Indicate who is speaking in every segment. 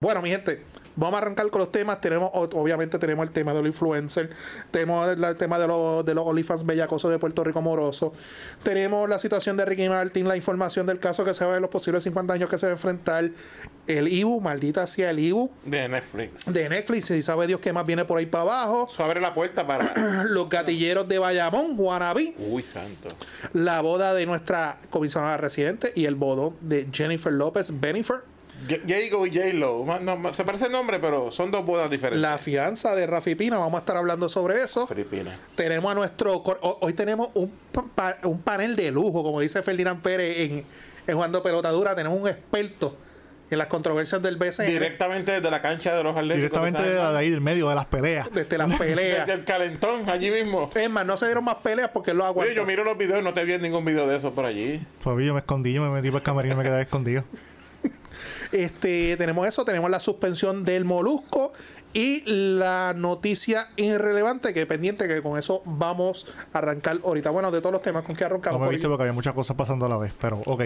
Speaker 1: Bueno, mi gente, vamos a arrancar con los temas. Tenemos, obviamente, tenemos el tema de los influencers, tenemos el, el tema de los, de los OnlyFans bellacosos de Puerto Rico Moroso, tenemos la situación de Ricky Martin, la información del caso que se va a ver, los posibles 50 años que se va a enfrentar, el IBU, maldita sea el IBU,
Speaker 2: De Netflix.
Speaker 1: de Netflix, y sabe Dios qué más viene por ahí para abajo,
Speaker 2: Eso abre la puerta para.
Speaker 1: los gatilleros de Bayamón, Guanabí,
Speaker 2: Uy, santo.
Speaker 1: la boda de nuestra comisionada residente y el bodón de Jennifer López, Benifer.
Speaker 2: J- Jago y J-Lo. Ma- no, ma- se parece el nombre, pero son dos bodas diferentes.
Speaker 1: La fianza de Rafi Pina, vamos a estar hablando sobre eso.
Speaker 2: Filipina.
Speaker 1: Tenemos a nuestro. cor- ho- Hoy tenemos un, pa- pa- un panel de lujo, como dice Ferdinand Pérez en, en Jugando Pelota Dura. Tenemos un experto en las controversias del BCN.
Speaker 2: Directamente desde la cancha de los atléticos.
Speaker 3: Directamente
Speaker 2: de
Speaker 3: de,
Speaker 2: San Juan.
Speaker 3: ahí del medio de las peleas.
Speaker 1: Desde las
Speaker 2: Desde
Speaker 1: peleas.
Speaker 2: el calentón, allí mismo.
Speaker 1: es más, no se dieron más peleas porque él lo
Speaker 2: Oye, yo
Speaker 1: aguantó.
Speaker 2: miro los videos y no te vi en ningún video de eso por allí.
Speaker 3: Pues yo me escondí, yo me metí por el camerino y me quedé escondido.
Speaker 1: Este, tenemos eso, tenemos la suspensión del molusco y la noticia irrelevante que pendiente, que con eso vamos a arrancar ahorita. Bueno, de todos los temas, ¿con qué
Speaker 3: No
Speaker 1: arrancamos?
Speaker 3: me
Speaker 1: Corillo?
Speaker 3: viste porque había muchas cosas pasando a la vez, pero ok.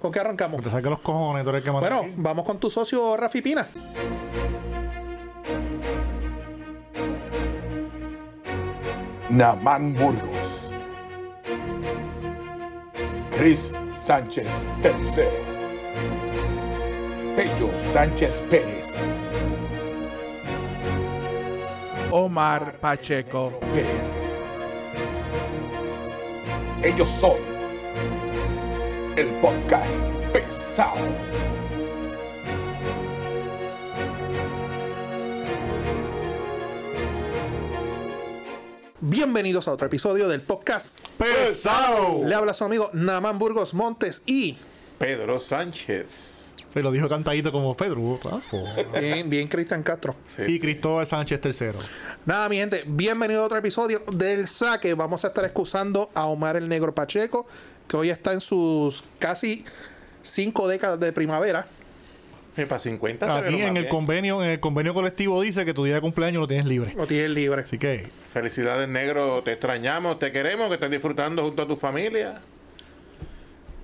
Speaker 1: ¿Con qué arrancamos?
Speaker 3: Te saqué los cojones, tú eres el que manda
Speaker 1: Bueno,
Speaker 3: aquí.
Speaker 1: vamos con tu socio Rafi Pina.
Speaker 4: Namán Burgos. Chris Sánchez III. Pello Sánchez Pérez.
Speaker 5: Omar Pacheco,
Speaker 4: Ver. Ellos son el podcast pesado.
Speaker 1: Bienvenidos a otro episodio del podcast.
Speaker 3: ¡Pesado!
Speaker 1: Le habla su amigo Namán Burgos Montes y
Speaker 2: Pedro Sánchez.
Speaker 3: Y lo dijo cantadito como Pedro. asco.
Speaker 1: bien, bien Cristian Castro.
Speaker 3: y Cristóbal Sánchez III.
Speaker 1: Nada, mi gente, bienvenido a otro episodio del saque. Vamos a estar excusando a Omar el Negro Pacheco, que hoy está en sus casi cinco décadas de primavera.
Speaker 2: Y para 50 se ve lo
Speaker 3: Aquí
Speaker 2: más
Speaker 3: en el
Speaker 2: bien.
Speaker 3: convenio, en el convenio colectivo dice que tu día de cumpleaños lo tienes libre.
Speaker 1: Lo tiene libre.
Speaker 3: Así que,
Speaker 2: Felicidades, negro. Te extrañamos, te queremos, que estés disfrutando junto a tu familia.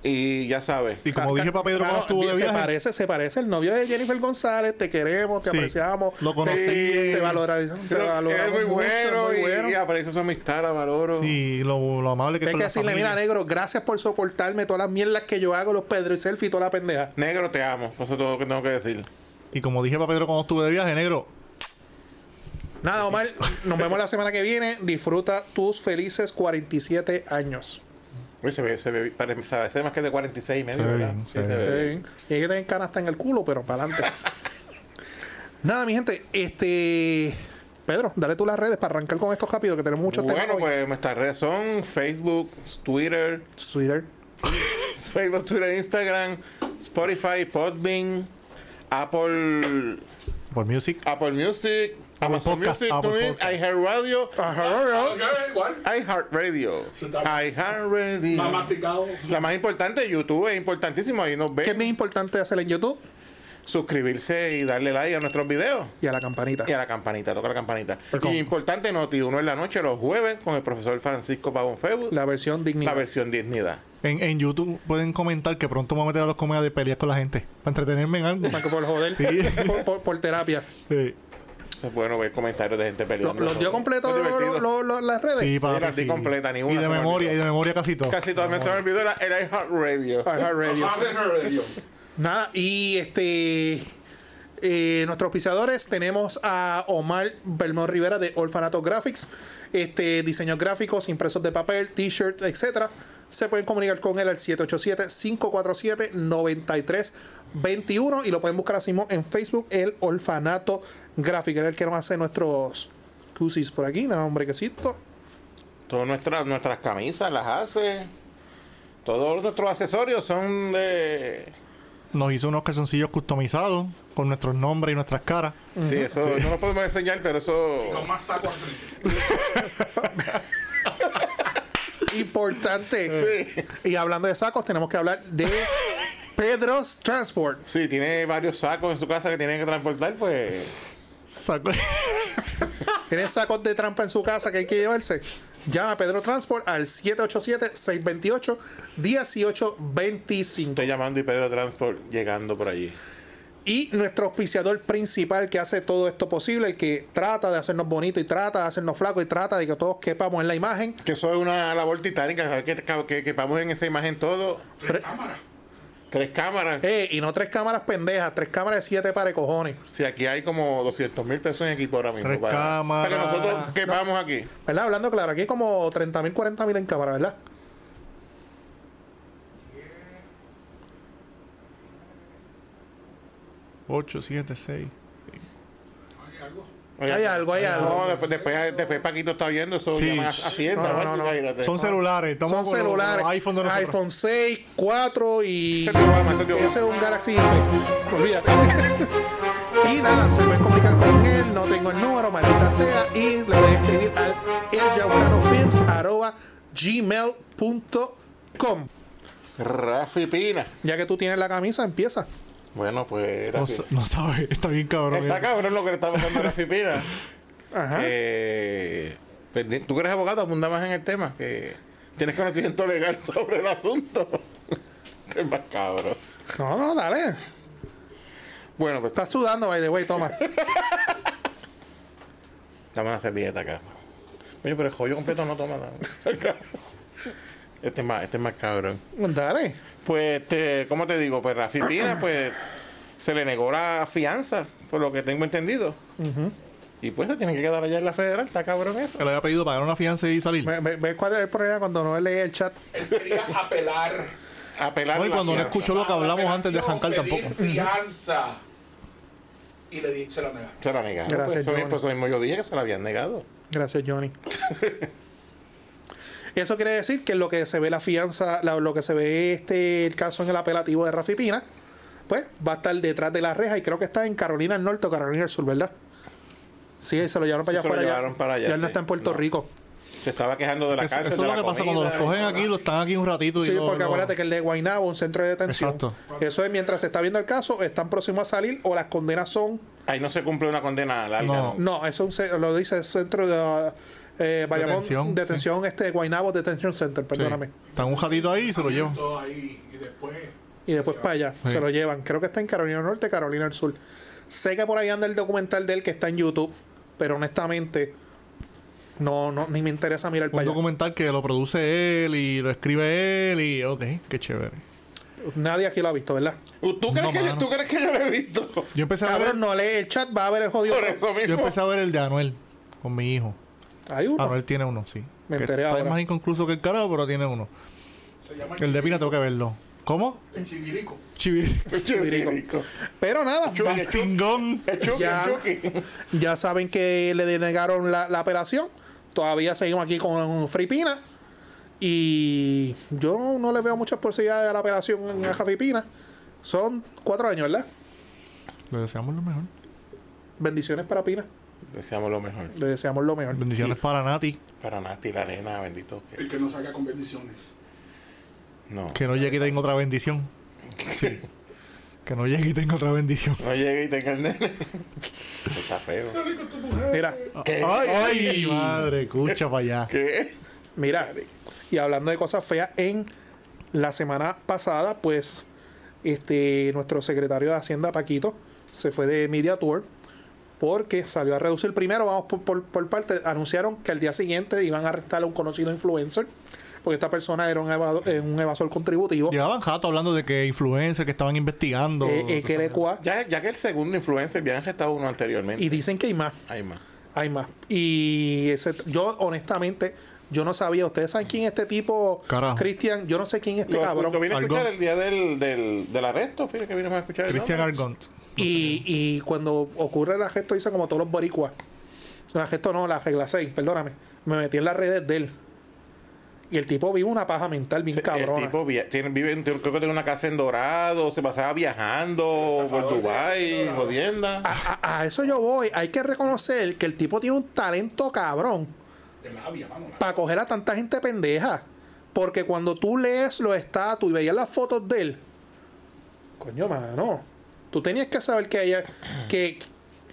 Speaker 2: Y ya sabes.
Speaker 3: y como dije para Pedro
Speaker 1: Claro,
Speaker 3: cuando estuvo de
Speaker 1: Se
Speaker 3: viaje,
Speaker 1: parece, se parece. El novio de Jennifer González, te queremos, te
Speaker 3: Sí,
Speaker 1: apreciamos.
Speaker 3: lo conocí. eh,
Speaker 1: Te, te valoramos. Te
Speaker 2: Creo que
Speaker 1: valoramos
Speaker 2: es muy
Speaker 1: mucho,
Speaker 2: bueno,
Speaker 1: muy
Speaker 2: y-
Speaker 1: bueno.
Speaker 2: Y, aprecio su amistad, la valoro.
Speaker 3: sí, lo, lo amable que
Speaker 1: Hay
Speaker 3: con
Speaker 1: que
Speaker 3: la
Speaker 1: decirle,
Speaker 3: familia.
Speaker 1: mira, negro, gracias por soportarme todas las mierdas que yo hago, los Pedro y selfie y toda la pendeja.
Speaker 2: Negro, te amo. Eso es todo lo que tengo que decir.
Speaker 3: Y como dije para Pedro cuando estuve de viaje, negro,
Speaker 1: Nada, Omar, nos vemos la semana que viene. Disfruta tus felices 47 años.
Speaker 2: Uy, se ve, se ve, parece, se ve más que de 46 y medio,
Speaker 3: Se ve
Speaker 2: ¿verdad?
Speaker 3: bien,
Speaker 2: Sí,
Speaker 3: se ve
Speaker 2: se ve
Speaker 1: Está
Speaker 2: bien.
Speaker 1: bien. Eh, Y hay que tener canasta en el culo, pero para adelante. Nada, mi gente, este. Pedro, dale tú las redes para arrancar con esto rápido, que tenemos muchos
Speaker 2: Bueno,
Speaker 1: temas. hoy.
Speaker 2: pues nuestras redes son Facebook, Twitter,
Speaker 1: Twitter.
Speaker 2: Facebook, Twitter, Instagram, Spotify, Podbean, Apple,
Speaker 3: por music,
Speaker 2: Apple Music, Amazon
Speaker 3: Podcast,
Speaker 2: Music,
Speaker 3: Apple
Speaker 2: TuneIn,
Speaker 3: Podcast.
Speaker 2: iHeartRadio,
Speaker 5: igual.
Speaker 2: iHeartRadio,
Speaker 5: Más
Speaker 2: iHeartRadio.
Speaker 5: masticado.
Speaker 2: La más importante, YouTube, es importantísimo, ahí nos
Speaker 1: ¿Qué es
Speaker 2: ven.
Speaker 1: más importante hacer en YouTube?
Speaker 2: Suscribirse y darle like a nuestros videos.
Speaker 1: Y a la campanita.
Speaker 2: Y a la campanita, toca la campanita.
Speaker 1: Perfecto.
Speaker 2: Y importante, Noti uno en la noche, los jueves, con el profesor Francisco Pavón Febus, la,
Speaker 1: La versión dignidad.
Speaker 2: versión dignidad.
Speaker 3: en, en YouTube pueden comentar que pronto me voy a meter a los comedias de peleas con la gente. Para entretenerme en algo.
Speaker 1: Más que por joder.
Speaker 3: Sí.
Speaker 1: Por- por- por terapia.
Speaker 3: Sí,
Speaker 2: Se pueden ver comentarios de gente
Speaker 1: ¿Lo-
Speaker 2: peleando.
Speaker 1: ¿Los dio completo lo- lo- lo- lo- las redes?
Speaker 3: sí,
Speaker 2: Sí,
Speaker 3: para
Speaker 2: la di completa, ni una
Speaker 3: Y
Speaker 2: se
Speaker 3: de
Speaker 2: me
Speaker 3: memoria,
Speaker 2: olvidó.
Speaker 3: y de memoria casi todo.
Speaker 2: Casi todavía se me olvidó la- el iHeartRadio.
Speaker 1: Ah. iHeartRadio.
Speaker 5: radio.
Speaker 1: Nada, y este. eh, nuestros auspiciadores tenemos a Omar Belmont Rivera de Orfanato Graphics, este, diseños gráficos, impresos de papel, t-shirts, etc. Se pueden comunicar con él al 787-547-9321 y lo pueden buscar así mismo en Facebook, el Orfanato Graphics, es el que nos hace nuestros cusis por aquí, nada, hombre, quesito.
Speaker 2: Todas nuestras, nuestras camisas las hace. Todos nuestros accesorios son de.
Speaker 3: Nos hizo unos calzoncillos customizados con nuestros nombres y nuestras caras.
Speaker 2: Sí, eso no lo podemos enseñar, pero eso.
Speaker 5: Con más saco al frente.
Speaker 1: Importante.
Speaker 2: Sí.
Speaker 1: Y hablando de sacos, tenemos que hablar de Pedro's Transport.
Speaker 2: Sí, tiene varios sacos en su casa que tienen que transportar, pues.
Speaker 3: Saco-
Speaker 1: ¿Tienen sacos de trampa en su casa que hay que llevarse? Llama a Pedro Transport al 787-628-1825.
Speaker 2: Estoy llamando y Pedro Transport llegando por allí.
Speaker 1: Y nuestro auspiciador principal que hace todo esto posible, el que trata de hacernos bonitos y trata de hacernos flacos y trata de que todos quepamos en la imagen.
Speaker 2: Que eso es una labor titánica, saber que, que, que, que vamos en esa imagen todo.
Speaker 5: Tres cámaras.
Speaker 2: Tres cámaras.
Speaker 1: Eh, y no tres cámaras pendejas, tres cámaras de siete pares cojones.
Speaker 2: Si aquí hay como 200 mil pesos en equipo ahora mismo.
Speaker 3: Tres cámaras.
Speaker 2: Para que nosotros quepamos aquí.
Speaker 1: ¿Verdad? Hablando claro, aquí hay como 30 mil, 40 mil en cámara, ¿verdad?
Speaker 3: Ocho, siete, seis.
Speaker 5: Hay algo.
Speaker 2: Oye,
Speaker 1: Hay algo, hay algo.
Speaker 2: No, después, después, después Paquito está viendo eso.
Speaker 3: Sí.
Speaker 2: llama a Hacienda. Ah.
Speaker 1: No, no,
Speaker 2: ¿verdad?
Speaker 1: no, no.
Speaker 2: Cállate.
Speaker 3: Son celulares. Estamos
Speaker 1: Son
Speaker 3: con los-
Speaker 1: celulares.
Speaker 3: los iPhone de nosotros.
Speaker 1: iPhone 6, 4 y.
Speaker 2: Ese es tu programa, ese es tu programa.
Speaker 1: Ese es un Galaxy F. Olvídate. y nada, se pueden comunicar con él. No tengo el número, maldita sea. Y le voy a escribir al gmail.com
Speaker 2: Rafi Pina.
Speaker 1: Ya que tú tienes la camisa, empieza.
Speaker 2: Bueno, pues.
Speaker 3: No,
Speaker 2: Rafi.
Speaker 3: sa- no sabe. Está bien cabrón.
Speaker 2: Está
Speaker 3: eso.
Speaker 2: cabrón lo que le está pasando a Rafi Pina.
Speaker 1: Ajá.
Speaker 2: Eh, pues, Tú que eres abogado, abunda más en el tema. que Tienes conocimiento legal sobre el asunto. Es más cabrón.
Speaker 1: No, no, dale.
Speaker 2: Bueno, pues
Speaker 1: Estás sudando, by the way, toma.
Speaker 2: dame una servilleta acá. Oye, pero el jollo completo no toma nada. Este es más, este es más cabrón.
Speaker 1: dale.
Speaker 2: Pues, este, ¿cómo te digo? Pues Rafi Pina, pues, se le negó la fianza, por lo que tengo entendido. Y pues se tiene que quedar allá en la federal, está cabrón eso.
Speaker 3: Que le había pedido pagar una fianza y salir.
Speaker 1: Ve- ve- ¿Ves cuál es el problema cuando no leí el chat?
Speaker 5: Él quería apelar.
Speaker 2: Apelar
Speaker 3: No, y
Speaker 2: la
Speaker 3: cuando no
Speaker 2: fianza.
Speaker 3: escuchó lo que
Speaker 5: a la
Speaker 3: hablamos antes de
Speaker 5: apelación,
Speaker 3: arrancar
Speaker 5: pedir
Speaker 3: tampoco.
Speaker 5: fianza. Y le di, se la negaron.
Speaker 2: Se la negaron.
Speaker 1: Gracias,
Speaker 2: Pues, eso mismo-
Speaker 1: Johnny.
Speaker 2: pues, eso mismo yo dije que se la habían negado.
Speaker 1: Gracias, Johnny. Eso quiere decir que lo que se ve la fianza, la- lo que se ve este el caso en el apelativo de Rafi Pina, pues va a estar detrás de la reja y creo que está en Carolina del Norte o Carolina del Sur, ¿verdad? Sí, se lo llevaron para
Speaker 2: Sí,
Speaker 1: allá
Speaker 2: se lo
Speaker 1: afuera. ya-
Speaker 2: llevaron para allá,
Speaker 1: Ya él no
Speaker 2: sí.
Speaker 1: está en Puerto
Speaker 2: No.
Speaker 1: Rico.
Speaker 2: Se estaba quejando de la
Speaker 3: Eso,
Speaker 2: cárcel.
Speaker 3: eso es lo
Speaker 2: de
Speaker 3: que
Speaker 2: la
Speaker 3: pasa
Speaker 2: comida,
Speaker 3: cuando los cogen aquí, los están aquí un ratito y
Speaker 1: Sí,
Speaker 3: lo-
Speaker 1: porque
Speaker 3: lo-
Speaker 1: acuérdate que el de Guaynabo, un centro de detención.
Speaker 3: Exacto.
Speaker 1: Eso es mientras se está viendo el caso, están próximos a salir o las condenas son.
Speaker 2: Ahí no se cumple una condena larga.
Speaker 3: No.
Speaker 2: ¿no?
Speaker 1: No, eso es un ce- lo dice el centro de eh, Bayamón,
Speaker 3: Detención,
Speaker 1: detención,
Speaker 3: sí.
Speaker 1: este Guaynabo Detention Center,
Speaker 3: Sí.
Speaker 1: perdóname.
Speaker 3: Están un ratito ahí y se lo llevan.
Speaker 5: Todo ahí y después.
Speaker 1: Y después para allá,
Speaker 3: Sí.
Speaker 1: se lo llevan. Creo que está en Carolina del Norte, Carolina del Sur. Sé que por ahí anda el documental de él que está en YouTube, pero honestamente, no, no, ni me interesa mirar
Speaker 3: Un
Speaker 1: para allá.
Speaker 3: documental que lo produce él y lo escribe él y... Ok, qué chévere.
Speaker 1: Nadie aquí lo ha visto, ¿verdad?
Speaker 2: ¿Tú crees,
Speaker 3: No,
Speaker 2: que yo,
Speaker 3: mano.
Speaker 2: ¿Tú crees que yo lo he visto?
Speaker 3: Yo empecé a ver...
Speaker 1: Cabrón, no lee el chat, va a ver el jodido.
Speaker 2: Por eso
Speaker 3: Yo
Speaker 2: mismo.
Speaker 3: empecé a ver el de Anuel con mi hijo.
Speaker 1: Hay uno.
Speaker 3: Anuel Ah, tiene uno, sí.
Speaker 1: Me
Speaker 3: Que
Speaker 1: enteré
Speaker 3: está
Speaker 1: ahora.
Speaker 3: más inconcluso que el carajo, pero tiene uno.
Speaker 5: Se llama
Speaker 3: El de Pina tengo que verlo. ¿Cómo?
Speaker 5: el chivirico.
Speaker 3: Chivir.
Speaker 2: Chivirico.
Speaker 1: Pero nada, va-
Speaker 3: Bastingón.
Speaker 2: El Chucky,
Speaker 1: Ya.
Speaker 2: el Chucky.
Speaker 1: ya saben que le denegaron la, la operación. Todavía seguimos aquí con Fripina. Y yo no, no le veo muchas posibilidades a la operación a Fripina. Son cuatro años, ¿verdad?
Speaker 3: Le deseamos lo mejor.
Speaker 1: Bendiciones para Pina.
Speaker 2: Deseamos lo mejor.
Speaker 1: Le deseamos lo mejor.
Speaker 3: Bendiciones para Nati,
Speaker 2: Para Nati, la arena, bendito. que-
Speaker 5: El que no salga con bendiciones.
Speaker 2: No.
Speaker 3: que no llegue y tenga otra bendición. Que no llegue y tenga otra bendición.
Speaker 2: No llegue y tenga el nene. Eso está feo.
Speaker 1: Mira,
Speaker 3: Ah.
Speaker 2: ¿Qué?
Speaker 3: Ay, madre, escucha para allá.
Speaker 2: ¿Qué?
Speaker 1: mira. Y hablando de cosas feas, en la semana pasada, pues, este, nuestro secretario de Hacienda, Paquito, se fue de Media Tour porque salió a reducir. Primero, vamos por, por, por parte, anunciaron que al día siguiente iban a arrestar a un conocido influencer, porque esta persona era un, evado- eh, un evasor contributivo.
Speaker 3: Llevaban jato hablando de que influencers que estaban investigando.
Speaker 1: eh, eh, que le cua-
Speaker 2: Ya, ya que el segundo influencer ya han gestado uno anteriormente.
Speaker 1: y dicen que hay más.
Speaker 2: Ay, más.
Speaker 3: Este
Speaker 1: Hay más. Y ese, yo, honestamente, yo no sabía. Ustedes saben quién es este tipo,
Speaker 3: Carajo.
Speaker 1: Cristian. Yo no sé quién es este
Speaker 2: Lo,
Speaker 1: cabrón.
Speaker 2: lo vine a escuchar
Speaker 3: Algón.
Speaker 2: el día del, del, del arresto. Fíjate que vinimos a escuchar el
Speaker 3: Cristian
Speaker 2: nombre.
Speaker 3: Argont.
Speaker 1: y, y cuando ocurre el gesto dice como todos los boricuas. El gesto no, la regla 6, perdóname. Me metí en las redes de él. Y el tipo vive una paja mental bien
Speaker 2: Sí,
Speaker 1: cabrona.
Speaker 2: El tipo via- tiene, vive, en- creo que tiene una casa en Dorado, se pasaba viajando por Dubai, jodienda.
Speaker 1: A, a- a eso yo voy. Hay que reconocer que el tipo tiene un talento cabrón
Speaker 5: De labia, mano. la-
Speaker 1: para coger a tanta gente pendeja. Porque cuando tú lees los estatus y veías las fotos de él, coño, mano, tú tenías que saber que ella, que,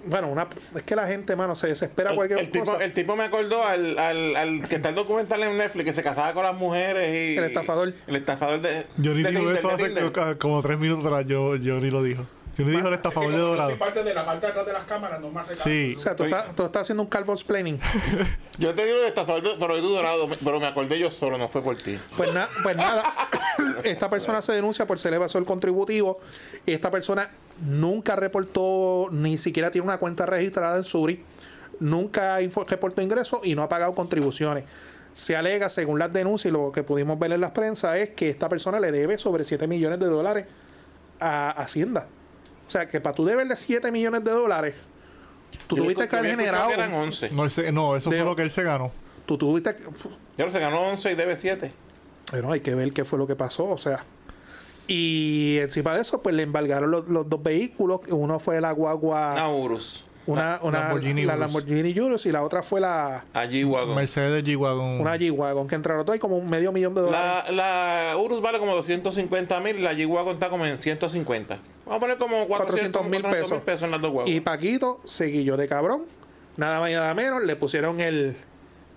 Speaker 1: bueno, una, es que la gente, mano, se desespera
Speaker 2: El,
Speaker 1: cualquier
Speaker 2: el
Speaker 1: cosa.
Speaker 2: tipo, el tipo me acordó al, al, al que está el documental en Netflix que se casaba con las mujeres y.
Speaker 1: El estafador.
Speaker 2: El estafador de.
Speaker 3: Yo ni
Speaker 2: de
Speaker 3: digo
Speaker 2: Tinder,
Speaker 3: eso
Speaker 2: de
Speaker 3: hace
Speaker 2: Tinder.
Speaker 3: co- como tres minutos atrás. Yo, yo ni lo dijo. Yo le digo al estafador de
Speaker 5: Yo soy
Speaker 3: dorado.
Speaker 5: parte de la parte de atrás de las cámaras, no más
Speaker 3: Sí.
Speaker 1: O sea, tú
Speaker 2: Oye.
Speaker 1: estás, tú estás haciendo un calvos planning.
Speaker 2: Yo te digo de estafador, de- pero tú dorado, pero me acordé yo solo, no fue por ti.
Speaker 1: Pues, na- pues nada, esta persona se denuncia por ser evasor contributivo y esta persona nunca reportó, ni siquiera tiene una cuenta registrada en Suri, nunca info- reportó ingresos y no ha pagado contribuciones. Se alega, según las denuncias y lo que pudimos ver en las prensas, es que esta persona le debe sobre 7 millones de dólares a Hacienda. O sea, que para tú deberle 7 millones de dólares, tú
Speaker 2: Yo
Speaker 1: tuviste
Speaker 2: escu-
Speaker 1: que haber
Speaker 2: yo escuché
Speaker 1: generado...
Speaker 2: que Eran 11.
Speaker 3: No, ese- no, eso
Speaker 1: De-
Speaker 3: fue lo que él se ganó.
Speaker 1: Tú tuviste que-
Speaker 2: Ya lo se ganó 11 y debe 7.
Speaker 1: Bueno, hay que ver qué fue lo que pasó, o sea. Y encima de eso, pues le embargaron los, los dos vehículos. Uno fue la guagua,
Speaker 2: Naurus.
Speaker 1: una, una
Speaker 3: Lamborghini
Speaker 1: la
Speaker 3: Urus.
Speaker 1: Lamborghini Urus y la otra fue la
Speaker 2: Allí, Wagon.
Speaker 3: Mercedes G-Wagon.
Speaker 1: una G-Wagon que entraron todo y como un medio millón de dólares.
Speaker 2: La, la Urus vale como 250 mil, la G-Wagon está como en 150. Vamos a poner como 400
Speaker 1: 400,000
Speaker 2: mil pesos. pesos en las dos guaguas.
Speaker 1: Y Paquito seguillo de cabrón. Nada más y nada menos. Le pusieron el,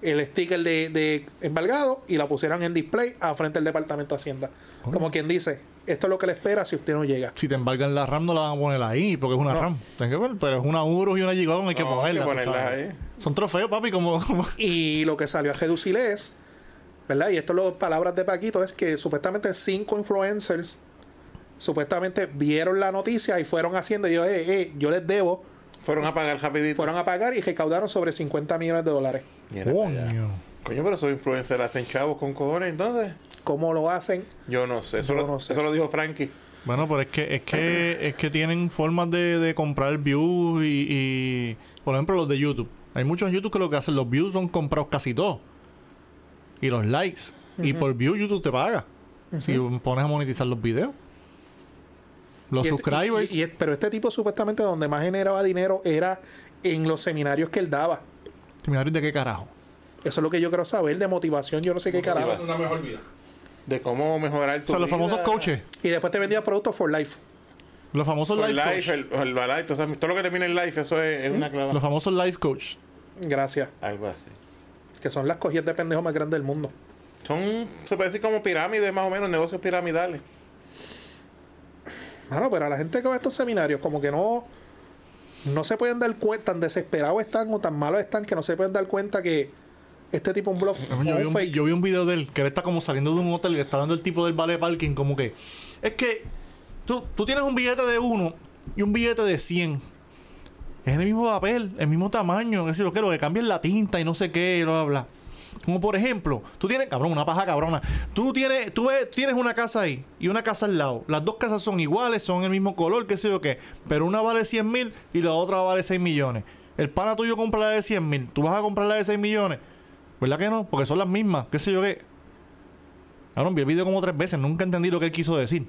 Speaker 1: el sticker de, de embargado y la pusieron en display a frente del departamento de Hacienda. Como quien dice, esto es lo que le espera si usted no llega.
Speaker 3: Si te embargan la RAM, no la van a poner ahí, porque es una RAM. Ten que ver, pero es una Urus y una G-Wagon, hay que
Speaker 2: No, hay que
Speaker 3: ponerla. tú
Speaker 2: ponerla
Speaker 3: sabes.
Speaker 2: ahí.
Speaker 3: Son trofeos, papi, como. como-
Speaker 1: Y lo que salió a reducir es, ¿verdad? Y esto, las palabras de Paquito, es que supuestamente cinco influencers supuestamente vieron la noticia y fueron haciendo, y yo, eh, eh, yo les debo,
Speaker 2: Fueron a pagar rapidito.
Speaker 1: fueron a pagar y recaudaron sobre 50 millones de dólares.
Speaker 2: Mira para allá.
Speaker 3: Coño.
Speaker 2: Coño, pero esos influencers hacen chavos con cojones, entonces.
Speaker 1: ¿Cómo lo hacen?
Speaker 2: Yo no sé. Eso,
Speaker 1: Yo
Speaker 2: lo,
Speaker 1: no sé.
Speaker 2: eso lo dijo Frankie.
Speaker 3: Bueno, pero es que es que es que tienen formas de, de comprar views y, y- por ejemplo los de YouTube. Hay muchos en YouTube que lo que hacen los views son comprados casi todos y los likes y por view YouTube te paga si pones a monetizar los videos. Los
Speaker 1: Y este-
Speaker 3: subscribers.
Speaker 1: y- y- y- pero este tipo supuestamente donde más generaba dinero era en los seminarios que él daba.
Speaker 3: ¿Seminarios de qué carajo?
Speaker 1: Eso es lo que yo quiero saber, de motivación, yo no sé qué carajo.
Speaker 5: Una mejor vida.
Speaker 2: De cómo mejorar
Speaker 3: O
Speaker 2: tu
Speaker 3: sea, los
Speaker 2: vida.
Speaker 3: famosos coaches,
Speaker 1: Y después te vendía productos for life.
Speaker 3: los famosos
Speaker 2: Por
Speaker 3: life,
Speaker 2: life,
Speaker 3: coach,
Speaker 2: el, el, balay, todo eso- todo lo que termina en life, eso es, es una clava.
Speaker 3: los famosos life coach.
Speaker 1: Gracias.
Speaker 2: Algo así.
Speaker 1: Que son las cogidas de pendejo más grandes del mundo.
Speaker 2: Son, se puede decir como pirámides, más o menos, negocios piramidales.
Speaker 1: Mano, pero a la gente que va a estos seminarios, como que no. No se pueden dar cuenta, tan desesperados están o tan malos están que no se pueden dar cuenta que este tipo es un bluff. o
Speaker 3: Yo vi,
Speaker 1: un
Speaker 3: un,
Speaker 1: fake.
Speaker 3: yo vi un video de él que él está como saliendo de un hotel y le está dando el tipo del vale parking como que... Es que tú, tú tienes un billete de uno y un billete de 100. Es el mismo papel, el mismo tamaño, es decir, lo que lo que cambia es la tinta y no sé qué, bla, bla, bla. Como por ejemplo, tú tienes, cabrón, una paja cabrona. Tú tienes, tú ves- tienes una casa ahí y una casa al lado. Las dos casas son iguales, son el mismo color, qué sé yo qué. Pero una vale 100 mil y la otra vale 6 millones. El pana tuyo compra la de 100 mil, tú vas a comprar la de 6 millones. ¿Verdad que no? Porque son las mismas, qué sé yo qué. Cabrón, vi el video como tres veces, nunca entendí lo que él quiso decir.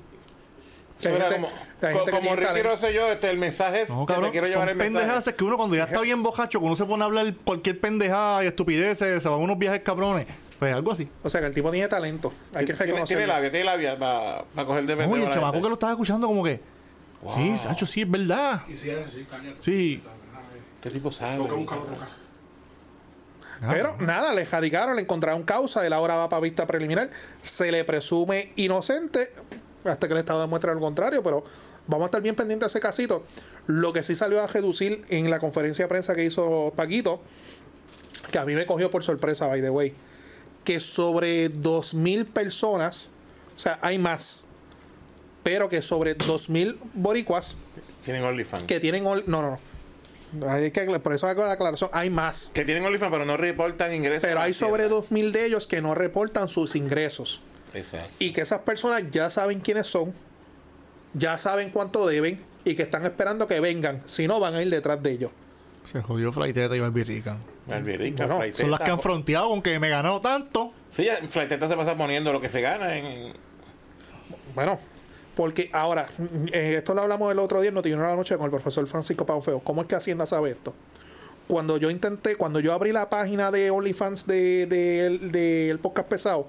Speaker 1: Que
Speaker 2: Eso
Speaker 1: hay
Speaker 2: era
Speaker 1: gente-
Speaker 2: como
Speaker 1: que hay gente
Speaker 2: co-
Speaker 1: que
Speaker 2: como
Speaker 1: tiene
Speaker 2: Ricky
Speaker 1: talento.
Speaker 2: Rosselló, este, el mensaje es
Speaker 3: No,
Speaker 2: que
Speaker 3: cabrón,
Speaker 2: te quiero llevar el
Speaker 3: son
Speaker 2: mensaje.
Speaker 3: pendejadas es que uno cuando ya está bien bojacho, que uno se pone a hablar cualquier pendejada y estupideces, se van unos viajes cabrones, pues algo así.
Speaker 1: O sea, que el tipo tiene talento. Hay que
Speaker 2: tiene, tiene
Speaker 1: reconocerlo.
Speaker 2: labia, tiene labia para coger de pendejo
Speaker 3: Uy,
Speaker 2: a
Speaker 3: el
Speaker 2: la
Speaker 3: chamaco
Speaker 2: gente.
Speaker 3: que lo estaba escuchando como que, sí, Sacho, sí, es verdad.
Speaker 5: Y si es así, cállate.
Speaker 3: Sí.
Speaker 2: Este tipo sabe.
Speaker 5: Tengo que buscar otro caso.
Speaker 3: Ah.
Speaker 1: Pero nada, le jadicaron, le encontraron causa. Él ahora va para vista preliminar. Se le presume inocente hasta que el Estado demuestre lo contrario. Pero vamos a estar bien pendientes de ese casito. Lo que sí salió a reducir en la conferencia de prensa que hizo Paquito, que a mí me cogió por sorpresa, by the way, que sobre 2.000 personas, o sea, hay más, pero que sobre 2.000 boricuas
Speaker 2: Tienen OnlyFans.
Speaker 1: que tienen... ol- No, no, no. Hay que, aclar- por eso hago la aclaración. Hay más.
Speaker 2: Que tienen OnlyFans, pero no reportan ingresos.
Speaker 1: Pero
Speaker 2: a
Speaker 1: hay
Speaker 2: Hacienda.
Speaker 1: sobre 2.000 de ellos que no reportan sus ingresos.
Speaker 2: Exacto.
Speaker 1: Y que esas personas ya saben quiénes son, ya saben cuánto deben y que están esperando que vengan. Si no, van a ir detrás de ellos.
Speaker 3: Se jodió Flaiteta y Barbirica.
Speaker 2: Barberica,
Speaker 1: Bueno,
Speaker 2: Flaiteta.
Speaker 3: Son las que han fronteado, aunque me ganó tanto.
Speaker 2: Sí, ya, Flaiteta se pasa poniendo lo que se gana en- en...
Speaker 1: Bueno, porque ahora, mm, eh, esto lo hablamos el otro día en Noticiero de la Noche con el profesor Francisco Paufeo. ¿Cómo es que Hacienda sabe esto? Cuando yo intenté, cuando yo abrí la página de OnlyFans de- de- del del podcast pesado,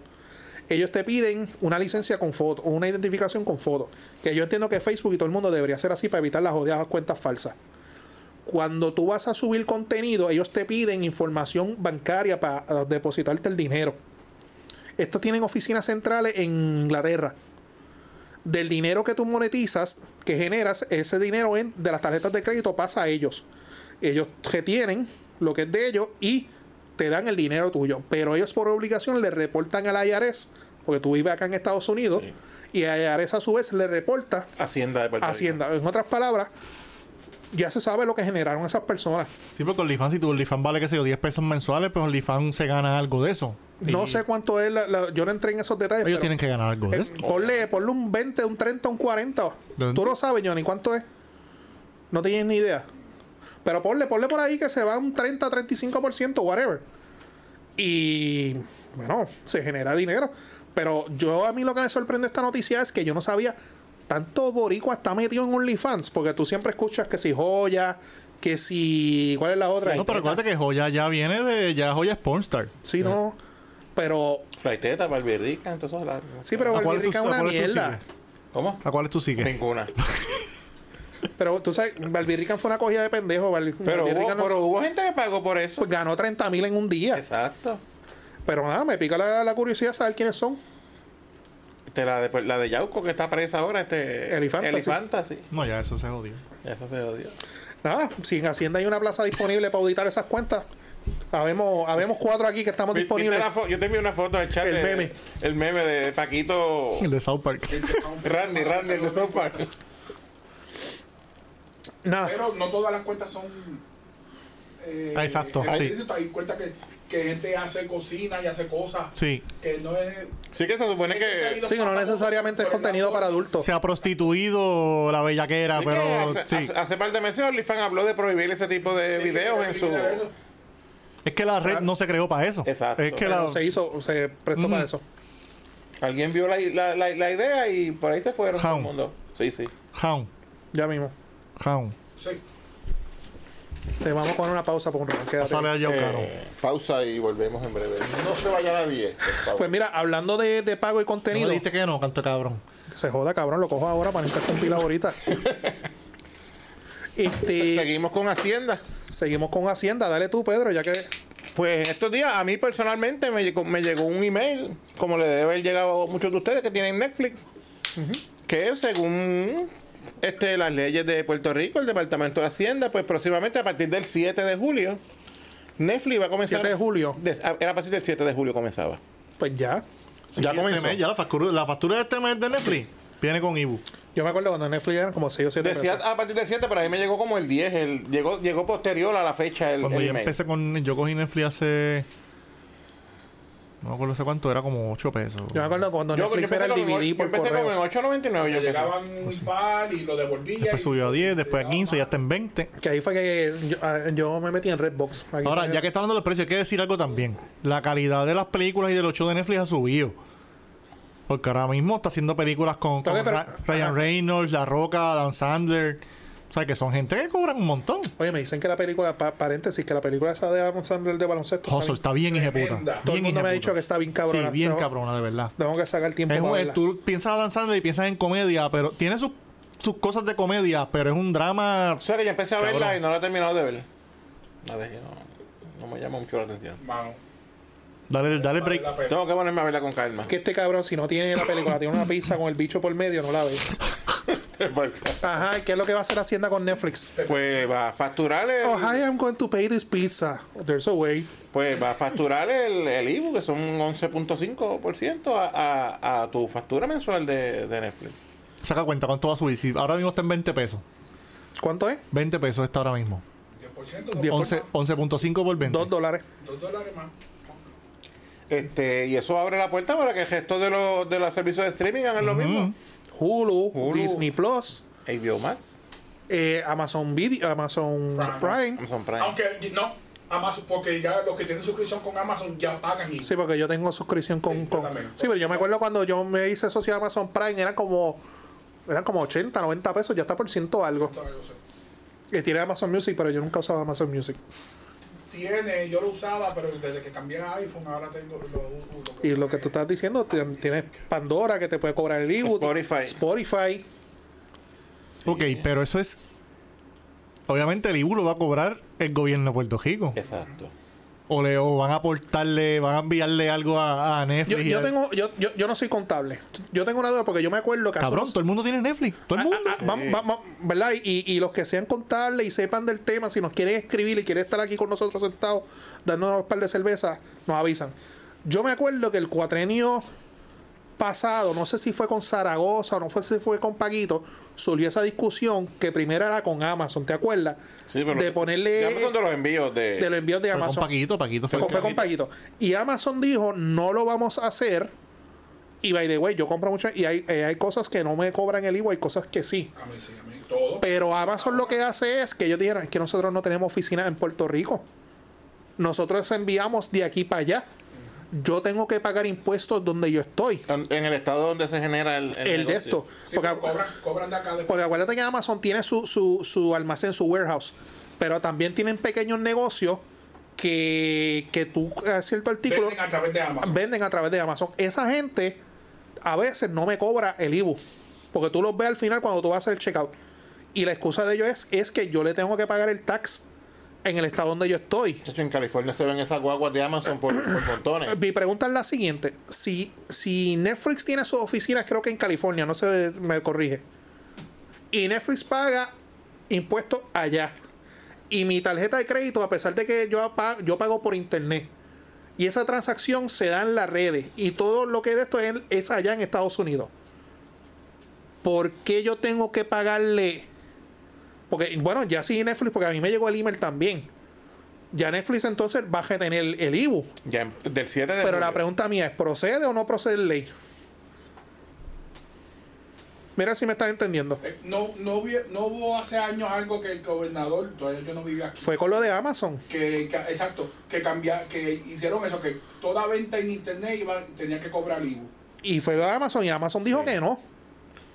Speaker 1: ellos te piden una licencia con foto, o una identificación con foto. Que yo entiendo que Facebook y todo el mundo debería hacer así para evitar las odiadas cuentas falsas. Cuando tú vas a subir contenido, ellos te piden información bancaria para eh, depositarte el dinero. Estos tienen oficinas centrales en Inglaterra del dinero que tú monetizas, que generas, ese dinero en- de las tarjetas de crédito pasa a ellos. Ellos retienen lo que es de ellos y te dan el dinero tuyo. Pero ellos por obligación le reportan al IRS, porque tú vives acá en Estados Unidos, y el IRS a su vez le reporta
Speaker 2: Hacienda de Puerto
Speaker 1: a
Speaker 2: Rico.
Speaker 1: Hacienda. En otras palabras, ya se sabe lo que generaron esas personas.
Speaker 3: Sí, porque OnlyFans, si tu OnlyFans vale, qué sé yo, 10 pesos mensuales, pues OnlyFans se gana algo de eso.
Speaker 1: No
Speaker 3: Y
Speaker 1: sé cuánto es, la- la- yo no entré en esos detalles.
Speaker 3: Ellos
Speaker 1: pero-
Speaker 3: tienen que ganar algo de
Speaker 1: Eh,
Speaker 3: eso.
Speaker 1: ponle, ponle un 20, un 30, un 40.
Speaker 3: ¿Dónde?
Speaker 1: Tú lo sabes, Johnny, ¿cuánto es? No tienes ni idea. Pero ponle, ponle por ahí que se va un 30, 35%, whatever. Y bueno, se genera dinero. Pero yo a mí lo que me sorprende esta noticia es que yo no sabía tanto boricua está metido en OnlyFans. Porque tú siempre escuchas que si joya, que si. ¿Cuál es la otra?
Speaker 3: No, pero acuérdate que Joya ya viene de. Ya Joya es pornstar.
Speaker 1: Sí,
Speaker 3: Eh.
Speaker 1: no. Pero.
Speaker 2: Flaiteta, Barbie Rica, entonces la-
Speaker 1: Sí, pero
Speaker 3: ¿A cuál
Speaker 1: Barbie
Speaker 3: tú-
Speaker 1: Rica es
Speaker 3: a
Speaker 1: una
Speaker 3: cuál tú
Speaker 1: mierda.
Speaker 3: sigues?
Speaker 2: ¿Cómo?
Speaker 3: ¿A cuáles tú sigues?
Speaker 2: Ninguna.
Speaker 1: Pero tú sabes, Barbie Rican fue una cogida de pendejo. Barbie,
Speaker 2: Pero,
Speaker 1: Barbie
Speaker 2: hubo,
Speaker 1: Rican no
Speaker 2: pero
Speaker 1: se-
Speaker 2: hubo gente que pagó por eso.
Speaker 1: pues, ganó 30 mil en un día.
Speaker 2: Exacto.
Speaker 1: Pero nada, me pica la, la curiosidad saber quiénes son.
Speaker 2: Este, la, de, pues, la de Yauco que está presa ahora, este.
Speaker 1: Elifanta, sí.
Speaker 2: Elifanta, sí.
Speaker 3: No, ya eso se jodió.
Speaker 2: Eso se odia.
Speaker 1: Nada, si en Hacienda hay una plaza disponible para auditar esas cuentas, habemos, habemos cuatro aquí que estamos
Speaker 2: Vi- viste
Speaker 1: disponibles.
Speaker 2: la fo- Yo te envié una foto del chat.
Speaker 1: El
Speaker 2: de-
Speaker 1: meme.
Speaker 2: El meme de Paquito.
Speaker 3: El de South Park.
Speaker 2: Randy, Randy, el de South Park.
Speaker 1: Nada,
Speaker 5: Pero no todas las cuentas son. eh,
Speaker 3: Ah, exacto,
Speaker 5: hay,
Speaker 3: sí.
Speaker 5: hay cuentas que, que gente hace cocina y hace cosas.
Speaker 3: Sí.
Speaker 5: Que no es.
Speaker 2: Sí que se supone
Speaker 5: se ha
Speaker 2: que.
Speaker 5: ido
Speaker 1: sí, que no
Speaker 5: para-
Speaker 1: necesariamente es
Speaker 5: pero la-
Speaker 1: contenido para adultos.
Speaker 3: Se ha prostituido la bellaquera,
Speaker 2: sí que
Speaker 3: pero.
Speaker 2: hace,
Speaker 3: sí.
Speaker 2: hace- hace par de meses OnlyFans habló de prohibir ese tipo de
Speaker 5: Sí,
Speaker 2: videos
Speaker 5: que
Speaker 2: en su.
Speaker 5: eliminar eso.
Speaker 3: Es que la red no se creó para eso.
Speaker 2: Exacto.
Speaker 3: Es que
Speaker 1: Pero
Speaker 3: la.
Speaker 1: se hizo, se prestó
Speaker 3: Mm.
Speaker 1: para eso.
Speaker 2: Alguien vio la, la, la, la idea y por ahí se fueron todo el
Speaker 3: Jaun.
Speaker 2: mundo. Sí, sí.
Speaker 3: Hound.
Speaker 1: Ya mismo.
Speaker 3: Hound.
Speaker 5: Sí.
Speaker 1: Te vamos a poner una pausa por un rato. quédate.
Speaker 3: Sale a Joe Caro.
Speaker 2: Eh, pausa y volvemos en breve. No se vaya a 10. por favor.
Speaker 1: Pues mira, hablando de, de pago y
Speaker 3: No me
Speaker 1: contenido,
Speaker 3: dijiste que no, canto cabrón.
Speaker 1: se joda, cabrón, lo cojo ahora para no estar compilado ahorita.
Speaker 2: Se-
Speaker 1: este,
Speaker 2: Seguimos con Hacienda.
Speaker 1: seguimos con Hacienda, dale tú, Pedro, ya que
Speaker 2: Pues estos días a mí personalmente me llegó, me llegó un email, como le debe haber llegado a muchos de ustedes que tienen Netflix, que según este, las leyes de Puerto Rico, el Departamento de Hacienda, pues próximamente a partir del 7 de julio, Netflix va a comenzar...
Speaker 1: 7 de julio.
Speaker 2: Des- a- era a partir del 7 de julio comenzaba.
Speaker 1: Pues ya.
Speaker 2: ya
Speaker 3: Este
Speaker 2: comenzó.
Speaker 3: mes, ya la factura, la factura de este mes de Netflix viene con Ibu.
Speaker 1: Yo me acuerdo cuando Netflix eran como 6 o 7
Speaker 2: Decía
Speaker 1: pesos.
Speaker 2: a partir del 7, pero a mí me llegó como el 10, el, llegó, llegó posterior a la fecha el,
Speaker 3: Cuando
Speaker 2: el
Speaker 3: yo
Speaker 2: email.
Speaker 3: empecé con. Yo cogí Netflix hace. No me acuerdo hace cuánto, era como 8 pesos.
Speaker 1: Yo me acuerdo cuando
Speaker 2: Yo, yo
Speaker 1: Netflix
Speaker 2: empecé
Speaker 1: era el
Speaker 2: como en
Speaker 1: DVD
Speaker 2: ocho- yo
Speaker 1: por
Speaker 2: empecé como en
Speaker 1: correo.
Speaker 2: 8.99.
Speaker 5: Que
Speaker 2: Yo llegaba...
Speaker 5: llegaban un par y lo devolvían.
Speaker 3: Después
Speaker 5: y-
Speaker 3: subió a 10, después a
Speaker 5: daba
Speaker 3: 15, ya
Speaker 5: más.
Speaker 3: está en 20.
Speaker 1: Que ahí fue que yo, ah, yo me metí en Redbox. Aquí
Speaker 3: Ahora,
Speaker 1: fue
Speaker 3: ya que está hablando de los precios, hay que decir algo también. La calidad de las películas y de los shows de Netflix ha subido. Porque ahora mismo está haciendo películas con,
Speaker 1: Tengo
Speaker 3: con
Speaker 1: que
Speaker 3: Ra-
Speaker 1: esperar-
Speaker 3: Ryan
Speaker 1: Ajá.
Speaker 3: Reynolds, La Roca, Dan Sandler. O sea, que son gente que cobran un montón.
Speaker 1: Oye, me dicen que la película, pa- paréntesis, que la película esa de Adam Sandler de baloncesto. está
Speaker 3: Hustle
Speaker 1: bien-
Speaker 3: está bien hijeputa.
Speaker 5: Tremenda.
Speaker 1: Todo el
Speaker 3: Bien
Speaker 1: mundo me ha
Speaker 3: hijeputa.
Speaker 1: dicho que está bien cabrona.
Speaker 3: Sí, bien
Speaker 1: Tengo-
Speaker 3: cabrona, de verdad.
Speaker 1: Tengo que sacar tiempo
Speaker 3: Es
Speaker 1: para
Speaker 3: un,
Speaker 1: verla.
Speaker 3: tú piensas en Dan Sandler y piensas en comedia, pero tiene sus, sus cosas de comedia, pero es un drama.
Speaker 2: O sea que yo empecé a
Speaker 3: Cabrón.
Speaker 2: verla y no la he terminado de ver. La dejé, no, no me llama mucho la atención.
Speaker 5: Mano,
Speaker 3: Dale, dale
Speaker 5: vale la
Speaker 3: break.
Speaker 5: pena.
Speaker 2: Tengo que ponerme a verla con calma.
Speaker 1: Que este cabrón, si no tiene la película, tiene una pizza con el bicho por medio, no la ve. Ajá, ¿y ¿qué es lo que va a hacer Hacienda con Netflix?
Speaker 2: Pues va a facturar el,
Speaker 1: Oh, hi, I'm going to pay this pizza. There's a way.
Speaker 2: pues va a facturar el, el IVU, que son un 11.5% a, a, a tu factura mensual de, de Netflix.
Speaker 3: Saca cuenta cuánto va a subir. Si ahora mismo está en 20 pesos.
Speaker 1: ¿Cuánto es?
Speaker 3: 20 pesos está ahora mismo.
Speaker 5: 10%,
Speaker 1: 10
Speaker 3: 11 11.5 por 20.
Speaker 1: Dos dólares.
Speaker 5: 2 dólares más.
Speaker 2: Este, y eso abre la puerta para que el resto de los de los servicios de streaming hagan lo mismo.
Speaker 1: Hulu,
Speaker 2: Hulu.
Speaker 1: Disney Plus,
Speaker 2: HBO Max,
Speaker 1: eh, Amazon Video, Amazon
Speaker 5: Prime.
Speaker 1: Prime.
Speaker 2: Amazon Prime.
Speaker 5: Aunque no, Amazon, porque ya los que tienen suscripción con Amazon ya pagan y
Speaker 1: Sí, porque yo tengo suscripción con.
Speaker 5: Sí, yo
Speaker 1: con-
Speaker 5: también.
Speaker 1: sí, pero yo me acuerdo cuando yo me hice socio de Amazon Prime, eran como. Eran como 80, 90 pesos, ya está por ciento algo. Y tiene Amazon Music, pero yo nunca usaba Amazon Music.
Speaker 5: tiene, yo lo usaba, pero desde que cambié a iPhone ahora tengo lo, lo-
Speaker 1: Y lo que tú estás diciendo, t- tienes Pandora que te puede cobrar el IVU.
Speaker 2: Spotify.
Speaker 1: Spotify.
Speaker 3: Ok, pero eso es. Obviamente el IBU lo va a cobrar el gobierno de Puerto Rico.
Speaker 2: Exacto.
Speaker 3: O le o van a aportarle, van a enviarle algo a, a
Speaker 1: Yo,
Speaker 3: Netflix. y
Speaker 1: yo
Speaker 3: a-
Speaker 1: tengo, yo, yo, yo no soy contable. Yo tengo una duda porque yo me acuerdo que hace
Speaker 3: Cabrón,
Speaker 1: unos-
Speaker 3: todo el mundo tiene Netflix. Todo el mundo.
Speaker 1: Ah, ah, vam- vam- ¿verdad? Y, y los que sean contables y sepan del tema, si nos quieren escribir y quieren estar aquí con nosotros sentados dándonos un par de cervezas, nos avisan. Yo me acuerdo que el cuatrenio pasado, no sé si fue con Zaragoza o no fue si fue con Paquito, surgió esa discusión que primero era con Amazon, ¿te acuerdas?
Speaker 2: Sí, pero
Speaker 1: de ponerle
Speaker 2: Ya me son de los envíos de.
Speaker 1: de los envíos de
Speaker 3: Fue con
Speaker 1: Amazon.
Speaker 3: Paquito, Paquito fue
Speaker 1: Fue,
Speaker 3: el
Speaker 1: fue
Speaker 3: que-
Speaker 1: con Paquito. Y Amazon dijo, no lo vamos a hacer. Y by the way, yo compro mucho y hay, eh, hay cosas que no me cobran el IVA, hay cosas que sí.
Speaker 5: A mí sí, a mí todo.
Speaker 1: Pero Amazon lo que hace es que ellos dijeron, es que nosotros no tenemos oficina en Puerto Rico. Nosotros enviamos de aquí para allá. Yo tengo que pagar impuestos donde yo estoy.
Speaker 2: en, en el estado donde se genera el. El,
Speaker 1: El de
Speaker 2: negocio.
Speaker 1: esto.
Speaker 5: Sí,
Speaker 1: Porque,
Speaker 5: pero cobran, cobran de acá de
Speaker 1: porque acuérdate que Amazon tiene su, su, su almacén, su warehouse. Pero también tienen pequeños negocios que, que tú, eh, cierto artículo,
Speaker 5: Venden a través de Amazon.
Speaker 1: venden a través de Amazon. Esa gente a veces no me cobra el IBU. Porque tú los ves al final cuando tú vas a hacer el checkout. Y la excusa de ellos es, es que yo le tengo que pagar el tax en el estado donde yo estoy.
Speaker 2: Chacho, En California se ven esas guaguas de Amazon por, por montones.
Speaker 1: Mi pregunta es la siguiente. Si, si Netflix tiene sus oficinas, creo que en California, no se me corrige. Y Netflix paga impuestos allá. Y mi tarjeta de crédito, a pesar de que yo, pa- yo pago por internet. Y esa transacción se da en las redes. Y todo lo que de esto es, es allá en Estados Unidos. ¿Por qué yo tengo que pagarle? Porque, bueno, ya sí Netflix, porque a mí me llegó el email también. Ya Netflix entonces va a retener el IBU.
Speaker 2: Ya en- del 7 de
Speaker 1: Pero la
Speaker 2: julio.
Speaker 1: pregunta mía es, ¿procede o no procede el ley? Mira si me estás entendiendo.
Speaker 5: Eh, No, no, hubi- no hubo hace años algo que el gobernador, todavía yo no vivía aquí,
Speaker 1: Fue con lo de Amazon.
Speaker 5: que, que- exacto, que cambia, que hicieron eso, que toda venta en internet iba, tenía que cobrar IVU.
Speaker 1: Y fue lo de Amazon y Amazon dijo que no.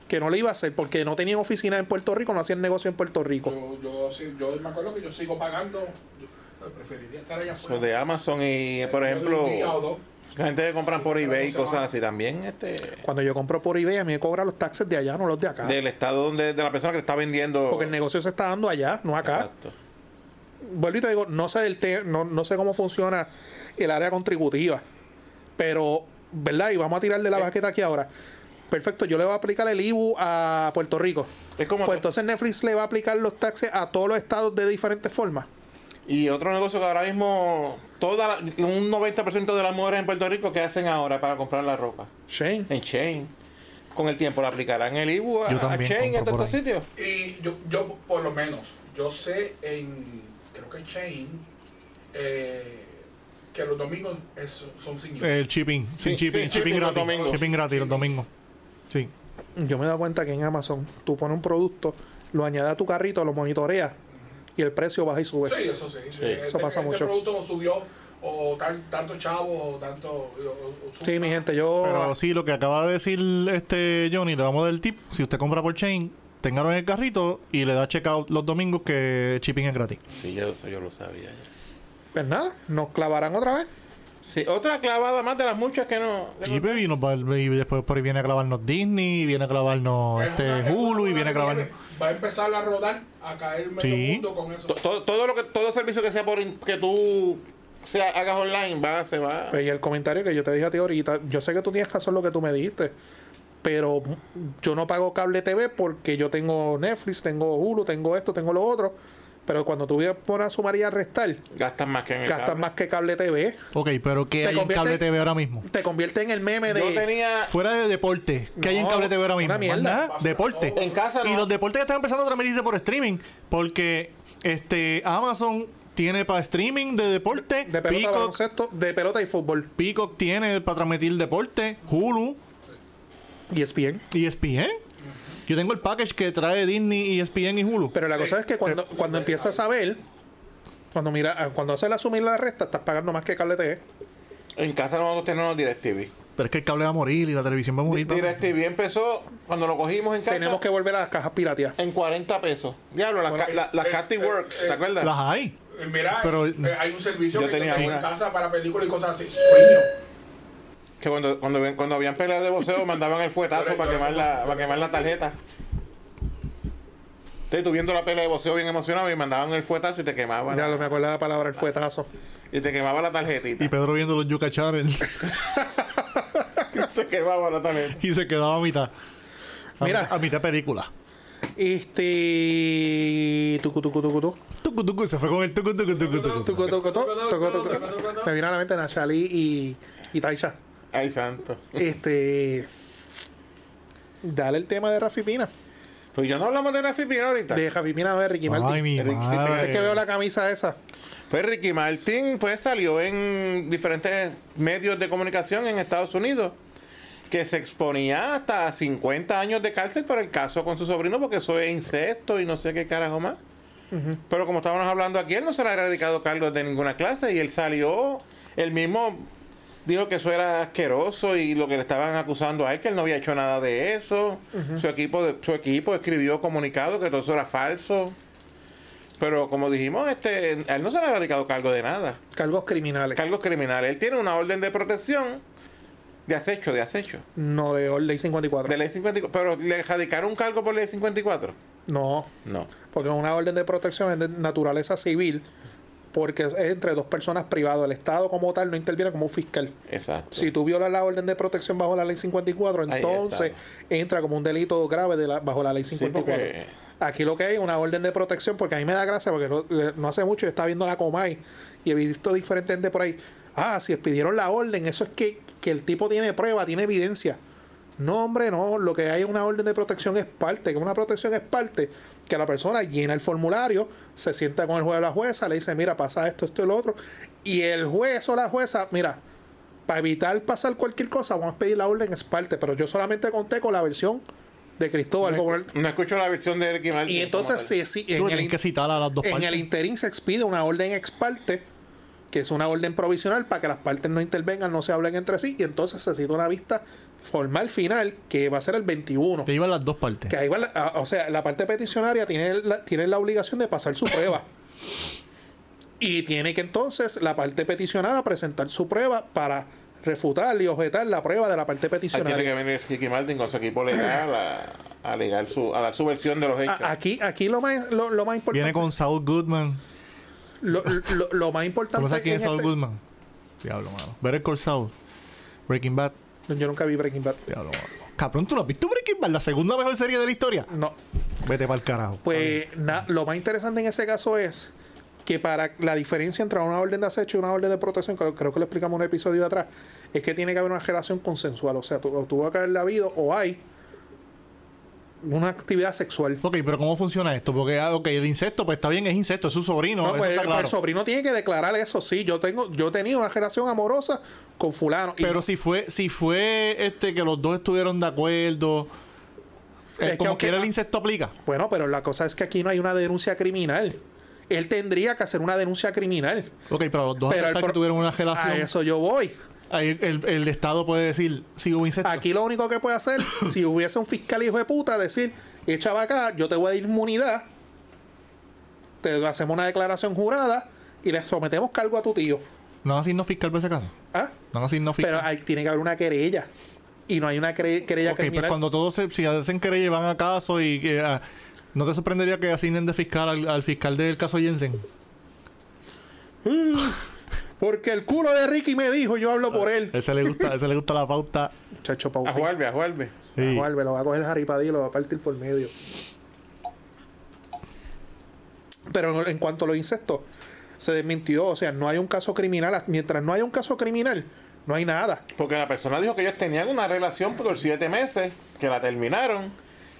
Speaker 1: Que no le iba a hacer porque no tenían oficina en Puerto Rico, no hacían negocio en Puerto Rico.
Speaker 5: Yo, yo, sí- yo me acuerdo que yo sigo pagando, yo preferiría estar allá
Speaker 2: Los
Speaker 5: afuera.
Speaker 2: de Amazon y, por ejemplo,
Speaker 5: Un día o dos.
Speaker 2: la gente que compran por eBay y
Speaker 5: Pero no se
Speaker 2: cosas
Speaker 5: va.
Speaker 2: así también. este
Speaker 1: Cuando yo compro por eBay, a mí me cobran los taxes de allá, no los de acá.
Speaker 2: Del estado donde de la persona que está vendiendo.
Speaker 1: Ah. Porque el negocio se está dando allá, no acá.
Speaker 2: Exacto.
Speaker 1: vuelvo y te digo, no sé del te- no, no sé cómo funciona el área contributiva. Pero, ¿verdad? Y vamos a tirarle la baqueta aquí ahora. Perfecto, yo le voy a aplicar el IBU a Puerto Rico.
Speaker 2: Es como-
Speaker 1: pues entonces Netflix le va a aplicar los taxes a todos los estados de diferentes formas.
Speaker 2: Y otro negocio que ahora mismo, toda la- un 90% de las mujeres en Puerto Rico, que hacen ahora para comprar la ropa?
Speaker 1: Shane.
Speaker 2: En Chain. Con el tiempo le aplicarán el IBU a,
Speaker 3: Yo
Speaker 2: a
Speaker 3: también
Speaker 2: Chain en
Speaker 3: compro por
Speaker 2: estos
Speaker 3: ahí.
Speaker 2: sitios.
Speaker 5: Y yo, yo, por lo menos, yo sé en, creo que en Chain, eh, que los domingos es- son sin IVU.
Speaker 3: El shipping.
Speaker 2: Sí,
Speaker 3: Sin
Speaker 2: sí,
Speaker 3: shipping.
Speaker 2: shipping
Speaker 3: shipping
Speaker 2: los
Speaker 3: gratis.
Speaker 2: domingos.
Speaker 3: Shipping gratis los domingos. Sí.
Speaker 1: Yo me he dado cuenta que en Amazon tú pones un producto, lo añades a tu carrito, lo monitoreas y el precio baja y sube.
Speaker 5: Sí, eso sí. Este-
Speaker 1: pues. Eso pasa
Speaker 5: este
Speaker 1: mucho.
Speaker 5: producto subió o tal, tanto chavo o tanto... o- o suma.
Speaker 1: Sí, mi gente, yo...
Speaker 3: Pero sí, lo que acaba de decir este Johnny, le vamos a dar el tip. Si usted compra por Chain, téngalo en el carrito y le da checkout los domingos que shipping es gratis.
Speaker 2: Sí, yo, eso yo lo sabía. ya.
Speaker 1: Pues nada, nos clavarán otra vez.
Speaker 2: Sí, otra clavada más de las muchas que no.
Speaker 3: Sí, pero y, nos va- y después por ahí viene a clavarnos Disney, viene a clavarnos
Speaker 5: Es una-
Speaker 3: este
Speaker 5: es una
Speaker 3: Hulu y viene a
Speaker 5: bola de
Speaker 3: clavarnos...
Speaker 5: nieve. Va a empezar a rodar, a caer medio
Speaker 3: Sí.
Speaker 5: mundo con eso.
Speaker 2: To- todo, todo lo que todo servicio que sea por in- que tú sea, hagas online va se va
Speaker 1: Pues, y el comentario que yo te dije a ti ahorita, yo sé que tú tienes razón lo que tú me dijiste, pero yo no pago cable TV porque yo tengo Netflix, tengo Hulu, tengo esto, tengo lo otro. Pero cuando tú vienes por a sumar y a restar,
Speaker 2: gastan más que en el
Speaker 1: gastas
Speaker 2: cable.
Speaker 1: más que cable TV.
Speaker 3: Ok, pero ¿qué
Speaker 1: Te
Speaker 3: hay en
Speaker 1: convierte-
Speaker 3: cable TV ahora mismo?
Speaker 1: Te convierte en el meme de.
Speaker 2: yo tenía
Speaker 3: Fuera de deporte, ¿qué hay en
Speaker 1: No,
Speaker 3: cable TV ahora
Speaker 1: una
Speaker 3: mismo? Más
Speaker 1: mierda.
Speaker 3: nada,
Speaker 5: Basura,
Speaker 3: deporte.
Speaker 5: todo.
Speaker 2: en casa
Speaker 3: Y
Speaker 2: no-
Speaker 3: los deportes que están empezando a transmitirse por streaming, porque este Amazon tiene para streaming de deporte,
Speaker 1: de pelota,
Speaker 3: Peacock,
Speaker 1: baloncesto, de pelota y fútbol.
Speaker 3: Peacock tiene para transmitir deporte, Hulu, E
Speaker 1: Y es bien.
Speaker 3: ESPN. Yo tengo el package que trae Disney, ESPN y E Hulu.
Speaker 1: Pero la cosa es que cuando, cuando empiezas a ver, cuando mira, ah, cuando haces la suma y la resta, estás pagando más que cable TV.
Speaker 2: en casa nosotros tenemos DirecTV
Speaker 3: Pero es que el cable va a morir y la televisión va a morir. papá.
Speaker 2: DirecTV empezó cuando lo cogimos en casa
Speaker 1: Tenemos que volver a las cajas pirateadas.
Speaker 2: en 40 pesos diablo las ca-
Speaker 5: es-
Speaker 2: la- las
Speaker 5: es-
Speaker 1: eh,
Speaker 2: Cathy
Speaker 5: es-
Speaker 2: Works ¿te
Speaker 5: es-
Speaker 2: acuerdas?
Speaker 3: Las hay.
Speaker 5: Eh, Mira,
Speaker 3: Pero-
Speaker 5: eh, hay un servicio
Speaker 2: Yo
Speaker 5: que
Speaker 2: tenía
Speaker 5: tenía en
Speaker 2: una.
Speaker 5: casa para películas y cosas así. Coño.
Speaker 2: que cuando, cuando ven- cuando habían peleas de boxeo mandaban el fuetazo para quemar la para quemar la tarjeta Entonces, tú viendo la pelea de boxeo bien emocionado y mandaban el fuetazo y te quemaban.
Speaker 1: Ya lo me acuerdo la palabra, el fuetazo.
Speaker 2: Y te quemaba la tarjetita.
Speaker 3: Y Pedro viendo los Yuka Channel
Speaker 2: te quemaba la tarjeta.
Speaker 3: y se quedaba a mitad. A,
Speaker 1: Mira.
Speaker 3: a mitad película.
Speaker 1: Este. Tucu, tucu, tucu, tucu.
Speaker 3: Tucu, tucu, se fue con el tucu, tucu, tucu, tucu.
Speaker 1: Tucu, tucu, tucu, tucu, tucu. Me vino a la mente Nachali y, y Taisha.
Speaker 2: Ay, santo.
Speaker 1: Este. Dale el tema de Rafi Pina.
Speaker 2: Pues ya no hablamos de Rafi Pina ahorita.
Speaker 1: De Rafi Pina de Ricky
Speaker 3: Ay,
Speaker 1: Martin.
Speaker 3: mi
Speaker 2: Eric,
Speaker 1: Es que
Speaker 3: madre.
Speaker 1: veo la camisa esa.
Speaker 2: Pues Ricky Martin pues salió en diferentes medios de comunicación en Estados Unidos que se exponía hasta 50 años de cárcel por el caso con su sobrino porque eso es incesto y no sé qué carajo más. Pero como estábamos hablando aquí, él no se le ha erradicado cargos de ninguna clase y él salió, él mismo dijo que eso era asqueroso y lo que le estaban acusando a él, que él no había hecho nada de eso. su, equipo de- su equipo escribió comunicado que todo eso era falso. Pero como dijimos, este, a él no se le ha erradicado cargo de nada,
Speaker 1: Cargos criminales.
Speaker 2: cargos criminales. Él tiene una orden de protección de acecho, de acecho.
Speaker 1: No, de Old Ley 54.
Speaker 2: De ley 54, pero le radicaron un cargo por ley 54.
Speaker 1: No,
Speaker 2: No.
Speaker 1: porque es una orden de protección es de naturaleza civil. Porque es entre dos personas privadas. El Estado, como tal, no interviene como un fiscal.
Speaker 2: Exacto.
Speaker 1: Si tú violas la orden de protección bajo la ley 54,
Speaker 2: Ahí
Speaker 1: entonces entra como un delito grave de la- bajo la ley 54.
Speaker 2: porque-
Speaker 1: Aquí lo que hay es una orden de protección, porque a mí me da gracia, porque no, no hace mucho yo estaba viendo la Comay y he visto diferentes gente por ahí. Ah, si pidieron la orden, eso es que, que el tipo tiene prueba, tiene evidencia. No, hombre, no. Lo que hay es una orden de protección es parte. Que una protección es parte. Que la persona llena el formulario, se sienta con el juez o la jueza, le dice, mira, pasa esto, esto y lo otro. Y el juez o la jueza, mira, para evitar pasar cualquier cosa, vamos a pedir la orden es parte. Pero yo solamente conté con la versión de Cristóbal. como el-
Speaker 2: No escucho la versión de Ricky Martin.
Speaker 1: y entonces,
Speaker 2: como
Speaker 1: sí, sí, en,
Speaker 3: Tú
Speaker 1: el,
Speaker 3: tienes que
Speaker 1: in-
Speaker 3: citar a las dos
Speaker 1: en
Speaker 3: partes.
Speaker 1: el interín se expide una orden ex parte, que es una orden provisional para que las partes no intervengan, no se hablen entre sí. Y entonces se cita una vista formal final, que va a ser el 21.
Speaker 3: Te iban las dos partes.
Speaker 1: Que ahí va la- a- o sea, la parte peticionaria tiene la, tiene la obligación de pasar su prueba. Y tiene que entonces la parte peticionada presentar su prueba para refutar y objetar la prueba de la parte
Speaker 2: tal. Ahí tiene que
Speaker 1: peticionaria.
Speaker 2: venir Ricky Martin con su equipo legal a, a alegar su, a dar su versión de los hechos.
Speaker 1: A- Ah, Aquí, aquí lo más, lo, lo más importante,
Speaker 3: Viene con Saul Goodman.
Speaker 1: lo, lo- lo más
Speaker 3: ¿Tú no
Speaker 1: importante
Speaker 3: sabes quién
Speaker 1: en
Speaker 3: es Saul
Speaker 1: este-
Speaker 3: Goodman? Diablo, mano. Better Call Saul. Breaking Bad.
Speaker 1: Yo nunca vi Breaking Bad.
Speaker 3: Diablo, mano. Cabrón, ¿tú no has visto Breaking Bad? La segunda mejor serie de la historia.
Speaker 1: No.
Speaker 3: Vete para el carajo.
Speaker 1: Pues na- lo más interesante en ese caso es que para la diferencia entre una orden de acecho y una orden de protección, creo, creo que lo explicamos en un episodio atrás, es que tiene que haber una relación consensual. O sea, tu- o tuvo que haberla habido o hay una actividad sexual.
Speaker 3: Ok, pero ¿cómo funciona esto? Porque, ah, ok, el insecto, pues está bien, es insecto, es su sobrino.
Speaker 1: No,
Speaker 3: eso
Speaker 1: pues,
Speaker 3: está
Speaker 1: el-
Speaker 3: claro.
Speaker 1: el sobrino tiene que declarar eso, sí. Yo tengo, yo he tenido una relación amorosa con fulano. Y
Speaker 3: Pero si fue, si fue este que los dos estuvieron de acuerdo, eh,
Speaker 1: Es que
Speaker 3: como
Speaker 1: aunque-
Speaker 3: quiera el insecto aplica.
Speaker 1: Bueno, pero la cosa es que aquí no hay una denuncia criminal. Él tendría que hacer una denuncia criminal.
Speaker 3: Ok, pero los dos
Speaker 1: Pero el
Speaker 3: aceptan
Speaker 1: pro- Ah,
Speaker 3: que tuvieron una
Speaker 1: A
Speaker 3: relación.
Speaker 1: eso yo voy.
Speaker 3: Ahí el, el Estado puede decir si hubo insecto.
Speaker 1: Aquí lo único que puede hacer, si hubiese un fiscal hijo de puta, decir, echa para acá, yo te voy a dar inmunidad, te hacemos una declaración jurada y le sometemos cargo a tu tío.
Speaker 3: No han asignado fiscal por ese caso.
Speaker 1: ¿Ah?
Speaker 3: No han asignado fiscal.
Speaker 1: Pero ahí tiene que haber una querella. Y no hay una cre- querella
Speaker 3: ok,
Speaker 1: criminal.
Speaker 3: pues cuando todos se, si hacen querella y van a caso y que, ah, no te sorprendería que asignen de fiscal al, al fiscal del caso Jensen.
Speaker 1: Porque el culo de Ricky me dijo, yo hablo por él.
Speaker 3: A ese le gusta, a ese le gusta la
Speaker 1: Ah,
Speaker 3: pauta.
Speaker 1: Chacho Pau.
Speaker 2: A jugarme, a jugarme.
Speaker 3: Sí.
Speaker 1: Juárez, lo va a coger jaripadillo y lo va a partir por medio. Pero en cuanto a los insectos, se desmintió. O sea, no hay un caso criminal. Mientras no haya un caso criminal, no hay nada.
Speaker 2: Porque la persona dijo que ellos tenían una relación por siete meses, que la terminaron,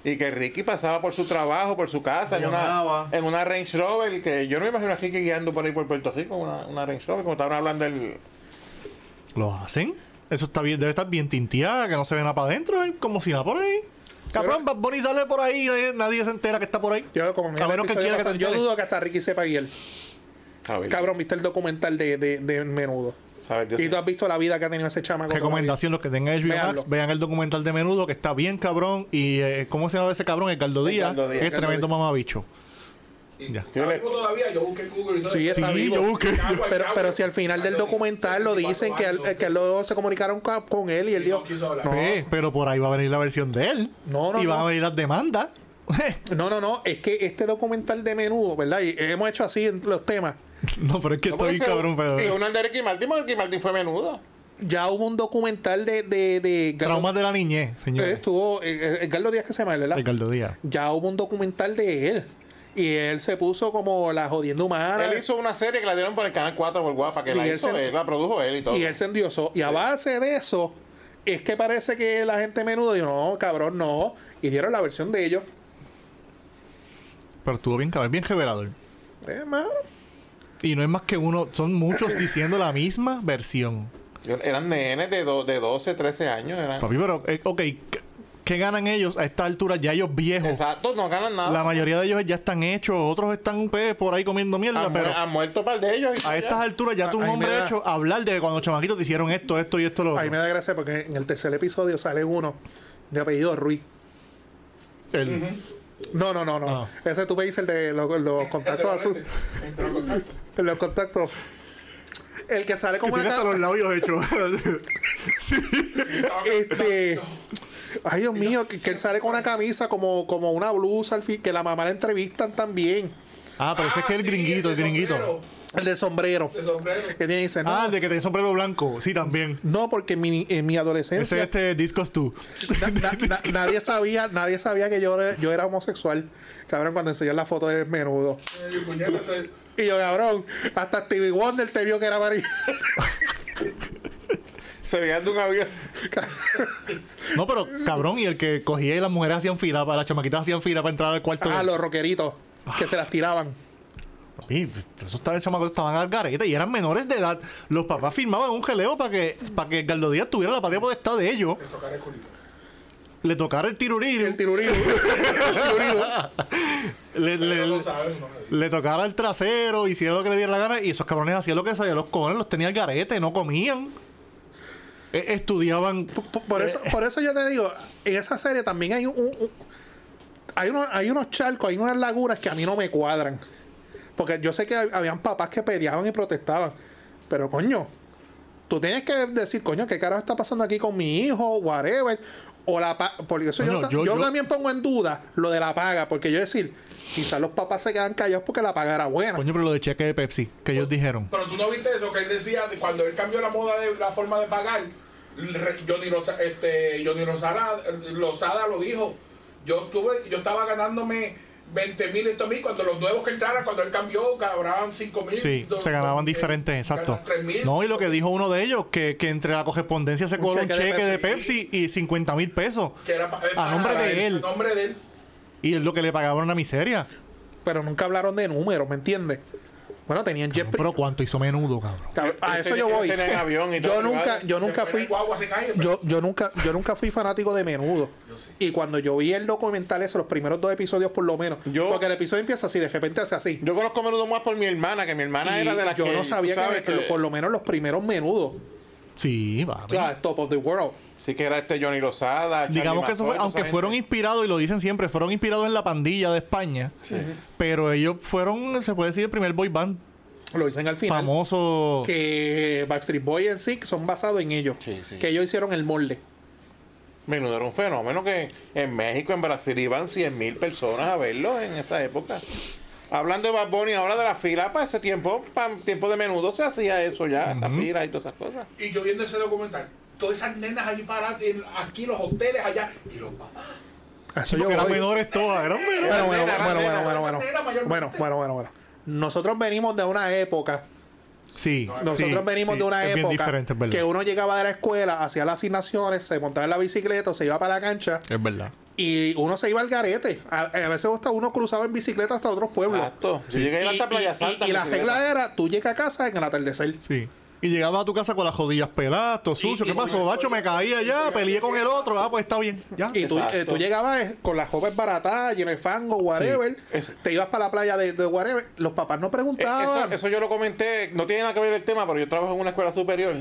Speaker 2: y que Ricky pasaba por su trabajo, por su casa, en una,
Speaker 3: Llamaba.
Speaker 2: en una Range Rover, que yo no me imagino a Ricky guiando por ahí por Puerto Rico, una, una Range Rover, como estaban hablando del...
Speaker 3: ¿Lo hacen? Eso está bien, debe estar bien tinteada, que no se ve nada para adentro, eh, como si nada por ahí. Cabrón, Bad Bunny sale por ahí, nadie, nadie se entera que está por ahí.
Speaker 1: Yo, como en el
Speaker 3: a menos que
Speaker 1: episodio
Speaker 3: quiera que te
Speaker 1: pasado, yo
Speaker 3: enteres.
Speaker 1: dudo que hasta Ricky sepa él.
Speaker 2: Saber-
Speaker 1: Cabrón, viste el documental de, de, de menudo.
Speaker 2: saber Dios
Speaker 1: Y tú has visto la vida que ha tenido ese chamaco.
Speaker 3: Recomendación, los que tengan HBO
Speaker 1: Veanlo.
Speaker 3: Max, vean el documental de Menudo, que está bien cabrón. Y, eh, ¿cómo se llama ese cabrón? Edgardo Díaz.
Speaker 2: Edgardo Díaz,
Speaker 3: Es
Speaker 2: Edgardo
Speaker 3: tremendo mamabicho.
Speaker 5: Y
Speaker 3: Ya.
Speaker 5: ahora mismo todavía yo busqué en Google y todo.
Speaker 1: Sí, está
Speaker 3: Sí,
Speaker 1: vivo.
Speaker 3: yo busqué.
Speaker 5: Cago al
Speaker 1: Pero,
Speaker 5: cabo.
Speaker 1: pero si al final del documental lo dicen que, al- que luego se comunicaron con, con él y él
Speaker 5: Y no
Speaker 1: dijo,
Speaker 5: quiso hablar.
Speaker 3: Eh,
Speaker 1: no,
Speaker 3: Pe- pero por ahí va a venir la versión de él.
Speaker 1: No, no,
Speaker 3: Y van
Speaker 1: no.
Speaker 3: a venir las demandas.
Speaker 1: No, no, no. Es que este documental de menudo, ¿verdad? Y hemos hecho así en los temas.
Speaker 3: no, pero es que está bien cabrón, pero.
Speaker 2: Si uno es de Ricky Martin, porque Ricky Martin fue menudo.
Speaker 1: Ya hubo un documental de. de, de
Speaker 3: Traumas de la niñez, señor.
Speaker 1: Eh, estuvo. eh, eh, Edgardo Díaz que se llama, él, ¿verdad?
Speaker 3: Ricardo Díaz.
Speaker 1: Ya hubo un documental de él. Y él se puso como la jodiendo humana.
Speaker 2: Él hizo una serie que la dieron por el canal 4 por guapa, que
Speaker 1: Sí,
Speaker 2: la
Speaker 1: él
Speaker 2: hizo
Speaker 1: se-
Speaker 2: él, la produjo él y todo.
Speaker 1: Y él se endiosó. Y a base de eso, es que parece que la gente menudo dijo, no, cabrón, no. Y dieron la versión de ellos.
Speaker 3: Pero estuvo bien cabrón, bien revelador.
Speaker 1: Eh, mano.
Speaker 3: Y no es más que uno, son muchos diciendo la misma versión.
Speaker 2: Eran nenes de, do- de 12, 13 años. Eran.
Speaker 3: Papi, pero, eh, ok, ¿qué, qué ganan ellos a esta altura? Ya ellos viejos.
Speaker 2: Exacto, no ganan nada.
Speaker 3: La mayoría de ellos ya están hechos, otros están pues, por ahí comiendo mierda,
Speaker 2: han, mu-
Speaker 3: pero
Speaker 2: han muerto un par de ellos. y
Speaker 3: a
Speaker 2: ya.
Speaker 3: estas alturas ya tú un
Speaker 1: Ahí me
Speaker 3: hombre
Speaker 1: da-
Speaker 3: hecho hablar de cuando chamaquitos te hicieron esto, esto y esto lo otro.
Speaker 1: Ahí me da gracia porque en el tercer episodio sale uno de apellido Ruiz.
Speaker 3: El- Ah.
Speaker 1: No, no, no, no.
Speaker 3: No.
Speaker 1: Ese tú me dices el de los, los contactos azules.
Speaker 5: Entró en contacto.
Speaker 1: Los contactos. El que sale
Speaker 3: que
Speaker 1: como
Speaker 3: tiene
Speaker 1: una
Speaker 3: hasta los
Speaker 1: ca-
Speaker 3: labios hechos. sí.
Speaker 1: este ay Dios mío que, que él sale con una camisa como, como una blusa al fin que la mamá la entrevistan también
Speaker 3: Ah, pero ese es que el
Speaker 5: sí,
Speaker 3: gringuito, el
Speaker 5: de
Speaker 3: gringuito.
Speaker 5: sombrero,
Speaker 1: el del sombrero
Speaker 5: De sombrero.
Speaker 1: que tiene dice no
Speaker 3: Ah, el de que tenía sombrero blanco. Sí, también.
Speaker 1: no porque en mi, en mi
Speaker 3: Ese
Speaker 1: adolescencia
Speaker 3: es este Discos 2.
Speaker 1: na- na- na- nadie sabía nadie sabía que yo, era- yo era homosexual cabrón cuando enseñó la foto del menudo
Speaker 5: Eh, puñeta, se-
Speaker 1: y yo cabrón hasta Stevie Wonder te vio que era marido
Speaker 2: Se veían de un avión.
Speaker 3: No, pero cabrón, y el que cogía y las mujeres hacían fila, para las chamaquitas hacían fila para entrar al cuarto.
Speaker 1: a
Speaker 3: de-
Speaker 1: Ah, los roqueritos que se las tiraban
Speaker 3: Papi, esos tal- chamaquitos estaban al garete y eran menores de edad. Los papás firmaban un geleo para que, para que Edgardo Díaz tuviera la patria potestad de ellos,
Speaker 5: de tocar el culito.
Speaker 3: le tocara el tiruriru,
Speaker 1: el tirurido
Speaker 3: le, le-
Speaker 5: Pero no sabes, no sabes.
Speaker 3: le tocara el trasero, hiciera lo que le diera la gana y esos cabrones hacían lo que salían los cojones, los tenía al garete, no comían. E- estudiaban.
Speaker 1: Por,
Speaker 3: Eh.
Speaker 1: por eso, por eso yo te digo, en esa serie también hay un, un- hay unos, hay unos charcos, hay unas lagunas que a mí no me cuadran. Porque yo sé que hab- habían papás que peleaban y protestaban. Pero coño, tú tienes que decir, coño, ¿qué carajo está pasando aquí con mi hijo? Whatever. O la pa- porque eso
Speaker 3: Coño,
Speaker 1: yo, ta-
Speaker 3: yo-
Speaker 1: yo
Speaker 3: yo-
Speaker 1: también pongo en duda lo de la paga. Porque yo decir, quizás los papás se quedan callados porque la paga era buena.
Speaker 3: Coño, pero lo de cheque de Pepsi, que ellos dijeron.
Speaker 5: Pero tú no viste eso que él decía de cuando él cambió la moda de la forma de pagar. re- Johnny Rosa, este, Johnny Rosada, Lozada lo dijo. Yo tuve, yo estaba ganándome 20 mil estos mil cuando los nuevos que entraran, cuando él cambió, ganaban 5 mil. eh,
Speaker 3: Sí, se ganaban diferentes, exacto. No, y lo que dijo uno de ellos, que, que entre la correspondencia se coló un
Speaker 1: cheque de
Speaker 3: cheque de
Speaker 5: Pepsi.
Speaker 3: Pepsi y 50 mil pesos.
Speaker 5: que era pa- eh,
Speaker 3: a nombre
Speaker 5: para
Speaker 3: de él.
Speaker 5: A nombre de él.
Speaker 3: Y es lo que le pagaban una miseria.
Speaker 1: Pero nunca hablaron de números, ¿me entiendes? Bueno, tenían jet pri-
Speaker 3: Pero cuánto hizo menudo, cabrón.
Speaker 1: Cab- Ah, A
Speaker 2: Él
Speaker 1: eso
Speaker 2: tenía-
Speaker 1: yo
Speaker 2: él
Speaker 1: voy.
Speaker 2: tenía avión y
Speaker 1: Yo
Speaker 2: todo,
Speaker 1: nunca,
Speaker 2: ¿verdad?
Speaker 1: yo nunca
Speaker 5: Después
Speaker 1: fui.
Speaker 5: de guagua sin aire, pero-
Speaker 1: Yo, yo nunca, yo nunca fui fanático de menudo. Y cuando yo vi el documental, eso, los primeros dos episodios por lo menos.
Speaker 2: Yo-
Speaker 1: porque el episodio empieza así, de repente hace así.
Speaker 2: Yo conozco menudo más por mi hermana, que mi hermana
Speaker 1: Y
Speaker 2: era de las
Speaker 1: yo
Speaker 2: que.
Speaker 1: no sabía
Speaker 2: tú
Speaker 1: que,
Speaker 2: sabes
Speaker 1: que por lo menos los primeros menudos.
Speaker 3: Sí, va.
Speaker 1: O sea, top of the world.
Speaker 2: Sí, que era este Johnny Rosada. Charlie
Speaker 3: Digamos que eso fue,
Speaker 2: Manson,
Speaker 3: aunque
Speaker 2: esa
Speaker 3: fueron
Speaker 2: gente.
Speaker 3: inspirados, y lo dicen siempre, fueron inspirados en la pandilla de España. Pero ellos fueron, se puede decir, el primer boy band
Speaker 1: Lo dicen al final.
Speaker 3: famoso.
Speaker 1: Que Backstreet Boy en sí son basados en ellos.
Speaker 2: Sí, sí.
Speaker 1: Que ellos hicieron el molde.
Speaker 2: Menudo era un fenómeno que en México, en Brasil iban 100 mil personas a verlo en esa época. Hablando de Bad Bunny ahora de la fila, para ese tiempo, para tiempo de menudo se hacía eso ya, esa fila y todas esas cosas.
Speaker 5: Y yo viendo ese documental, todas esas nenas allí paradas, en- aquí los hoteles, allá, y los papás.
Speaker 1: A eso
Speaker 3: Sí,
Speaker 1: yo
Speaker 3: porque eran
Speaker 1: voy.
Speaker 3: menores todas, eran menores.
Speaker 1: Bueno, bueno,
Speaker 2: Era
Speaker 1: bueno, bueno,
Speaker 2: nena,
Speaker 1: bueno,
Speaker 5: era
Speaker 1: bueno,
Speaker 5: nena mayormente.
Speaker 1: bueno, bueno, bueno, bueno. Nosotros venimos de una época
Speaker 3: Sí,
Speaker 1: Nosotros
Speaker 3: sí,
Speaker 1: venimos
Speaker 3: sí,
Speaker 1: de una
Speaker 3: es bien
Speaker 1: época
Speaker 3: diferente, es verdad.
Speaker 1: que uno llegaba de la escuela, hacía las asignaciones, se montaba en la bicicleta, o se iba para la cancha
Speaker 3: Es verdad.
Speaker 1: y uno se iba al garete. A, a veces hasta uno cruzaba en bicicleta hasta otros pueblos.
Speaker 2: Exacto. Si llegué a ir
Speaker 1: Y-
Speaker 2: hasta Playa
Speaker 1: y-
Speaker 2: Santa.
Speaker 1: y- y la
Speaker 2: bicicleta.
Speaker 1: regla era, tú llegas a casa en el atardecer.
Speaker 3: Sí. Y llegabas a tu casa con las jodillas peladas, todo sucio. ¿Qué pasó, bacho? Me caí allá, peleé con el otro. Ah, pues está bien. Ya.
Speaker 1: Y tú,
Speaker 2: Exacto.
Speaker 1: eh, tú llegabas eh, con las joven baratas, lleno de fango, whatever.
Speaker 2: Eso.
Speaker 1: Te ibas para la playa de, de whatever. Los papás no
Speaker 2: Eh,
Speaker 1: preguntaban.
Speaker 2: Eso, eso yo lo comenté, no tiene nada que ver el tema, pero yo trabajo en una escuela superior.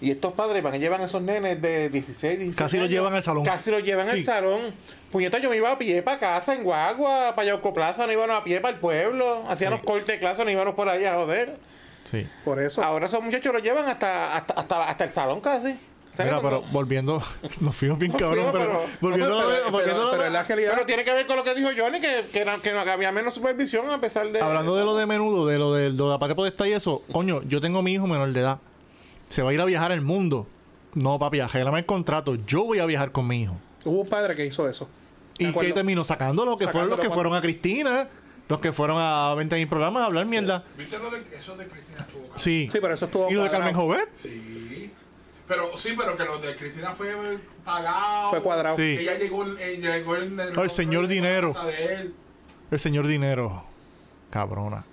Speaker 2: Y estos padres van y llevan a esos nenes de 16, 16
Speaker 3: Casi lo
Speaker 2: años,
Speaker 3: llevan al salón.
Speaker 2: Casi lo llevan
Speaker 3: Sí.
Speaker 2: al salón. Puñeta, yo me iba a pie para casa, en Guagua, para Yauco Plaza, no íbamos a pie para el pueblo. Hacían los cortes de clase, no íbamos por ahí a joder.
Speaker 3: Sí.
Speaker 1: Por eso.
Speaker 3: Pues
Speaker 2: Ah, Ahora esos muchachos los llevan hasta, hasta, hasta, hasta el salón casi. ¿Sabes
Speaker 3: Mira, pero
Speaker 2: cuando-
Speaker 3: volviendo, nos fuimos bien cabrón,
Speaker 2: fuimos,
Speaker 3: pero
Speaker 2: pero-
Speaker 3: volviendo a lo de-
Speaker 2: pero-
Speaker 3: volviendo a lo
Speaker 1: Pero
Speaker 3: de-
Speaker 1: en la realidad,
Speaker 2: Pero tiene que ver con lo que dijo Johnny, que, que, no- que no- que había menos supervisión a pesar de.
Speaker 3: Hablando de lo de menudo, de lo de, lo de aparato de y eso, coño, yo tengo a mi hijo menor de edad. Se va a ir a viajar al mundo. No, papi, agélame el contrato. Yo voy a viajar con mi hijo.
Speaker 1: hubo un padre que hizo eso.
Speaker 3: Y
Speaker 1: acuerdo.
Speaker 3: que terminó sacando los que fueron
Speaker 1: Sacándolo
Speaker 3: los que
Speaker 1: cuando-
Speaker 3: fueron a Cristina, los que fueron a 20 mil programas a hablar mierda.
Speaker 5: ¿Viste lo de, eso de Cristina estuvo cabrón?
Speaker 3: Sí.
Speaker 1: Sí, pero eso estuvo
Speaker 3: Y lo de
Speaker 1: cuadrado.
Speaker 3: Carmen Jovet.
Speaker 5: Sí. Pero sí, pero que lo de Cristina fue eh, pagado.
Speaker 1: Fue cuadrado.
Speaker 3: Sí.
Speaker 5: Ella llegó, eh, llegó en el,
Speaker 3: El señor
Speaker 5: en la
Speaker 3: dinero.
Speaker 5: casa de él.
Speaker 3: El señor Dinero. Cabrona.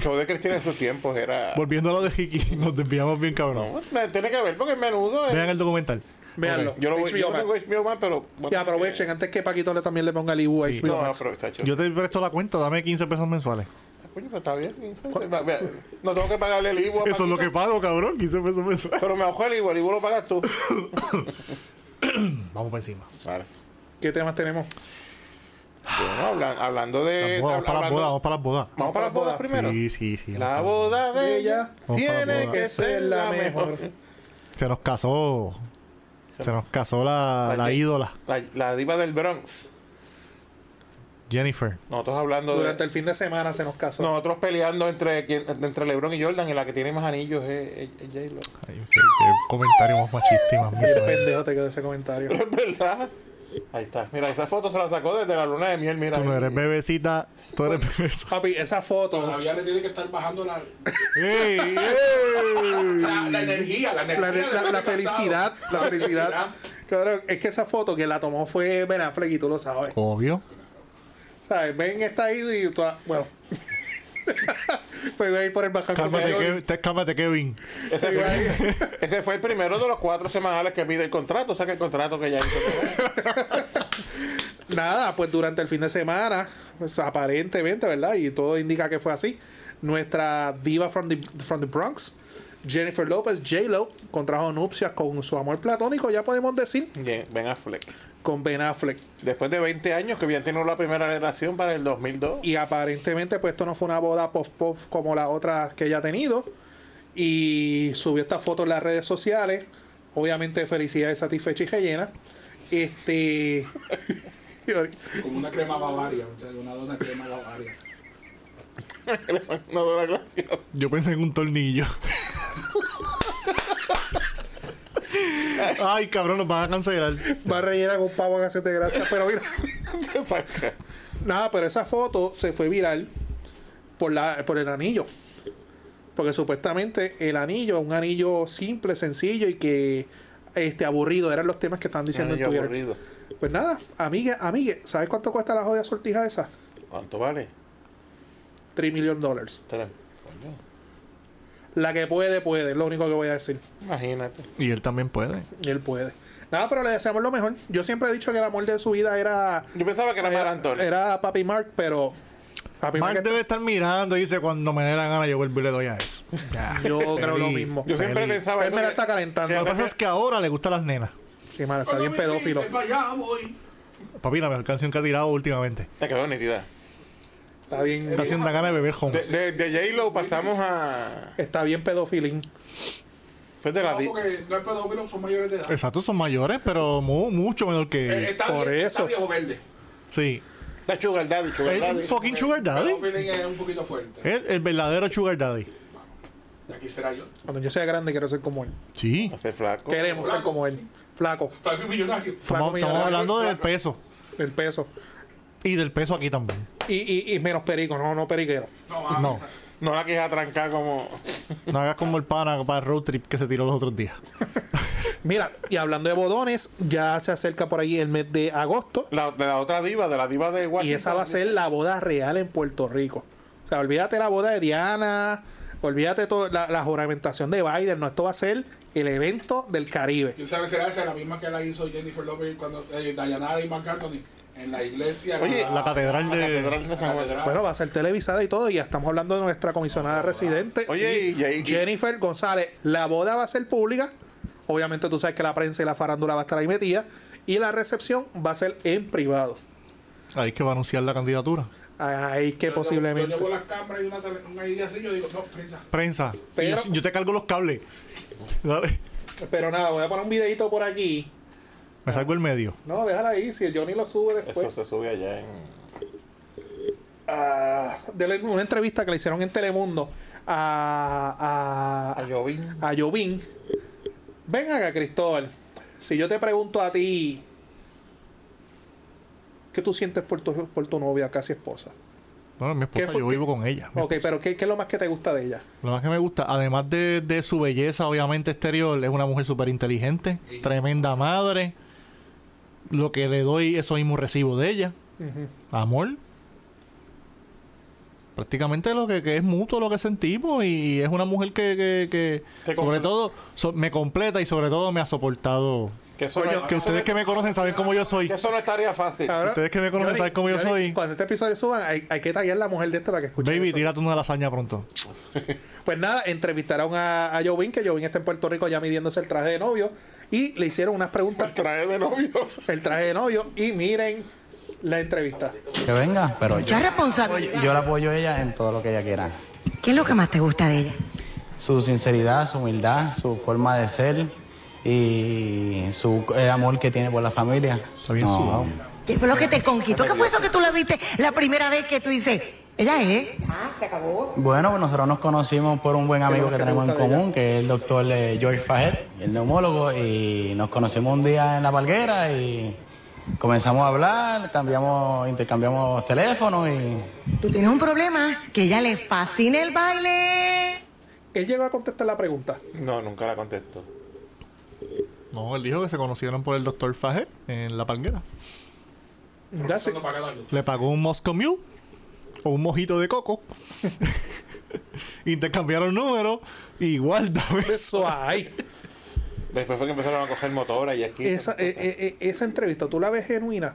Speaker 2: Show de Cristina en sus tiempos era.
Speaker 3: Volviendo a lo de Hiki, nos desviamos bien cabrón.
Speaker 2: No, tiene que ver porque es menudo. eh.
Speaker 3: Vean el documental.
Speaker 1: Véanlo.
Speaker 2: Yo lo voy
Speaker 1: HBO
Speaker 2: yo tengo
Speaker 1: Max.
Speaker 2: HBO Max, pero.
Speaker 1: Y aprovechen antes que Paquito le también le ponga el IBU a
Speaker 2: No,
Speaker 1: HBO Max.
Speaker 2: aprovecha, yo-
Speaker 3: Yo te presto la cuenta, dame 15 pesos mensuales.
Speaker 2: Coño, pero está bien. Vea, vea, No tengo que pagarle el IVA.
Speaker 3: Eso es lo que pago, cabrón, 15 pesos mensuales.
Speaker 2: Pero me bajó el IVA, el IVA lo pagas tú.
Speaker 3: Vamos para encima.
Speaker 2: Vale.
Speaker 1: ¿Qué temas tenemos?
Speaker 2: Bueno, hablan- hablando de.
Speaker 3: Las bodas, vamos para las
Speaker 2: hablando-
Speaker 3: bodas, vamos para las bodas.
Speaker 2: Vamos para las bodas primero.
Speaker 3: Sí, sí, sí.
Speaker 2: La boda de ella
Speaker 3: Vamos para la
Speaker 2: tiene
Speaker 3: boda.
Speaker 2: que ser la mejor.
Speaker 3: Se nos casó. Se nos casó la, la
Speaker 2: Oye.
Speaker 3: ídola,
Speaker 2: La, la diva del Bronx.
Speaker 3: Jennifer.
Speaker 2: Nosotros hablando
Speaker 1: Durante
Speaker 2: de.
Speaker 1: el fin de semana se nos casó.
Speaker 2: Nosotros peleando entre, quien- entre LeBron y Jordan y la que tiene más anillos es, es, es J-Lo.
Speaker 3: Ay, qué, qué comentario más machista y más
Speaker 1: Qué
Speaker 3: misógino.
Speaker 1: pendejo te quedó ese comentario.
Speaker 2: Es verdad. Ahí está. Mira, esa foto se la sacó desde la luna de miel. Mira.
Speaker 3: Tú no eres
Speaker 2: Ahí.
Speaker 3: bebecita, tú eres bebecita.
Speaker 1: Papi, esa foto,
Speaker 5: Todavía le tiene que estar bajando la,
Speaker 3: ¡Ey!
Speaker 5: la, la energía, la energía.
Speaker 1: la,
Speaker 5: de
Speaker 1: la- la
Speaker 5: estar
Speaker 1: felicidad,
Speaker 5: casado.
Speaker 1: la felicidad. Claro, es que esa foto que la tomó fue Ben Affleck y tú lo sabes.
Speaker 3: Obvio.
Speaker 1: ¿Sabes? Ben está ahí y tú, ah, bueno. pues voy a ir por el bajón.
Speaker 3: Cálmate,
Speaker 1: Señor.
Speaker 3: Kevin, te- cálmate, Kevin.
Speaker 2: Ese
Speaker 1: Iba ahí.
Speaker 2: fue, ese fue el primero de los cuatro semanales que pide el contrato. O sea, que el contrato que ya hizo.
Speaker 1: Nada, pues durante el fin de semana, pues, aparentemente, ¿verdad? Y todo indica que fue así. Nuestra diva from the, from the Bronx, Jennifer López, J-Lo, contrajo nupcias con su amor platónico, ya podemos decir,
Speaker 2: Bien, Ben Affleck.
Speaker 1: con Ben Affleck.
Speaker 2: Después de 20 años que habían tenido la primera relación para el 2002.
Speaker 1: Y aparentemente, pues esto no fue una boda pop-pop como las otras que ella ha tenido. Y subió esta foto en las redes sociales. Obviamente, felicidades, satisfecha y rellena. Este.
Speaker 5: Como una crema bavaria, o sea, una dona crema bavaria.
Speaker 2: no de la relación.
Speaker 3: Yo pensé en un tornillo. Ay, cabrón, nos van a cancelar.
Speaker 1: Va a rellenar con pavo en acción de gracia. Pero mira.
Speaker 2: Para acá.
Speaker 1: Nada, pero esa foto se fue viral por, la, por el anillo. Porque supuestamente el anillo, un anillo simple, sencillo y que este aburrido, eran los temas que están diciendo
Speaker 2: Anillo
Speaker 1: en Twitter.
Speaker 2: aburrido.
Speaker 1: Pues nada, amiga, amigue, ¿sabes cuánto cuesta la jodida sortija esa?
Speaker 2: ¿Cuánto vale?
Speaker 1: 3 millones de dólares.
Speaker 2: Tres. Coño.
Speaker 1: La que puede, puede, es lo único que voy a decir.
Speaker 2: Imagínate.
Speaker 3: Y él también puede.
Speaker 1: Y él puede. Nada, pero le deseamos lo mejor. Yo siempre he dicho que el amor de su vida era,
Speaker 2: Yo pensaba que era Mar Antonio.
Speaker 1: era Papi Mark, pero Papi
Speaker 3: Mark
Speaker 1: Mark,
Speaker 3: debe estar mirando y dice, cuando me dé la gana, yo vuelvo y le doy a eso. Ya.
Speaker 1: yo creo lo
Speaker 3: Feliz.
Speaker 1: mismo.
Speaker 2: Yo siempre
Speaker 3: Feliz.
Speaker 2: pensaba.
Speaker 1: Él
Speaker 2: eso
Speaker 1: me la
Speaker 2: que-
Speaker 1: está calentando.
Speaker 3: Lo que pasa es que ahora le gustan las nenas.
Speaker 1: Sí, mano, está bien pedófilo.
Speaker 5: Para allá voy.
Speaker 3: Papi, la mejor canción que ha tirado últimamente.
Speaker 2: Te quedó nitidad.
Speaker 1: Está bien,
Speaker 3: Está haciendo ganas de beber
Speaker 2: De,
Speaker 3: homeless.
Speaker 2: de, de J-Lo pasamos a.
Speaker 1: está bien pedofilín.
Speaker 2: Fue de la.
Speaker 5: No,
Speaker 2: di-
Speaker 5: porque no es pedófilo, son mayores de edad.
Speaker 3: Exacto, son mayores, pero mu- mucho menor
Speaker 5: Eh,
Speaker 3: que él.
Speaker 5: está,
Speaker 1: por
Speaker 5: bien,
Speaker 1: eso.
Speaker 5: está viejo verde.
Speaker 3: Sí.
Speaker 2: La Sugar Daddy, Sugar
Speaker 3: Él
Speaker 2: Daddy.
Speaker 3: un fucking sugar daddy.
Speaker 5: Pedófilo es un poquito fuerte.
Speaker 3: Él, el verdadero sugar daddy.
Speaker 5: Y aquí será yo.
Speaker 1: Cuando yo sea grande quiero ser como él.
Speaker 3: Sí.
Speaker 2: Hace flaco.
Speaker 1: Queremos ser
Speaker 5: Flaco.
Speaker 1: como él. Flaco.
Speaker 5: Frankie Millonario.
Speaker 1: Flaco,
Speaker 3: Estamos, estamos
Speaker 1: millonario,
Speaker 3: hablando del
Speaker 1: flaco.
Speaker 3: peso.
Speaker 1: del peso.
Speaker 3: Y del peso aquí también.
Speaker 1: Y, y, y menos perico, no, no periquero.
Speaker 5: No, mames.
Speaker 3: No.
Speaker 2: No la quieres atrancar como.
Speaker 3: No hagas como el pana para el road trip que se tiró los otros días.
Speaker 1: Mira, y hablando de bodones, ya se acerca por ahí el mes de agosto.
Speaker 2: La, de la otra diva, de la diva de Washington.
Speaker 1: Y esa va a ser la boda real en Puerto Rico. O sea, olvídate la boda de Diana, olvídate todo, la, la juramentación de Biden. No, esto va a ser el evento del Caribe.
Speaker 5: ¿Quién sabe será esa la misma que la hizo Jennifer Lopez cuando eh, Dayanara y Marc Anthony en la iglesia?
Speaker 2: Oye,
Speaker 3: La catedral
Speaker 2: La catedral
Speaker 3: de.
Speaker 2: de San Juan.
Speaker 1: Bueno, va a ser televisada y todo, y ya estamos hablando de nuestra comisionada residente.
Speaker 2: Oye, y- y-
Speaker 1: Jennifer González, la boda va a ser pública. Obviamente tú sabes que la prensa y la farándula va a estar ahí metida. Y la recepción va a ser en privado.
Speaker 3: Ahí es que va a anunciar la candidatura.
Speaker 1: Ahí que
Speaker 5: Yo- Yo,
Speaker 1: posiblemente.
Speaker 5: llevo las cámaras y una, tele- una idea así, yo digo, no, prensa.
Speaker 3: Prensa.
Speaker 1: Pero-
Speaker 3: yo, yo te cargo los cables. Dale.
Speaker 1: Pero nada, voy a poner un videito por aquí. Ah.
Speaker 3: Me salgo el medio.
Speaker 1: No, déjala ahí, si el Johnny lo sube después.
Speaker 2: Eso se sube allá en.
Speaker 1: Ah, de la- una entrevista que le hicieron en Telemundo a, a,
Speaker 2: A Jovín.
Speaker 1: a Jovín. Ven acá, Cristóbal. Si yo te pregunto a ti, ¿qué tú sientes por tu, por tu novia, casi esposa?
Speaker 3: Bueno, mi
Speaker 1: ¿Qué
Speaker 3: esposa,
Speaker 1: fue-
Speaker 3: yo
Speaker 1: qué-
Speaker 3: vivo con ella. Mi
Speaker 1: Ok, pero ¿qué, qué es lo más que te gusta de ella?
Speaker 3: Lo más que me gusta, además de, de su belleza, obviamente exterior, es una mujer súper inteligente, tremenda madre. Lo que le doy, eso mismo recibo de ella. Amor. Prácticamente lo que, que es mutuo lo que sentimos y es una mujer que, que- que,
Speaker 2: Te
Speaker 3: sobre
Speaker 2: comple-
Speaker 3: todo so- me completa y sobre todo me ha soportado.
Speaker 2: Que eso,
Speaker 1: Coño,
Speaker 2: no,
Speaker 3: Que ustedes que me conocen saben cómo yo soy.
Speaker 2: que eso no estaría fácil.
Speaker 1: Ahora,
Speaker 3: Ustedes que me conocen saben cómo yo soy.
Speaker 1: Cuando este episodio suban, hay, hay que tallar la mujer de este para que escuche.
Speaker 3: Baby,
Speaker 1: eso.
Speaker 3: tírate una lasaña pronto.
Speaker 1: Pues nada, entrevistaron a, a Jovín, que Jovín está en Puerto Rico ya midiéndose el traje de novio. Y le hicieron unas preguntas.
Speaker 2: Trae de novio.
Speaker 1: el traje de novio y miren la entrevista.
Speaker 6: Que venga, pero yo,
Speaker 7: Mucha responsabilidad.
Speaker 6: yo la apoyo a ella en todo lo que ella quiera.
Speaker 7: ¿Qué es lo que más te gusta de ella?
Speaker 6: Su sinceridad, su humildad, su forma de ser y su, el amor que tiene por la familia.
Speaker 3: Está bien sudado.
Speaker 7: ¿Qué fue lo que te conquistó? ¿Qué fue eso que tú la viste la primera vez que tú dices, ella es?
Speaker 6: Bueno, pues nosotros nos conocimos por un buen amigo
Speaker 1: es lo
Speaker 6: que
Speaker 1: que te
Speaker 6: tenemos en
Speaker 1: gusta de
Speaker 6: común, que es el doctor eh, George Fajet, el neumólogo, y nos conocimos un día en la palguera y comenzamos a hablar, cambiamos, intercambiamos teléfonos y
Speaker 7: Tú tienes un problema, que ella le fascina el baile.
Speaker 1: Él llegó a contestar la pregunta.
Speaker 2: No, nunca la contesto.
Speaker 3: No, él dijo que se conocieron por el doctor Fajet en la palguera.
Speaker 1: Ya sé.
Speaker 5: para ganarlo.
Speaker 3: Le pagó un Moscow Mule o un mojito de coco. Intercambiaron números. Igual, dame eso.
Speaker 1: Eso hay.
Speaker 2: Después fue que empezaron a coger motora y aquí.
Speaker 1: Esa, eh, eh, eh, esa entrevista, ¿tú la ves genuina?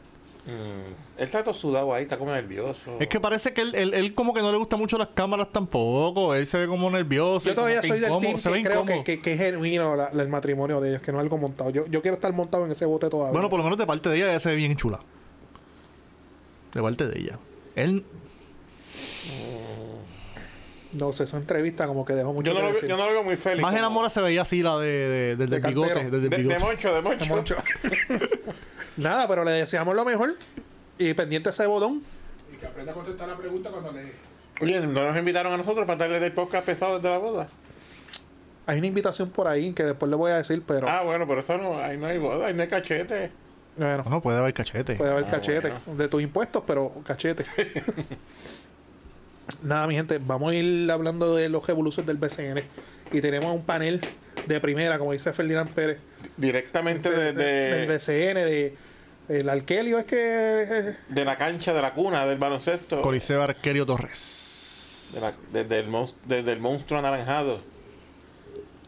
Speaker 2: Él está todo sudado ahí, está como
Speaker 1: Oh.
Speaker 2: nervioso.
Speaker 3: Es que parece que él, él- él como que no le gustan mucho las cámaras tampoco. Él se ve como nervioso.
Speaker 1: Yo
Speaker 3: y como
Speaker 1: todavía
Speaker 3: que
Speaker 1: soy del
Speaker 3: incómodo,
Speaker 1: team
Speaker 3: se ve
Speaker 1: que creo que,
Speaker 3: incómodo.
Speaker 1: que- que es genuino la- la- el matrimonio de ellos, que no es algo montado. Yo, yo quiero estar montado en ese bote todavía.
Speaker 3: Bueno, por lo menos de parte de ella, ella se ve bien chula. De parte de ella. Él,
Speaker 1: No sé, esa entrevista como que dejó mucho
Speaker 2: yo, no
Speaker 1: que
Speaker 2: lo, veo-
Speaker 1: decir.
Speaker 2: yo no lo veo muy feliz.
Speaker 3: más
Speaker 2: como-
Speaker 3: enamora se veía así la de, de- del, del
Speaker 1: De
Speaker 3: bigote.
Speaker 1: cartero.
Speaker 3: del
Speaker 2: De,
Speaker 3: bigote.
Speaker 2: de Moncho, de Moncho.
Speaker 1: Moncho. Nada, pero le deseamos lo mejor. Y pendiente ese bodón.
Speaker 5: Y que aprenda a contestar la pregunta cuando le.
Speaker 2: Oye, no nos invitaron a nosotros para darle del podcast pesado desde la boda.
Speaker 1: Hay una invitación por ahí que después le voy a decir, pero
Speaker 2: Ah, bueno, pero eso no, ahí no hay boda, ahí no hay cachete.
Speaker 1: bueno,
Speaker 3: No, no, puede haber cachete.
Speaker 1: puede haber cachete de tus impuestos, pero cachete. Nada, mi gente, vamos a ir hablando de los revoluciones del BCN. Y tenemos un panel de primera, como dice Ferdinand Pérez,
Speaker 2: Directamente desde
Speaker 3: Eh,
Speaker 1: del BCN, de el Arquelio, es que eh,
Speaker 2: de la cancha, de la cuna, del baloncesto.
Speaker 3: Coliseo Arquelio Torres.
Speaker 2: de la- desde, el monst- desde el monstruo anaranjado.
Speaker 3: La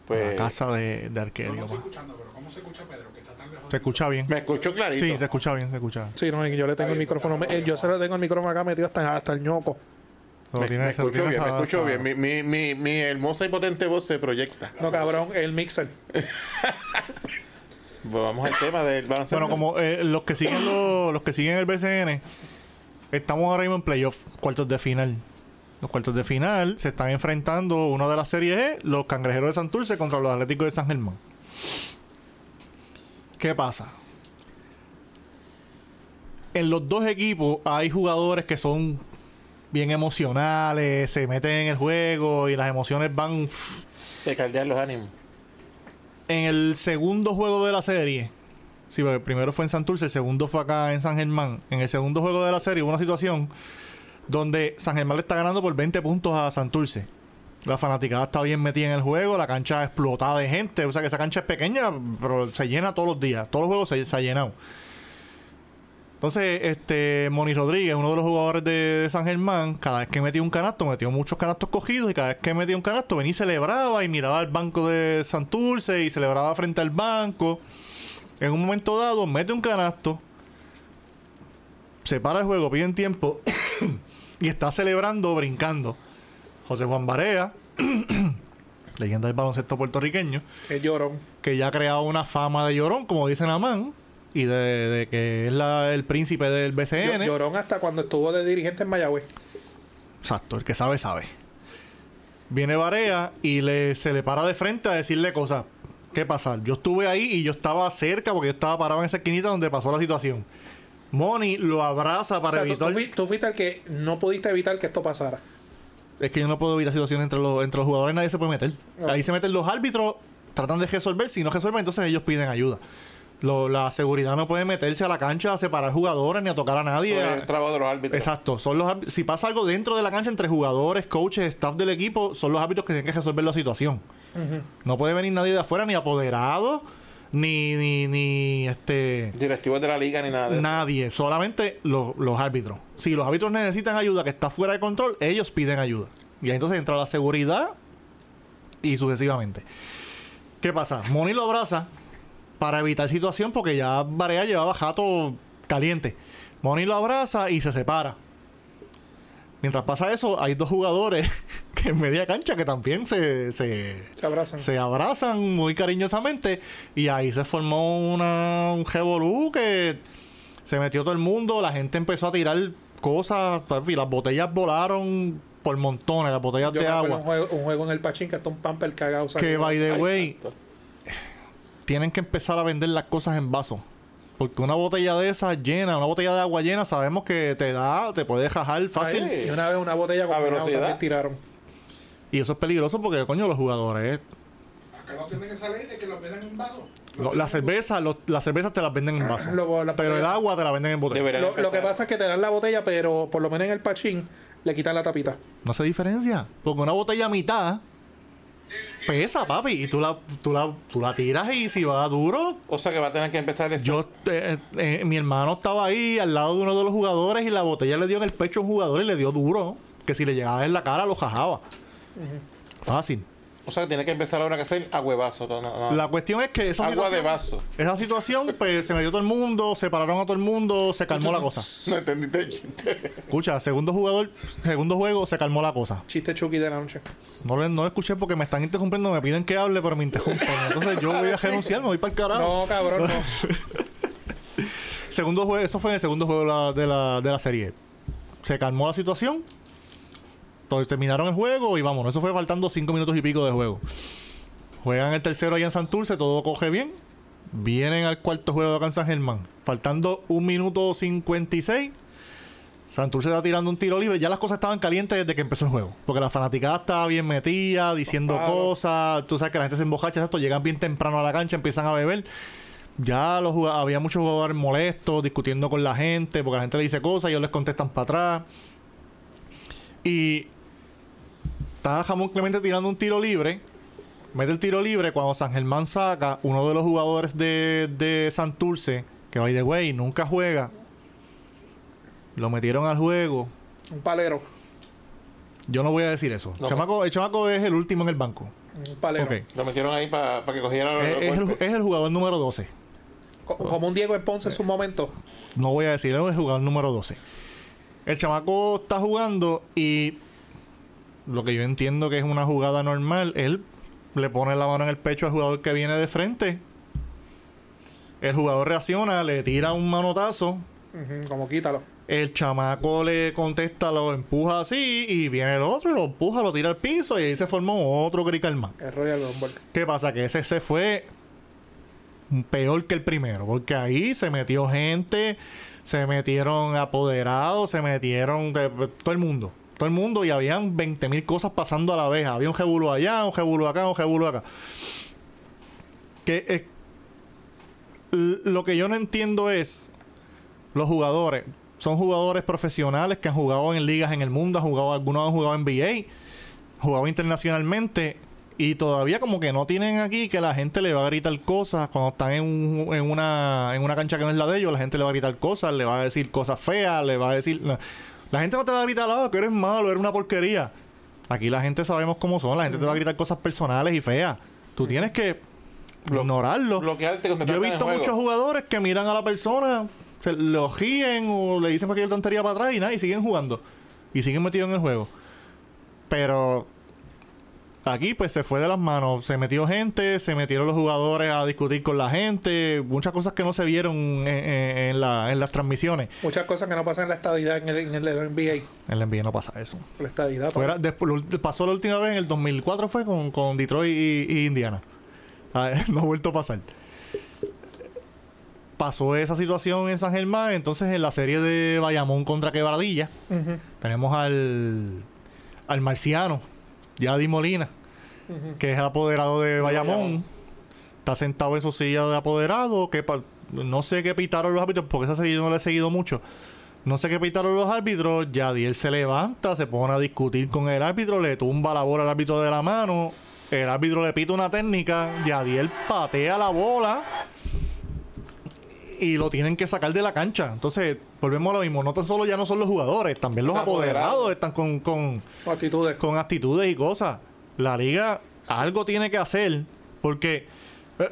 Speaker 2: Pues.
Speaker 3: casa de, de
Speaker 5: Yo no
Speaker 3: Arquelio.
Speaker 5: estoy
Speaker 3: ma.
Speaker 5: escuchando, pero ¿cómo se escucha Pedro? Que está tan lejos.
Speaker 3: ¿Se escucha bien?
Speaker 2: Me escuchó clarito.
Speaker 3: Sí, se escucha bien, se escucha.
Speaker 1: sí, no, yo le tengo el micrófono, me- eh, yo se lo tengo el micrófono acá metido hasta, hasta el ñoco.
Speaker 3: Se lo
Speaker 2: me,
Speaker 3: tiene-
Speaker 2: me
Speaker 3: se lo
Speaker 2: escuchó
Speaker 3: tiene
Speaker 2: bien, me
Speaker 3: hasta-
Speaker 2: escuchó
Speaker 3: hasta-
Speaker 2: bien. Mi, mi, mi, mi hermosa y potente voz se proyecta.
Speaker 1: No, cabrón, el mixer.
Speaker 2: Pues vamos al tema del baloncesto.
Speaker 3: Bueno, como eh, los que siguen lo- los que siguen el BCN, estamos ahora mismo en playoff, cuartos de final. Los cuartos de final se están enfrentando, una de las series es los Cangrejeros de Santurce contra los Atléticos de San Germán. ¿Qué pasa? En los dos equipos hay jugadores que son bien emocionales, se meten en el juego y las emociones van pff,
Speaker 2: Se caldean los ánimos.
Speaker 3: en el segundo juego de la serie, sí, porque el primero fue en Santurce, el segundo fue acá en San Germán. En el segundo juego de la serie hubo una situación donde San Germán le está ganando por 20 puntos a Santurce. La fanaticada está bien metida en el juego, la cancha explotada de gente. O sea que esa cancha es pequeña, pero se llena todos los días. Todos los juegos se, se ha llenado. Entonces, este Moni Rodríguez, uno de los jugadores de, de San Germán, cada vez que metía un canasto, metió muchos canastos cogidos y cada vez que metía un canasto venía y celebraba y miraba al banco de Santurce y celebraba frente al banco. En un momento dado, mete un canasto, se para el juego, piden tiempo y está celebrando, brincando. José Juan Barea, leyenda del baloncesto puertorriqueño,
Speaker 1: Que llorón.
Speaker 3: que ya ha creado una fama de llorón, como dice Namán, y de, de que es la- el príncipe del BCN.
Speaker 1: Llorón hasta cuando estuvo de dirigente en Mayagüez.
Speaker 3: Exacto, el que sabe, sabe. Viene Varea y le, se le para de frente a decirle cosas. ¿Qué pasa? Yo estuve ahí y yo estaba cerca porque yo estaba parado en esa esquinita donde pasó la situación. Moni lo abraza
Speaker 1: O
Speaker 3: para
Speaker 1: sea, tú,
Speaker 3: evitar.
Speaker 1: tú fui- tú fuiste el que no pudiste evitar que esto pasara.
Speaker 3: Es que yo no puedo evitar situaciones entre los, entre los jugadores, nadie se puede meter. Ahí se meten los árbitros, tratan de resolver, si no resuelven, entonces ellos piden ayuda. Lo- la seguridad no puede meterse a la cancha a separar jugadores ni a tocar a nadie. Ah,
Speaker 2: el trabajo de los árbitros.
Speaker 3: Exacto, son los árbi- si pasa algo dentro de la cancha entre jugadores, coaches, staff del equipo, son los árbitros que tienen que resolver la situación. No puede venir nadie de afuera, ni apoderado, ni, ni, ni este
Speaker 2: Directivos de la liga ni nada de eso.
Speaker 3: nadie, solamente lo- los árbitros. Si los árbitros necesitan ayuda que está fuera de control, ellos piden ayuda. Y ahí entonces entra la seguridad y sucesivamente. ¿Qué pasa? Moni lo abraza para evitar situación porque ya Barea llevaba jato caliente. Moni lo abraza y se separa. Mientras pasa eso, hay dos jugadores que en media cancha que también se- se,
Speaker 1: Se abrazan.
Speaker 3: se abrazan muy cariñosamente y ahí se formó una, un revolú que se metió todo el mundo, la gente empezó a tirar cosas, papi, las botellas volaron por montones, las botellas
Speaker 1: Yo
Speaker 3: de
Speaker 1: me acuerdo
Speaker 3: agua.
Speaker 1: Un, juego, un juego en el Pachín que está un pamper cagado. o sea,
Speaker 3: Que by the
Speaker 2: Ay,
Speaker 3: way,
Speaker 2: tanto.
Speaker 3: tienen que empezar a vender las cosas en vaso. Porque una botella de esas llena, una botella de agua llena, sabemos que te da, te puede jajar fácil.
Speaker 2: Ay.
Speaker 1: Y una vez una botella con
Speaker 2: A
Speaker 1: venado
Speaker 2: velocidad.
Speaker 1: también tiraron.
Speaker 3: Y eso es peligroso porque, coño, los jugadores.
Speaker 5: Acá no tienen esa ley de que los vendan en vaso.
Speaker 3: lo- la cerveza, los- las cervezas te las venden en vaso.
Speaker 1: Ah, Lo- la
Speaker 3: pero el
Speaker 1: botella-
Speaker 3: agua te la venden en botella.
Speaker 2: Deberían
Speaker 1: Lo, lo que
Speaker 2: empezar.
Speaker 1: pasa es que te dan la botella, pero por lo menos en el Pachín le quitan la tapita.
Speaker 3: No se diferencia. Porque una botella a mitad pesa, papi. Y tú la, tú la, tú la tiras y si va duro.
Speaker 2: O sea que va a tener que empezar eso.
Speaker 3: Yo, eh, eh, mi hermano estaba ahí al lado de uno de los jugadores y la botella le dio en el pecho a un jugador y le dio duro. Que si le llegaba en la cara lo jajaba. Fácil.
Speaker 2: O sea que tiene que empezar ahora que hacer a huevazo. no, no, no.
Speaker 3: La cuestión es que esa
Speaker 2: Agua de
Speaker 3: situación,
Speaker 2: vaso.
Speaker 3: esa situación pues, se metió todo el mundo, separaron a todo el mundo, se calmó la cosa.
Speaker 2: No entendiste el chiste.
Speaker 3: Escucha, segundo jugador, segundo juego, se calmó la cosa.
Speaker 1: Chiste Chucky de la noche.
Speaker 3: No, lo- no lo escuché porque me están interrumpiendo, me piden que hable, pero me interrumpen. Entonces yo voy a renunciar, me voy para el carajo.
Speaker 1: No, cabrón, no.
Speaker 3: Segundo juego, eso fue en el segundo juego de la, de la, de la serie. Se calmó la situación. Entonces terminaron el juego y vámonos. Eso fue faltando cinco minutos y pico de juego. Juegan el tercero allá en Santurce, todo coge bien. Vienen al cuarto juego acá en San Germán. Faltando un minuto 56. Santurce está tirando un tiro libre. Ya las cosas estaban calientes desde que empezó el juego. Porque la fanaticada estaba bien metida, diciendo cosas. Tú sabes que la gente se embojacha, esto llegan bien temprano a la cancha, empiezan a beber. Ya los jugad- había muchos jugadores molestos, discutiendo con la gente, porque la gente le dice cosas, ellos les contestan para atrás. Y estaba Jamón Clemente tirando un tiro libre. Mete el tiro libre cuando San Germán saca uno de los jugadores de, de Santurce, que by the way, nunca juega. Lo metieron al juego.
Speaker 1: Un palero.
Speaker 3: Yo no voy a decir eso.
Speaker 2: No.
Speaker 3: Chamaco- el chamaco es el último en el banco.
Speaker 1: Un palero.
Speaker 3: Ok.
Speaker 2: Lo metieron ahí para que cogiera los
Speaker 3: Eh, Es, es el,
Speaker 2: golpes.
Speaker 3: es el jugador número 12.
Speaker 1: Co- Como un Diego en Ponce en su momento.
Speaker 3: No voy a decir, es el jugador número 12. El chamaco está jugando y lo que yo entiendo que es una jugada normal, él le pone la mano en el pecho al jugador que viene de frente. El jugador reacciona, le tira un manotazo.
Speaker 1: Ujú, como quítalo.
Speaker 3: El chamaco le contesta, lo empuja así y viene el otro, y lo empuja, lo tira al piso y ahí se formó otro crical más.
Speaker 1: El Royal Rumble.
Speaker 3: ¿Qué pasa? Que ese se fue peor que el primero, porque ahí se metió gente, se metieron apoderados, se metieron de- de todo el mundo. Todo el mundo y habían 20.000 cosas pasando a la vez. Había un jebulo allá, un jebulo acá, un jebulo acá. Que es- l- lo que yo no entiendo es los jugadores. Son jugadores profesionales que han jugado en ligas en el mundo, han jugado, algunos han jugado en NBA jugaba internacionalmente y todavía como que no tienen aquí que la gente le va a gritar cosas cuando están en, un- en una, en una cancha que no es la de ellos, la gente le va a gritar cosas, le va a decir cosas feas, le va a decir... La, la gente no te va a gritar, "Ah, que eres malo, eres una porquería. Aquí la gente sabemos cómo son, la gente te va a gritar cosas personales y feas. Tú tienes que ignorarlo.
Speaker 2: bloquearte cuando
Speaker 3: Yo he
Speaker 2: estás en
Speaker 3: visto
Speaker 2: el juego.
Speaker 3: muchos jugadores que miran a la persona, se lo ríen o le dicen cualquier tontería para atrás y nada, y siguen jugando. Y siguen metidos en el juego. Pero aquí pues se fue de las manos. Se metió gente, se metieron los jugadores a discutir con la gente, muchas cosas que no se vieron en, en- en la- en las transmisiones.
Speaker 1: Muchas cosas que no pasan en la estadidad en el, en el NBA.
Speaker 3: En la NBA no pasa eso.
Speaker 1: La estadidad.
Speaker 3: Fuera, después, lo ulti- pasó la última vez en el 2004 fue con, con Detroit y, y Indiana. Ah, no ha vuelto a pasar. Pasó esa situación en San Germán, entonces en la serie de Bayamón contra Quebradilla, tenemos al, al marciano, Yadi Molina, que es el apoderado de Bayamón. Está sentado en su silla de apoderado, que pa- no sé qué pitaron los árbitros, porque esa serie yo no la he seguido mucho. No sé qué pitaron los árbitros. Yadiel se levanta, se pone a discutir con el árbitro, le tumba la bola al árbitro de la mano. El árbitro le pita una técnica. Yadiel patea la bola y lo tienen que sacar de la cancha. Entonces, volvemos a lo mismo. No tan solo ya no son los jugadores, también los
Speaker 2: Apoderados.
Speaker 3: apoderados están con- con,
Speaker 1: pues, Actitudes.
Speaker 3: con actitudes y cosas. La liga algo tiene que hacer. Porque, eh,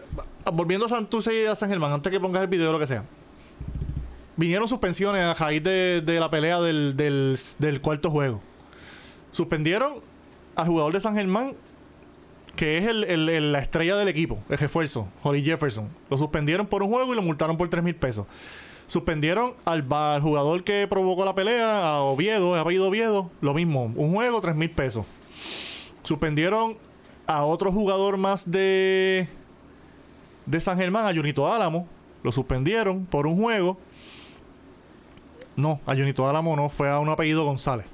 Speaker 3: volviendo a Santurce y a San Germán, antes que pongas el video o lo que sea, vinieron suspensiones a raíz de, de la pelea del, del- del cuarto juego. Suspendieron al jugador de San Germán, que es el- el- el- la estrella del equipo, el refuerzo, Holly Jefferson. Lo suspendieron por un juego y lo multaron por 3 mil pesos. Suspendieron al, ba- al jugador que provocó la pelea, a Oviedo, el apellido Oviedo, lo mismo, un juego, 3 mil pesos. Suspendieron a otro jugador más de, de San Germán, a Junito Álamo, lo suspendieron por un juego. No, a Junito Álamo no, fue a un apellido González.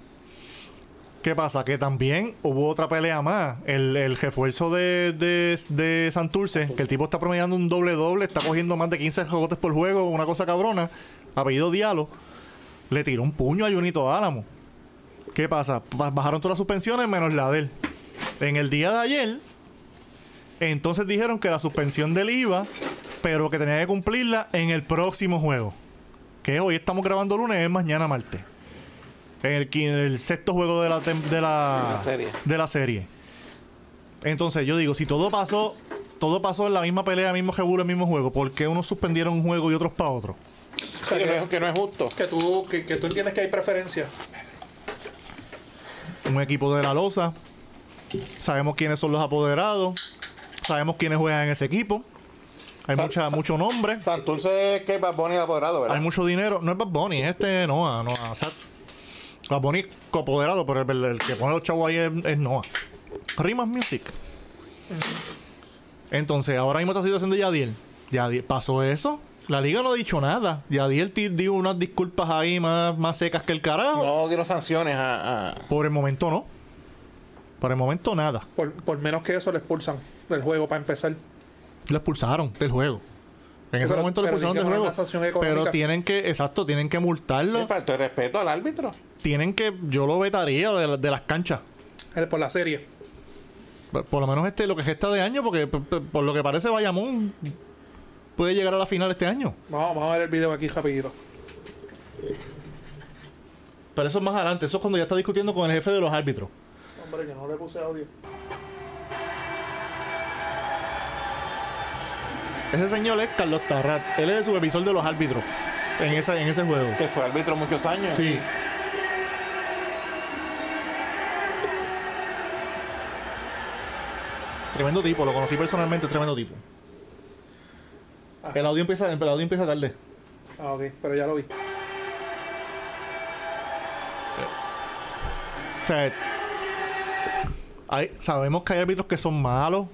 Speaker 3: ¿Qué pasa? Que también hubo otra pelea más. El, el refuerzo de, de, de Santurce, que el tipo está promediando un doble-doble, está cogiendo más de 15 rebotes por juego, una cosa cabrona. Apellido Diallo. Le tiró un puño a Junito Álamo. ¿Qué pasa? Ba- Bajaron todas las suspensiones menos la de él. En el día de ayer, entonces dijeron que la suspensión del IVA, pero que tenía que cumplirla en el próximo juego. Que hoy estamos grabando lunes, es mañana martes. En el, quin- el sexto juego de la, tem- de la,
Speaker 2: De la serie.
Speaker 3: de la serie. Entonces yo digo, si todo pasó, todo pasó en la misma pelea, mismo seguro, el mismo juego, ¿por qué unos suspendieron un juego y otros para otro?
Speaker 2: Sí, que, no es, que no es justo.
Speaker 1: Que tú, que, que tú entiendes que hay preferencia.
Speaker 3: un equipo de la losa. Sabemos quiénes son los apoderados. Sabemos quiénes juegan en ese equipo. Hay
Speaker 2: Sa-
Speaker 3: mucha,
Speaker 2: sa-
Speaker 3: mucho nombre.
Speaker 2: Santurce es que Bad Bunny es apoderado,
Speaker 3: Hay
Speaker 2: ¿verdad?
Speaker 3: mucho dinero. No es Bad Bunny, es este Noah. Noah Sad. Bad Bunny es coapoderado, pero el, el que pone los chavos ahí es, es Noah. Rimas Music. Entonces, ahora mismo está situación de Yadiel. Yadiel pasó eso. La liga no ha dicho nada. Yadiel ti- dio unas disculpas ahí más, más secas que el carajo.
Speaker 2: No quiero sanciones a, a-
Speaker 3: Por el momento no. Por el momento nada.
Speaker 1: Por, por menos que eso le expulsan del juego para empezar.
Speaker 3: lo expulsaron del juego. En ese
Speaker 1: Pero-
Speaker 3: momento lo
Speaker 1: pero tiene
Speaker 3: expulsaron del
Speaker 1: que poner
Speaker 3: juego.
Speaker 1: una sanción económica.
Speaker 3: Pero tienen que, exacto, tienen que
Speaker 2: Le
Speaker 3: multarlo.
Speaker 2: faltó el respeto al árbitro.
Speaker 3: Tienen que, yo lo vetaría de, la- de las canchas.
Speaker 1: El- Por la serie.
Speaker 3: Por, por lo menos este, lo que gesta de año, porque por, por- por lo que parece Bayamón puede llegar a la final este año.
Speaker 1: Vamos, vamos a ver el video aquí rapidito.
Speaker 3: Pero eso es más adelante, eso es cuando ya está discutiendo con el jefe de los árbitros.
Speaker 1: Hombre, que no le puse audio.
Speaker 3: Ese señor es Carlos Tarrat, él es el supervisor de los árbitros en, esa, en ese juego.
Speaker 2: Que fue árbitro muchos años.
Speaker 3: Sí. Tremendo tipo, lo conocí personalmente, tremendo tipo. El audio empieza, el audio empieza tarde.
Speaker 1: Ah, ok, pero ya lo vi.
Speaker 3: O sea, hay- sabemos que hay árbitros que son malos,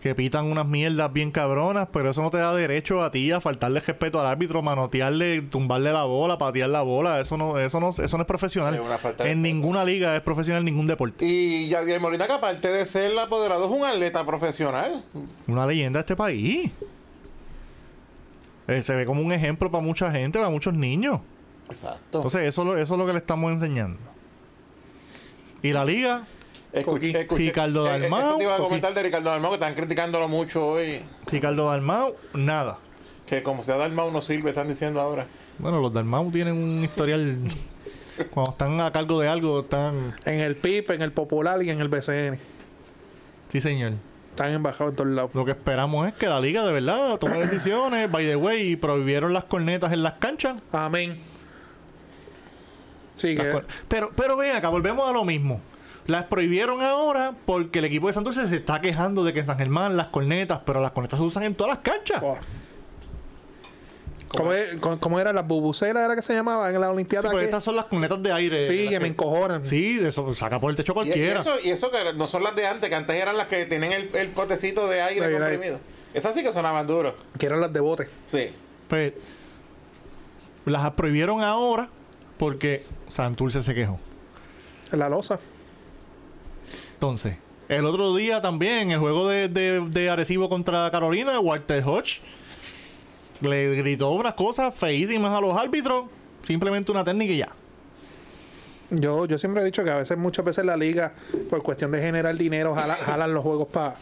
Speaker 3: que pitan unas mierdas bien cabronas, pero eso no te da derecho a ti a faltarle respeto al árbitro, manotearle, tumbarle la bola, patear la bola. Eso no, eso no, eso no es profesional.
Speaker 2: Es una falta de
Speaker 3: en
Speaker 2: respeto.
Speaker 3: ninguna liga es profesional, en ningún deporte.
Speaker 2: Y Javier Molina, que aparte de ser el apoderado, es un atleta profesional.
Speaker 3: Una leyenda de este país. Eh, se ve como un ejemplo para mucha gente, para muchos niños.
Speaker 2: Exacto.
Speaker 3: Entonces, eso, es lo- eso es lo que le estamos enseñando. Y la liga,
Speaker 1: Coquín.
Speaker 3: Ricardo Dalmau,
Speaker 2: Eh, Eso te iba a
Speaker 3: Coquín.
Speaker 2: comentar de Ricardo Dalmau, que están criticándolo mucho hoy.
Speaker 3: Ricardo Dalmau, nada.
Speaker 2: Que como sea Dalmau no sirve, están diciendo ahora.
Speaker 3: Bueno, los Dalmau tienen un historial. cuando están a cargo de algo, están.
Speaker 1: En el PIP, en el Popular y en el BCN.
Speaker 3: Sí, señor.
Speaker 1: Están embajados en todos lados.
Speaker 3: Lo que esperamos es que la liga de verdad tome decisiones. By the way, prohibieron las cornetas en las canchas.
Speaker 1: Amén. Sí,
Speaker 3: Las
Speaker 1: que
Speaker 3: cor- Pero, pero ven acá, volvemos a lo mismo. Las prohibieron ahora porque el equipo de Santurce se está quejando de que en San Germán las cornetas, pero las cornetas se usan en todas las canchas.
Speaker 1: Oh, ¿Cómo, es- cómo- cómo era? ¿Las bubucelas era que se llamaba en la
Speaker 3: Sí,
Speaker 1: Olimpiada?
Speaker 3: pero
Speaker 1: que-
Speaker 3: estas son las cunetas de aire.
Speaker 1: Sí,
Speaker 3: las
Speaker 1: que me encojonan.
Speaker 3: Sí, de eso saca por el
Speaker 2: Y,
Speaker 3: techo
Speaker 2: y
Speaker 3: cualquiera.
Speaker 2: eso, y eso que no son las de antes, que antes eran las que tenían el, el cortecito de aire
Speaker 1: Ahí, ahí.
Speaker 2: comprimido. Esas sí que sonaban duro.
Speaker 1: Que eran las de bote.
Speaker 2: Sí.
Speaker 3: Pues, las prohibieron ahora porque Santurce se quejó.
Speaker 1: La losa.
Speaker 3: Entonces, el otro día también, el juego de, de- de Arecibo contra Carolina, Walter Hodge le gritó unas cosas feísimas a los árbitros. Simplemente una técnica y ya.
Speaker 1: Yo, yo siempre he dicho que a veces, muchas veces la liga, por cuestión de generar dinero, jala- jalan los juegos para...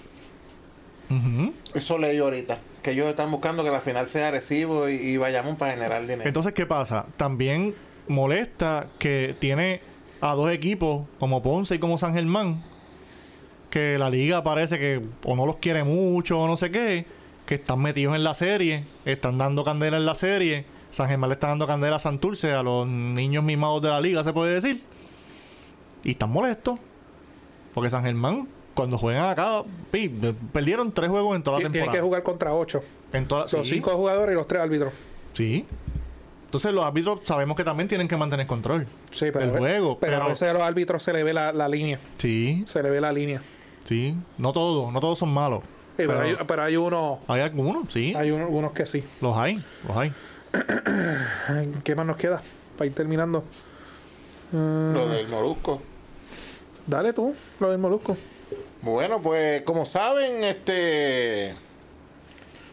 Speaker 2: Eso leí ahorita. Que ellos están buscando que la final sea agresivo y, y vayamos para generar dinero.
Speaker 3: Entonces, ¿qué pasa? También molesta que tiene a dos equipos, como Ponce y como San Germán, que la liga parece que o no los quiere mucho o no sé qué, que están metidos en la serie, están dando candela en la serie. San Germán le está dando candela a Santurce, a los niños mimados de la liga, se puede decir. Y están molestos. Porque San Germán, cuando juegan acá, pi, perdieron tres juegos en toda la
Speaker 1: Tienen
Speaker 3: temporada.
Speaker 1: que jugar contra ocho.
Speaker 3: en toda,
Speaker 1: Los
Speaker 3: sí.
Speaker 1: cinco jugadores y los tres árbitros.
Speaker 3: Sí. Entonces los árbitros sabemos que también tienen que mantener control
Speaker 1: Sí, pero,
Speaker 3: del juego.
Speaker 1: pero,
Speaker 3: Pero,
Speaker 1: a veces a los árbitros se le ve la, la línea.
Speaker 3: sí,
Speaker 1: Se le ve la línea. Sí,
Speaker 3: sí. No todos, no todos son malos.
Speaker 1: pero,
Speaker 3: pero
Speaker 1: hay,
Speaker 3: hay,
Speaker 1: pero hay uno,
Speaker 3: algunos, sí.
Speaker 1: hay uno- algunos que sí.
Speaker 3: Los hay, los hay.
Speaker 1: Ay, ¿Qué más nos queda? Para ir terminando.
Speaker 2: Lo del molusco.
Speaker 1: Dale tú, lo del molusco.
Speaker 2: Bueno, pues como saben, este.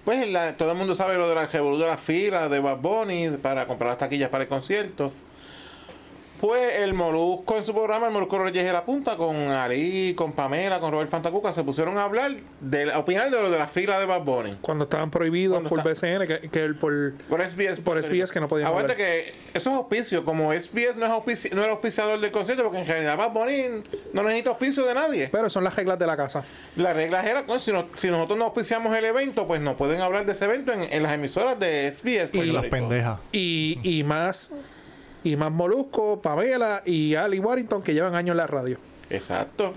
Speaker 2: Pues la- todo el mundo sabe lo de la revolución de la fila de Bad Bunny para comprar las taquillas para el concierto. Pues el Molusco en su programa, el Molusco Reyes de la Punta, con Ali, con Pamela, con Robert Fantacuca, se pusieron a hablar, de, a opinar de lo de la fila de Bad Bunny.
Speaker 1: Cuando estaban prohibidos
Speaker 2: Cuando
Speaker 1: por
Speaker 2: está-
Speaker 1: BCN, que, que el por.
Speaker 2: Por SBS.
Speaker 1: Por SBS que no podían
Speaker 2: Aguanta
Speaker 1: hablar.
Speaker 2: que eso es auspicio. Como SBS no, es auspici- no era auspiciador del concierto, porque en general Bad Bunny no necesita auspicio de nadie.
Speaker 1: Pero son las reglas de la casa.
Speaker 2: Las reglas eran, coño, si, no- si nosotros no auspiciamos el evento, pues no pueden hablar de ese evento en, en las emisoras de SBS.
Speaker 3: Porque
Speaker 2: Puerto
Speaker 3: las
Speaker 2: Rico.
Speaker 3: pendejas.
Speaker 1: Y, y más. Y más Molusco, Pamela y Ali Warrington que llevan años en la radio.
Speaker 2: Exacto.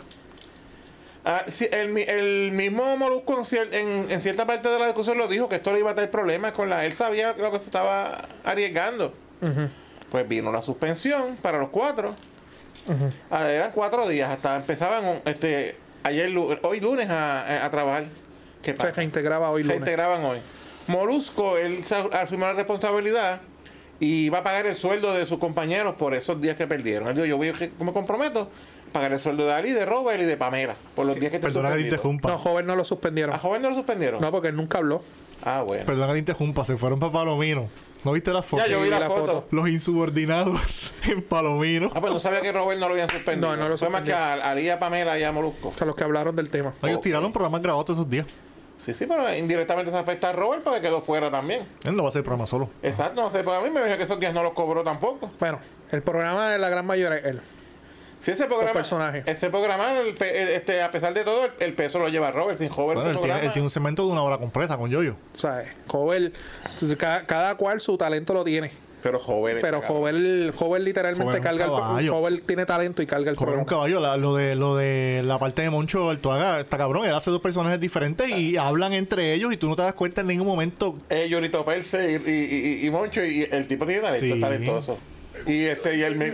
Speaker 2: Ah, sí, el, mi- el mismo Molusco en, cier- en- en cierta parte de la discusión lo dijo que esto le iba a traer problemas con la. Él sabía lo que se estaba arriesgando. Pues vino la suspensión para los cuatro. Ah, eran cuatro días, hasta empezaban un- este, ayer, lu- hoy lunes a, a trabajar. ¿Qué
Speaker 1: Se
Speaker 2: pasa?
Speaker 1: reintegraba hoy
Speaker 2: se
Speaker 1: lunes.
Speaker 2: integraban hoy. Molusco, él se asumió la responsabilidad y va a pagar el sueldo de sus compañeros por esos días que perdieron. Él dijo, yo voy, a- me comprometo a pagar el sueldo de Ali, de Robert y de Pamela por los días que te
Speaker 3: Perdona que te
Speaker 2: suspendieron.
Speaker 3: interrumpa.
Speaker 1: No, joven no lo suspendieron.
Speaker 2: ¿A joven no lo suspendieron?
Speaker 1: No, porque él nunca habló.
Speaker 2: Ah, bueno.
Speaker 3: Perdona que te interrumpa. Se fueron para Palomino. ¿No viste las
Speaker 2: ya,
Speaker 3: fotos?
Speaker 2: yo vi la, foto.
Speaker 3: Los insubordinados en Palomino.
Speaker 2: Ah, pues no sabía que Robert no lo habían suspendido.
Speaker 1: No, no lo
Speaker 2: Fue más que a
Speaker 1: suspendieron.
Speaker 2: a Ali, a Pamela y a Molusco.
Speaker 1: O sea, los que hablaron del tema.
Speaker 3: No, Ah, ellos
Speaker 2: Ok.
Speaker 3: tiraron programas grabados todos esos días.
Speaker 2: Sí, sí, pero indirectamente se afecta a Robert porque quedó fuera también.
Speaker 3: Él no va a hacer programa solo.
Speaker 2: Exacto, no sé, pues a mí me dijo que esos días no los cobró tampoco.
Speaker 1: Bueno, el programa de la gran mayoría es él.
Speaker 2: Si ese programa,
Speaker 1: personajes.
Speaker 2: ese programa el pe- el- este, a pesar de todo, el, el peso lo lleva Robert. Sin Robert,
Speaker 3: Bueno,
Speaker 2: ese
Speaker 3: él tiene,
Speaker 2: programa-
Speaker 3: él tiene un segmento de una hora completa con Yoyo.
Speaker 1: O sea, Jovel, entonces, cada, cada cual su talento lo tiene.
Speaker 2: Pero este Jover.
Speaker 1: Pero Jovel, Jovel literalmente
Speaker 3: Jovel es un
Speaker 1: carga el pro-
Speaker 3: caballo.
Speaker 1: Jovel tiene talento y carga el
Speaker 3: Correr un
Speaker 1: programa.
Speaker 3: caballo, la- lo, de, lo de la parte de Moncho Artuaga está cabrón. Él hace dos personajes diferentes y hablan entre ellos y tú no te das cuenta en ningún momento.
Speaker 2: Eh, Yorito Perse y, y, y- y Moncho, y el tipo tiene talento,
Speaker 3: Sí.
Speaker 2: es talentoso. Y, este, y, el, mi-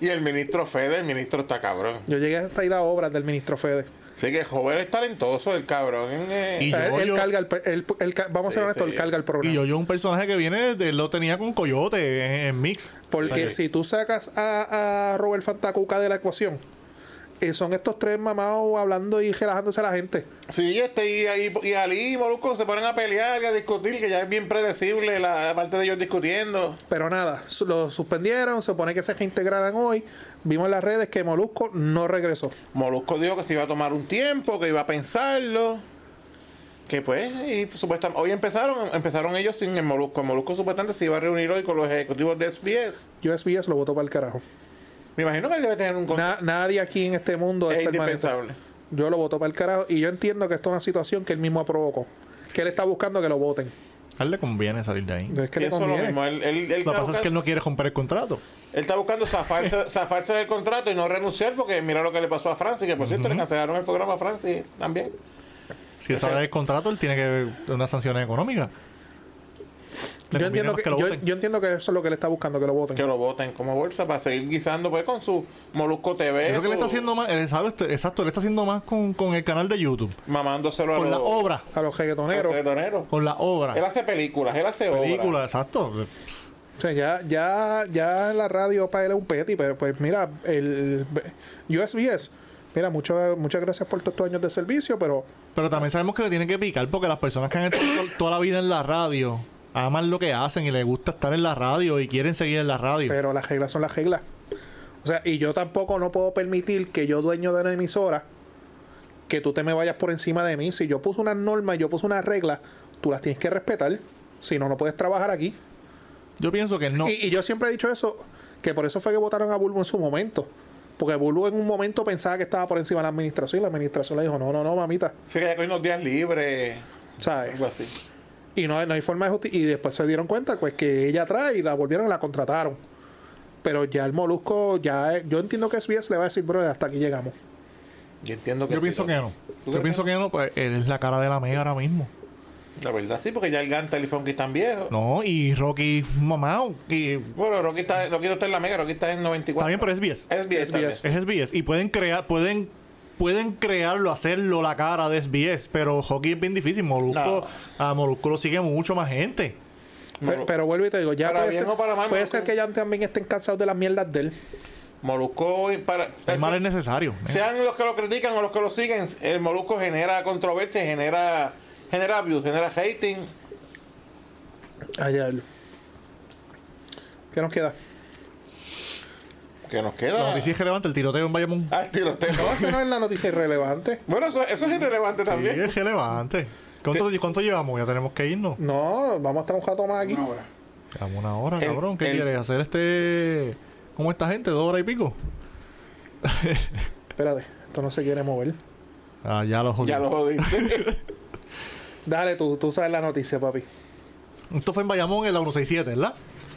Speaker 2: y el ministro Fede, el ministro está cabrón.
Speaker 1: Yo llegué hasta ir a obras del ministro Fede.
Speaker 2: Así que Jover es talentoso, el cabrón. eh.
Speaker 3: Y-
Speaker 1: O sea, él, él
Speaker 3: Yoyo-
Speaker 1: carga el, pe- él- él ca- vamos a
Speaker 2: Sí,
Speaker 1: ser honestos,
Speaker 2: sí.
Speaker 1: él carga el programa.
Speaker 3: Y yo, yo un personaje que viene, de- lo tenía con Coyote en, en Mix.
Speaker 1: Porque si tú sacas a, a Robert Fantacuca de la ecuación, eh, son estos tres mamados hablando y relajándose a la gente.
Speaker 2: Sí, este, y, y- y Ali y Molusco se ponen a pelear y a discutir, que ya es bien predecible la, la parte de ellos discutiendo.
Speaker 1: Pero nada, su- lo suspendieron, se supone que se reintegraran hoy. Vimos en las redes que Molusco no regresó.
Speaker 2: Molusco dijo que se iba a tomar un tiempo, que iba a pensarlo. Que pues, y supuestamente, hoy empezaron, empezaron ellos sin el Molusco. El Molusco supuestamente se iba a reunir hoy con los ejecutivos de SBS.
Speaker 1: USBS lo votó para el carajo.
Speaker 2: Me imagino que él debe tener un contrato.
Speaker 1: Na- nadie aquí en este mundo es,
Speaker 2: Es
Speaker 1: permanente.
Speaker 2: indispensable.
Speaker 1: Yo lo voto para el carajo y yo entiendo que esto es una situación que él mismo provocó. Que él está buscando que lo voten.
Speaker 3: A él le conviene salir de ahí.
Speaker 1: Es que le
Speaker 2: Eso es lo
Speaker 1: conviene.
Speaker 2: mismo. Él, él- él
Speaker 3: Lo
Speaker 2: está
Speaker 3: que pasa es
Speaker 2: buscando-
Speaker 3: que él no quiere romper el contrato.
Speaker 2: él está buscando zafarse, zafarse del contrato y no renunciar porque mira lo que le pasó a Francis, que por cierto le cancelaron el programa a Francis también.
Speaker 3: Si él sale del contrato, él tiene que ver unas sanciones económicas.
Speaker 1: Yo entiendo, que,
Speaker 3: que lo
Speaker 1: yo,
Speaker 3: voten.
Speaker 1: yo entiendo que eso es lo que él está buscando, que lo voten.
Speaker 2: Que lo boten como bolsa para seguir guisando pues con su Molusco TV.
Speaker 3: Yo creo que le
Speaker 2: su-
Speaker 3: está haciendo más, él sabe, este- exacto, le está haciendo más con, con el canal de YouTube,
Speaker 2: Mamándoselo
Speaker 3: con
Speaker 2: a
Speaker 3: la
Speaker 2: los
Speaker 3: obra,
Speaker 1: A los reggaetoneros.
Speaker 2: reggaetoneros.
Speaker 3: con la
Speaker 2: Ah. Él
Speaker 3: obra,
Speaker 2: hace películas, él hace obras.
Speaker 3: película, exacto.
Speaker 1: O sea, ya, ya, ya la radio para él es un peti, pero pues mira, el USBS, mira, mucho, muchas gracias por todos estos años de servicio, pero
Speaker 3: Pero también sabemos que le tiene que picar porque las personas que han estado to- toda la vida en la radio aman lo que hacen y les gusta estar en la radio y quieren seguir en la radio.
Speaker 1: pero las reglas son las reglas. O sea, y yo tampoco no puedo permitir que yo, dueño de una emisora, que tú te me vayas por encima de mí. Si yo puse unas normas, yo puse unas reglas, tú las tienes que respetar. Si no, no puedes trabajar aquí.
Speaker 3: yo pienso que él no.
Speaker 1: Y, y yo siempre he dicho eso, que por eso fue que votaron a Bulbo en su momento. Porque Bulbo en un momento pensaba que estaba por encima de la administración y la administración le dijo, no, no, no, mamita.
Speaker 2: Sí, que ya cogió unos días libres.
Speaker 1: ¿Sabes?
Speaker 2: Algo así.
Speaker 1: Y no, no hay forma de justicia. Y después se dieron cuenta pues que ella trae y la volvieron y la contrataron. Pero ya el molusco, ya eh, yo entiendo que SBS le va a decir, brother, hasta aquí llegamos.
Speaker 2: Yo entiendo que
Speaker 3: yo
Speaker 2: sí,
Speaker 3: pienso que no.
Speaker 2: crees
Speaker 3: Yo pienso que no, pues él es la cara de la mega ahora mismo.
Speaker 2: La verdad sí, porque ya el Gantel y Funky están viejos.
Speaker 3: No, y Rocky, mamá, que
Speaker 2: Bueno, Rocky, está, Rocky no está en la mega, Rocky está en 94.
Speaker 3: también pero es SBS.
Speaker 2: Es bien, está
Speaker 1: SBS.
Speaker 2: bien.
Speaker 3: Es SBS. Y pueden crear, pueden, pueden crearlo, hacerlo la cara de SBS, pero Rocky es bien difícil. Molusco, a Molusco lo sigue mucho más gente.
Speaker 1: Pe- Pero, vuelvo y te digo, ya
Speaker 2: Para
Speaker 1: puede,
Speaker 2: bien
Speaker 1: ser,
Speaker 2: o para mal,
Speaker 1: puede
Speaker 2: Molusco.
Speaker 1: ser que ya también estén cansados de las mierdas de él.
Speaker 2: Molusco y para...
Speaker 3: El mal es necesario.
Speaker 2: Sean los que lo critican o los que lo siguen, el Molusco genera controversia, genera, genera views, genera hating.
Speaker 1: Allá. ¿Qué nos queda?
Speaker 2: Que nos
Speaker 3: Eh, La
Speaker 2: queda.
Speaker 3: noticia es relevante, el tiroteo en Bayamón.
Speaker 2: Ah, el tiroteo.
Speaker 1: No, eso no es la noticia irrelevante.
Speaker 2: bueno, eso, eso es irrelevante
Speaker 3: Sí,
Speaker 2: también.
Speaker 3: es relevante. ¿Cuánto, cuánto llevamos? Ya tenemos que irnos.
Speaker 1: No, vamos a estar un jato más aquí.
Speaker 5: Una hora.
Speaker 3: Llevamos una hora,
Speaker 2: El-
Speaker 3: cabrón. ¿Qué
Speaker 2: el-
Speaker 3: quieres? ¿Hacer este. ¿Cómo esta gente? ¿Dos horas y pico?
Speaker 1: Espérate, esto no se quiere mover.
Speaker 3: Ah, ya lo jodí.
Speaker 2: Ya lo jodiste.
Speaker 1: Dale, tú, tú sabes la noticia, papi.
Speaker 3: Esto fue en Bayamón en la 167, ¿verdad?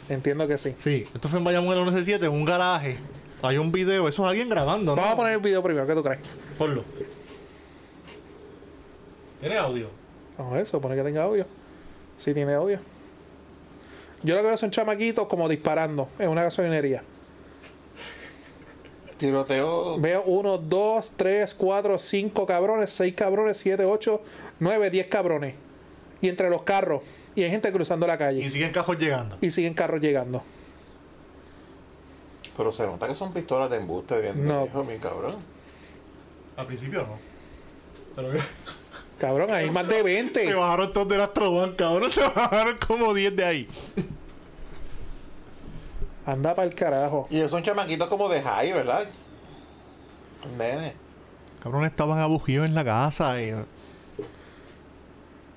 Speaker 1: Entiendo que sí.
Speaker 3: Sí. Esto fue en Bayamón en la 167, en un garaje. Hay un video, eso es alguien grabando, ¿no?
Speaker 1: Vamos a poner el video primero, ¿qué tú crees?
Speaker 3: Ponlo. ¿Tiene audio?
Speaker 1: No, eso, pone que tenga audio. Sí tiene audio. Yo lo que veo son chamaquitos como disparando en una gasolinería.
Speaker 2: tiroteo.
Speaker 1: Veo uno, dos, tres, cuatro, cinco cabrones, seis cabrones, siete, ocho, nueve, diez cabrones. Y entre los carros. Y hay gente cruzando la
Speaker 3: Y
Speaker 1: calle.
Speaker 3: siguen cajos llegando.
Speaker 1: Y siguen carros llegando.
Speaker 2: Pero se nota que son pistolas de embuste. Bien,
Speaker 1: No.
Speaker 2: hijo, mi cabrón.
Speaker 3: Al principio no. Pero
Speaker 1: Cabrón, hay más de
Speaker 3: se
Speaker 1: 20.
Speaker 3: bajaron todos del Astroban, cabrón. Se bajaron como 10 de ahí.
Speaker 1: Anda para el carajo.
Speaker 2: Y ellos son chamaquitos como de high, ¿verdad? Nene.
Speaker 3: Cabrón, estaban abugidos en la casa. eh.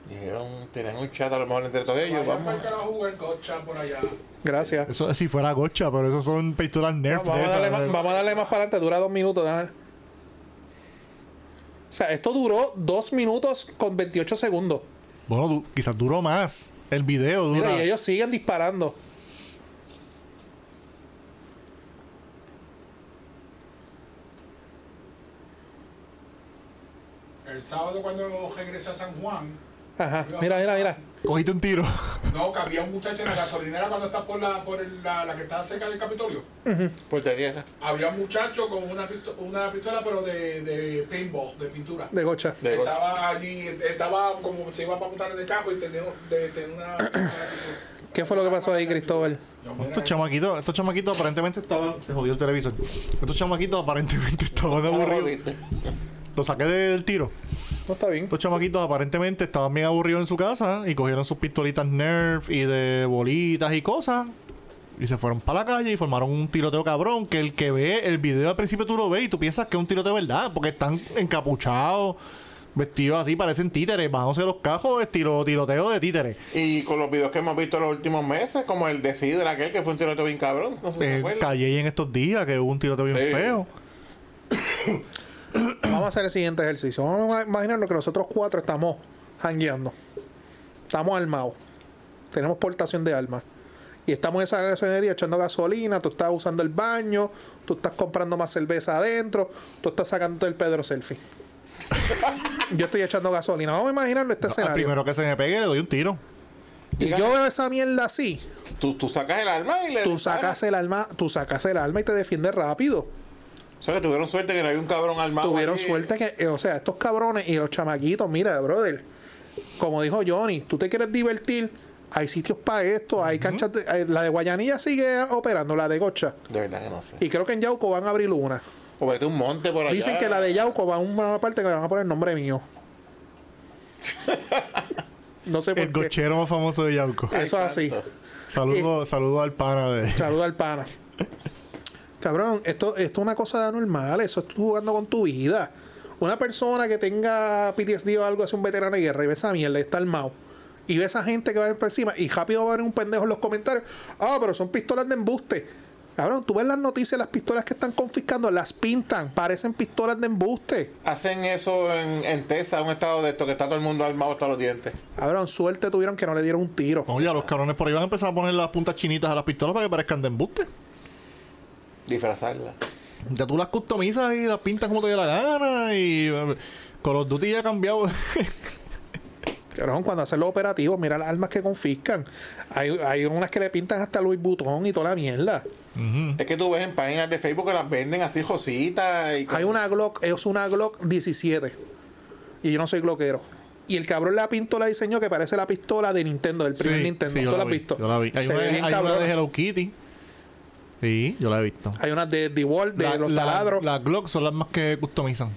Speaker 3: Y...
Speaker 2: Dijeron, tenían un chat a lo mejor entre todos ellos.
Speaker 5: Vayan para
Speaker 2: Vamos.
Speaker 5: el carajo jugar gocha por allá.
Speaker 1: Gracias.
Speaker 3: Eso si fuera gocha, pero esos son pistolas nerf.
Speaker 1: Ah, Vamos
Speaker 3: de eh.
Speaker 1: a,
Speaker 3: esas,
Speaker 1: darle más,
Speaker 3: de-
Speaker 1: vamos a darle más para adelante, dura dos minutos. nada más. O sea, esto duró dos minutos con 28 segundos.
Speaker 3: Bueno, du- quizás duró más. El video dura.
Speaker 1: Mira, y ellos siguen disparando.
Speaker 5: El sábado cuando regresé a San Juan,
Speaker 1: Ajá, mira, mira, mira.
Speaker 3: Cogiste un tiro.
Speaker 5: no, que había un muchacho en la gasolinera cuando está por la, por el- la, la que está cerca del Capitolio.
Speaker 2: Por de tierra.
Speaker 5: Había un muchacho con una, pisto- una pistola, pero de, de paintball, de pintura.
Speaker 1: De gocha.
Speaker 2: De golpe.
Speaker 5: Estaba allí, estaba como se iba para montar en el carro y tenía, de- tenía una.
Speaker 1: ¿Qué fue lo que pasó ahí, Cristóbal?
Speaker 5: Yo, mira,
Speaker 3: Estos chamaquitos, estos chamaquitos aparentemente estaban. Se jodió el televisor. Estos chamaquitos aparentemente estaban aburridos. Lo saqué del tiro.
Speaker 1: No está bien.
Speaker 3: Estos chamaquitos aparentemente estaban bien aburridos en su casa y cogieron sus pistolitas nerf y de bolitas y cosas. Y se fueron para la calle y formaron un tiroteo cabrón. Que el que ve el video al principio tú lo ves y tú piensas que es un tiroteo de verdad. Porque están encapuchados, vestidos así, parecen títeres, bajándose los cajos, estilo tiroteo de títeres.
Speaker 2: Y con los videos que hemos visto en los últimos meses, como el de Sidra, aquel que fue un tiroteo bien cabrón. No sé si se
Speaker 3: Eh,
Speaker 2: acuerdan.
Speaker 3: Calle en estos días que hubo un tiroteo bien
Speaker 2: Sí.
Speaker 3: feo.
Speaker 1: Vamos a hacer el siguiente ejercicio. Vamos a imaginarnos que nosotros cuatro estamos hangueando. Estamos armados. Tenemos portación de armas. Y estamos en esa gasolinería echando gasolina. Tú estás usando el baño. Tú estás comprando más cerveza adentro. Tú estás sacándote el Pedro Selfie. Yo estoy echando gasolina. Vamos a imaginarnos este
Speaker 3: Al
Speaker 1: escenario.
Speaker 3: primero que se me pegue le doy un tiro.
Speaker 1: Y yo veo esa mierda así.
Speaker 2: Tú, tú sacas el arma y le.
Speaker 1: Tú
Speaker 2: disparas.
Speaker 1: sacas el alma, tú sacas el alma y te defiendes rápido.
Speaker 2: O sea, que tuvieron suerte que no había un cabrón armado.
Speaker 1: Tuvieron
Speaker 2: allí.
Speaker 1: suerte que, eh, o sea, estos cabrones y los chamaquitos, mira, brother, como dijo Johnny, tú te quieres divertir, hay sitios para esto, hay canchas, de- eh, la de Guayanilla sigue operando, la de Gocha,
Speaker 2: De verdad que no sé.
Speaker 1: y creo que en Yauco van a abrir una.
Speaker 2: O vete a un monte por allá.
Speaker 1: Dicen que la de Yauco va a una parte que le van a poner el nombre mío. No sé
Speaker 3: El
Speaker 1: por qué.
Speaker 3: cochero más famoso de Yauco.
Speaker 1: Eso es así. Eh,
Speaker 3: Saludo, saludo al pana de.
Speaker 1: Saluda al pana. Cabrón, esto, esto es una cosa normal, eso es tú jugando con tu vida. Una persona que tenga PTSD o algo, es un veterano de guerra y ve esa mierda, y está armado. Y ve esa gente que va por encima y rápido va a haber un pendejo en los comentarios. Ah, pero son pistolas de embuste. Cabrón, tú ves las noticias, las pistolas que están confiscando, las pintan, parecen pistolas de embuste.
Speaker 2: Hacen eso en, en Texas, un estado de esto, que está todo el mundo armado hasta los dientes.
Speaker 1: Cabrón, suerte tuvieron que no le dieron un tiro.
Speaker 3: No, ya los cabrones por ahí van a empezar a poner las puntas chinitas a las pistolas para que parezcan de embuste.
Speaker 2: Disfrazarla.
Speaker 3: Ya tú las customizas y las pintas como te dé la gana. Y eh, Call of Duty ya ha cambiado.
Speaker 1: Cabrón, cuando hacen los operativos, mira las armas que confiscan. Hay, hay unas que le pintan hasta Luis Butón y toda la mierda. Mm.
Speaker 2: Es que tú ves en páginas de Facebook que las venden así jositas. Y
Speaker 1: Hay una Glock, es una Glock 17. Y yo no soy Glockero. Y el cabrón la pintó, la diseñó que parece la pistola de Nintendo, del primer
Speaker 3: Sí,
Speaker 1: Nintendo.
Speaker 3: sí,
Speaker 1: ¿Tú
Speaker 3: yo la
Speaker 1: la has
Speaker 3: vi,
Speaker 1: visto?
Speaker 3: Yo la vi. Hay,
Speaker 1: Se
Speaker 3: una,
Speaker 1: ve bien
Speaker 3: hay una
Speaker 1: cabrona.
Speaker 3: de Hello Kitty. Sí, yo la he visto.
Speaker 1: Hay una de The Wall, de
Speaker 3: La-
Speaker 1: los
Speaker 3: la-
Speaker 1: taladros,
Speaker 3: Las Glock son las más que customizan.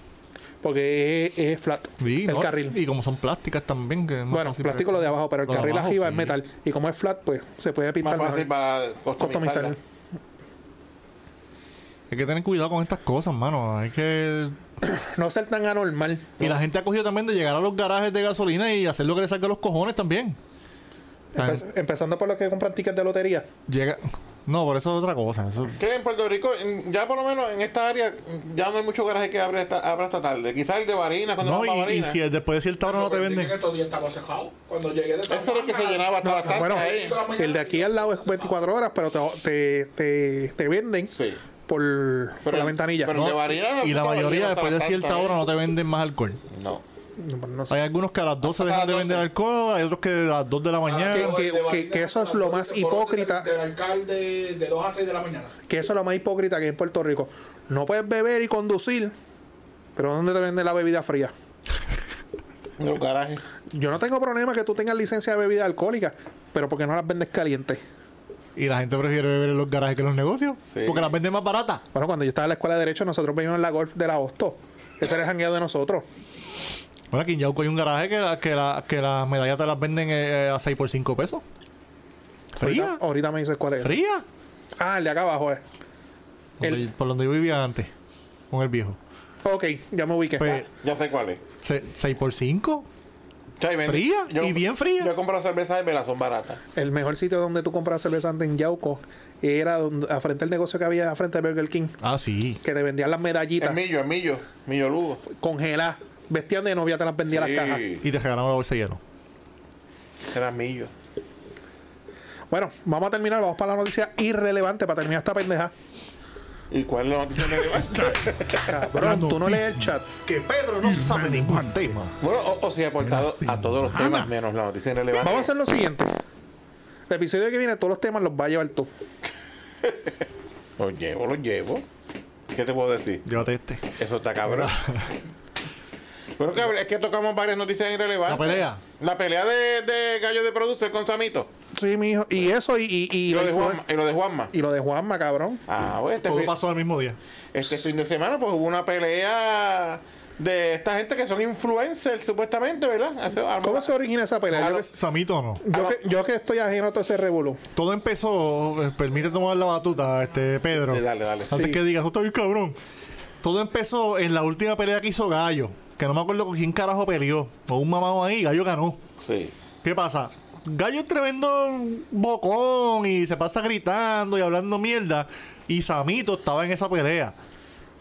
Speaker 1: porque es, es flat.
Speaker 3: Sí,
Speaker 1: el
Speaker 3: ¿no?
Speaker 1: carril.
Speaker 3: Y como son plásticas también. Que es más
Speaker 1: bueno,
Speaker 3: fácil
Speaker 1: plástico lo de abajo, pero el
Speaker 3: Lo de
Speaker 1: carril
Speaker 3: abajo,
Speaker 1: arriba
Speaker 3: sí.
Speaker 1: es metal. Y como es flat, pues se puede
Speaker 2: más
Speaker 1: pintar
Speaker 2: fácil
Speaker 1: mejor.
Speaker 2: para customizarla.
Speaker 1: Customizar.
Speaker 3: Hay que tener cuidado con estas cosas, mano. Hay que.
Speaker 1: No ser tan anormal.
Speaker 3: Y la gente ha cogido también de llegar a los garajes de gasolina y hacer lo que le salga los cojones también. La Ah.
Speaker 1: Empe- empezando por los que compran tickets de lotería.
Speaker 3: Llega. No, por eso es otra cosa. Eso...
Speaker 2: Que en Puerto Rico, en- ya por lo menos en esta área, ya no hay mucho garaje que abra esta, abra esta tarde. Quizás el de Barinas, cuando
Speaker 3: No,
Speaker 2: vamos a
Speaker 3: y, y
Speaker 2: Barinas.
Speaker 3: si el- después de cierta hora no te
Speaker 5: Sorprendí
Speaker 3: venden.
Speaker 5: que estos días estaba cerrado. Cuando llegué de San
Speaker 2: Eso era el que se
Speaker 5: Juan,
Speaker 2: llenaba hasta bastante
Speaker 1: Bueno,
Speaker 2: ahí.
Speaker 1: el de aquí al lado es 24 horas, pero te, te, te, te venden
Speaker 2: Sí.
Speaker 1: por, por la
Speaker 2: el-
Speaker 1: ventanilla.
Speaker 2: pero el
Speaker 1: No,
Speaker 2: de Barinas,
Speaker 3: Y la
Speaker 2: puta,
Speaker 3: mayoría,
Speaker 2: Barinas
Speaker 3: después de
Speaker 2: hasta
Speaker 3: cierta
Speaker 2: bastante
Speaker 3: hora, no
Speaker 2: ahí.
Speaker 3: te venden más alcohol.
Speaker 2: No.
Speaker 1: no sé.
Speaker 3: Hay algunos que a las 12
Speaker 2: Hasta
Speaker 3: dejan de
Speaker 2: las Ah,
Speaker 3: vender
Speaker 2: 12.
Speaker 3: alcohol, hay otros que a las 2 de la
Speaker 5: Ah,
Speaker 3: mañana.
Speaker 1: que- que- que- que eso es lo más hipócrita.
Speaker 5: Del alcalde de 2 a 6 de la mañana.
Speaker 1: Que eso es lo más hipócrita que hay en Puerto Rico. No puedes beber y conducir, pero ¿dónde te venden la bebida fría?
Speaker 2: En los garajes.
Speaker 1: Yo no tengo problema que tú tengas licencia de bebida alcohólica, pero porque no las vendes calientes.
Speaker 3: Y la gente prefiere beber en los garajes que en los negocios.
Speaker 2: Sí.
Speaker 3: Porque las venden más baratas.
Speaker 1: Bueno, cuando yo estaba en la escuela de Derecho, nosotros vivimos en la Golf de la Hosto. Ese era el jangueo de nosotros.
Speaker 3: Bueno, aquí en Yauco hay un garaje que, la- que, la- que las medallas te las venden eh, a 6 por 5 pesos.
Speaker 1: Ahorita,
Speaker 3: Fría.
Speaker 2: oh,
Speaker 1: ahorita me dices cuál es.
Speaker 3: Fría.
Speaker 1: Ah, el de acá abajo es. El-
Speaker 3: Donde- por donde yo vivía antes, con el viejo.
Speaker 1: Ok, ya me ubiqué.
Speaker 3: Pues,
Speaker 2: Ya sé cuál es.
Speaker 3: 6 por 5
Speaker 2: Chay, ven-
Speaker 3: Fría,
Speaker 2: yo-
Speaker 3: y bien fría.
Speaker 2: Yo he comprado cervezas de vela, son baratas.
Speaker 1: El mejor sitio donde tú compras cerveza antes en Yauco era donde, a frente al negocio que había a frente de Burger King,
Speaker 3: Ah, sí.
Speaker 1: que te vendían las
Speaker 2: Es
Speaker 1: medallitas
Speaker 2: millo, es millo. Millo lugo.
Speaker 1: congeladas, vestían de novia, te las vendía las cajas.
Speaker 2: Sí,
Speaker 3: Y te regalaban la bolsa de hielo.
Speaker 2: Era millo.
Speaker 1: Bueno, vamos a terminar, vamos para la noticia irrelevante para terminar esta pendeja.
Speaker 2: ¿Y cuál es la noticia que
Speaker 1: Cabrón, tú no lees el chat.
Speaker 8: Que Pedro no se sabe ningún tema.
Speaker 2: Bueno, o, o si he aportado a todos los temas menos la noticia irrelevante.
Speaker 1: Vamos a hacer lo siguiente. El episodio que viene, todos los temas los va a llevar tú.
Speaker 2: Los llevo, los llevo. ¿Qué te puedo decir?
Speaker 3: Llévate este.
Speaker 2: Eso está cabrón. Pero que, es que tocamos varias noticias irrelevantes.
Speaker 3: La pelea.
Speaker 2: La pelea de, de Gallo de Producer con Samito.
Speaker 1: Sí, mi hijo. Y eso, y, y, y
Speaker 2: Y lo de
Speaker 1: influ-
Speaker 2: Juanma. Y lo de Juanma.
Speaker 1: y lo de Juanma, cabrón.
Speaker 2: Ah, bueno, este,
Speaker 3: Todo
Speaker 2: fin,
Speaker 3: pasó el mismo día.
Speaker 2: este fin de semana pues hubo una pelea de esta gente que son influencers supuestamente, ¿verdad? Eso, arma-
Speaker 1: ¿Cómo se origina esa pelea? Yo que-
Speaker 3: Samito no.
Speaker 1: Yo que, yo que estoy ajeno a todo ese revolú.
Speaker 3: Todo empezó, eh, permite tomar la batuta, este Pedro.
Speaker 2: Sí, dale, dale.
Speaker 3: Antes que digas, "Usted es bien cabrón. Todo empezó en la última pelea que hizo Gallo, que no me acuerdo con quién carajo peleó. O un mamado ahí, Gallo ganó.
Speaker 2: Sí.
Speaker 3: ¿Qué pasa? Gallo es tremendo bocón y se pasa gritando y hablando mierda. Y Samito estaba en esa pelea.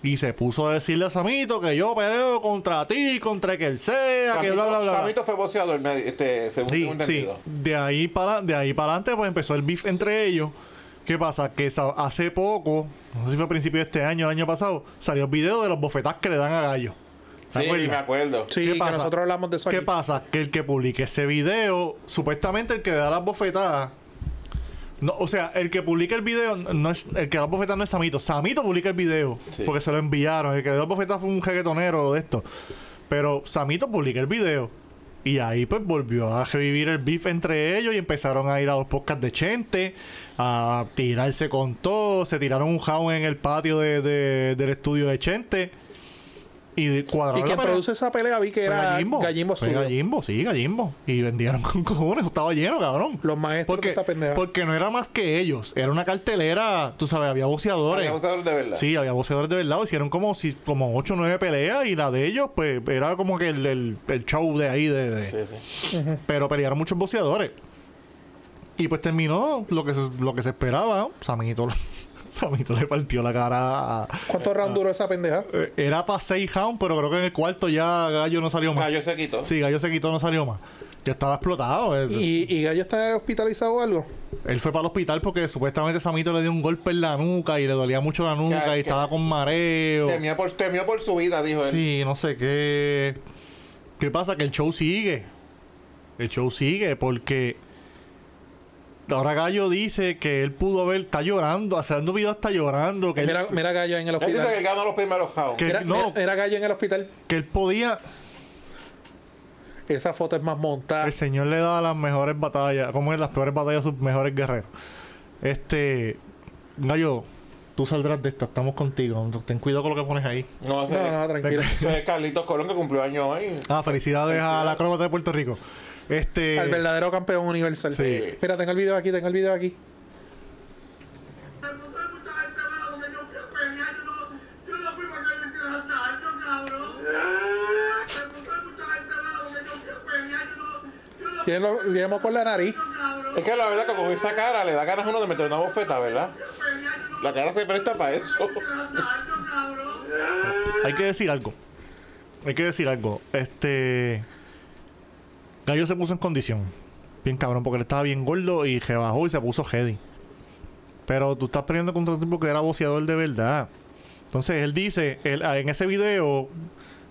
Speaker 3: Y se puso a decirle a Samito que yo peleo contra ti, contra que él sea, Ah, que
Speaker 2: Samito,
Speaker 3: bla, bla, bla. bla.
Speaker 2: Samito fue boceador, me- este, según
Speaker 3: Sí,
Speaker 2: tengo entendido.
Speaker 3: sí. De ahí para, de ahí para adelante, pues empezó el beef entre ellos. ¿Qué pasa? Que sa- hace poco, no sé si fue a principio de este año, el año pasado, salió el video de los bofetadas que le dan a Gallo.
Speaker 2: Sí,
Speaker 3: acuerdas?
Speaker 2: me acuerdo.
Speaker 1: Sí,
Speaker 3: ¿Qué
Speaker 1: que
Speaker 3: pasa?
Speaker 1: nosotros hablamos de eso
Speaker 3: ¿Qué
Speaker 1: aquí.
Speaker 3: pasa? Que el que publique ese video, supuestamente el que da las bofetadas. No, o sea, el que publica el video no es el que da las bofetadas no es Samito. Samito publica el video
Speaker 2: Sí.
Speaker 3: porque se lo enviaron. El que dio las bofetadas fue un reggaetonero de esto. Pero Samito publica el video. Y ahí pues volvió a revivir el beef entre ellos y empezaron a ir a los podcasts de Chente, a tirarse con todo, se tiraron un jaun en el patio de- de- del estudio de Chente y cuadraron
Speaker 1: Y
Speaker 3: la
Speaker 1: quien
Speaker 3: pelea.
Speaker 1: produce esa pelea vi que
Speaker 3: Fue
Speaker 1: era
Speaker 3: Gallimbo.
Speaker 1: Gallimbo
Speaker 3: Fue
Speaker 1: Studio.
Speaker 3: Gallimbo, sí, Gallimbo. Y vendieron con cojones, estaba lleno, cabrón.
Speaker 1: Los maestros de
Speaker 3: porque,
Speaker 1: esta pendeja.
Speaker 3: porque no era más que ellos, era una cartelera, tú sabes, había boceadores.
Speaker 2: Había boxeadores de verdad.
Speaker 3: Sí, había boceadores de verdad, hicieron como si como 8 o 9 peleas y la de ellos pues era como que el, el- el show de ahí de, de-
Speaker 2: Sí, sí.
Speaker 3: pero pelearon muchos boxeadores. Y pues terminó lo que se, lo que se esperaba, Samito Samito le partió la cara a-
Speaker 1: ¿Cuántos rounds duró esa pendeja?
Speaker 3: eh, era para 6 rounds, pero creo que en el cuarto ya Gallo no salió más.
Speaker 2: Gallo se quitó.
Speaker 3: Sí, Gallo se quitó, no salió más. Ya estaba explotado. Él,
Speaker 1: ¿Y, y Gallo está hospitalizado o algo?
Speaker 3: él fue para el hospital porque supuestamente Samito le dio un golpe en la nuca y le dolía mucho la nuca y
Speaker 2: que-
Speaker 3: estaba con mareo.
Speaker 2: Temió por, temió por su vida, dijo él.
Speaker 3: Sí, no sé qué. ¿Qué pasa? Que el show sigue. El show sigue porque. Ahora Gallo dice que él pudo ver, está llorando, haciendo videos está llorando, que él,
Speaker 1: Mira, mira Gallo en el
Speaker 2: Él dice que
Speaker 1: hospital.
Speaker 2: él ganó los primeros rounds.
Speaker 3: que,
Speaker 1: Mira,
Speaker 3: no,
Speaker 1: mira- mira Gallo en el hospital.
Speaker 3: que él podía.
Speaker 1: Esa foto es más montada.
Speaker 3: El Señor le da las mejores batallas, como es las peores batallas a sus mejores guerreros. Este, Gallo, tú saldrás de esta, estamos contigo. Ten cuidado con lo que pones ahí.
Speaker 2: No, sé.
Speaker 1: No, no, tranquilo.
Speaker 2: Eso es Carlitos Colón que cumplió años hoy.
Speaker 3: Ah, felicidades a la acróbata de Puerto Rico. Este,
Speaker 1: Al verdadero campeón universal.
Speaker 3: Sí.
Speaker 1: Mira, tengo el video aquí, tengo el video aquí. Tienen lo- tienen por la nariz.
Speaker 2: Es que la verdad que con esa cara le da ganas a uno de meter una bofeta, ¿verdad? La cara se presta para eso.
Speaker 3: hay que decir algo. Hay que decir algo. Este, Gallo se puso en condición. Bien cabrón, porque él estaba bien gordo y se bajó y se puso heady. Pero tú estás peleando contra un tipo que era boceador de verdad. Entonces él dice, él, ah, en ese video,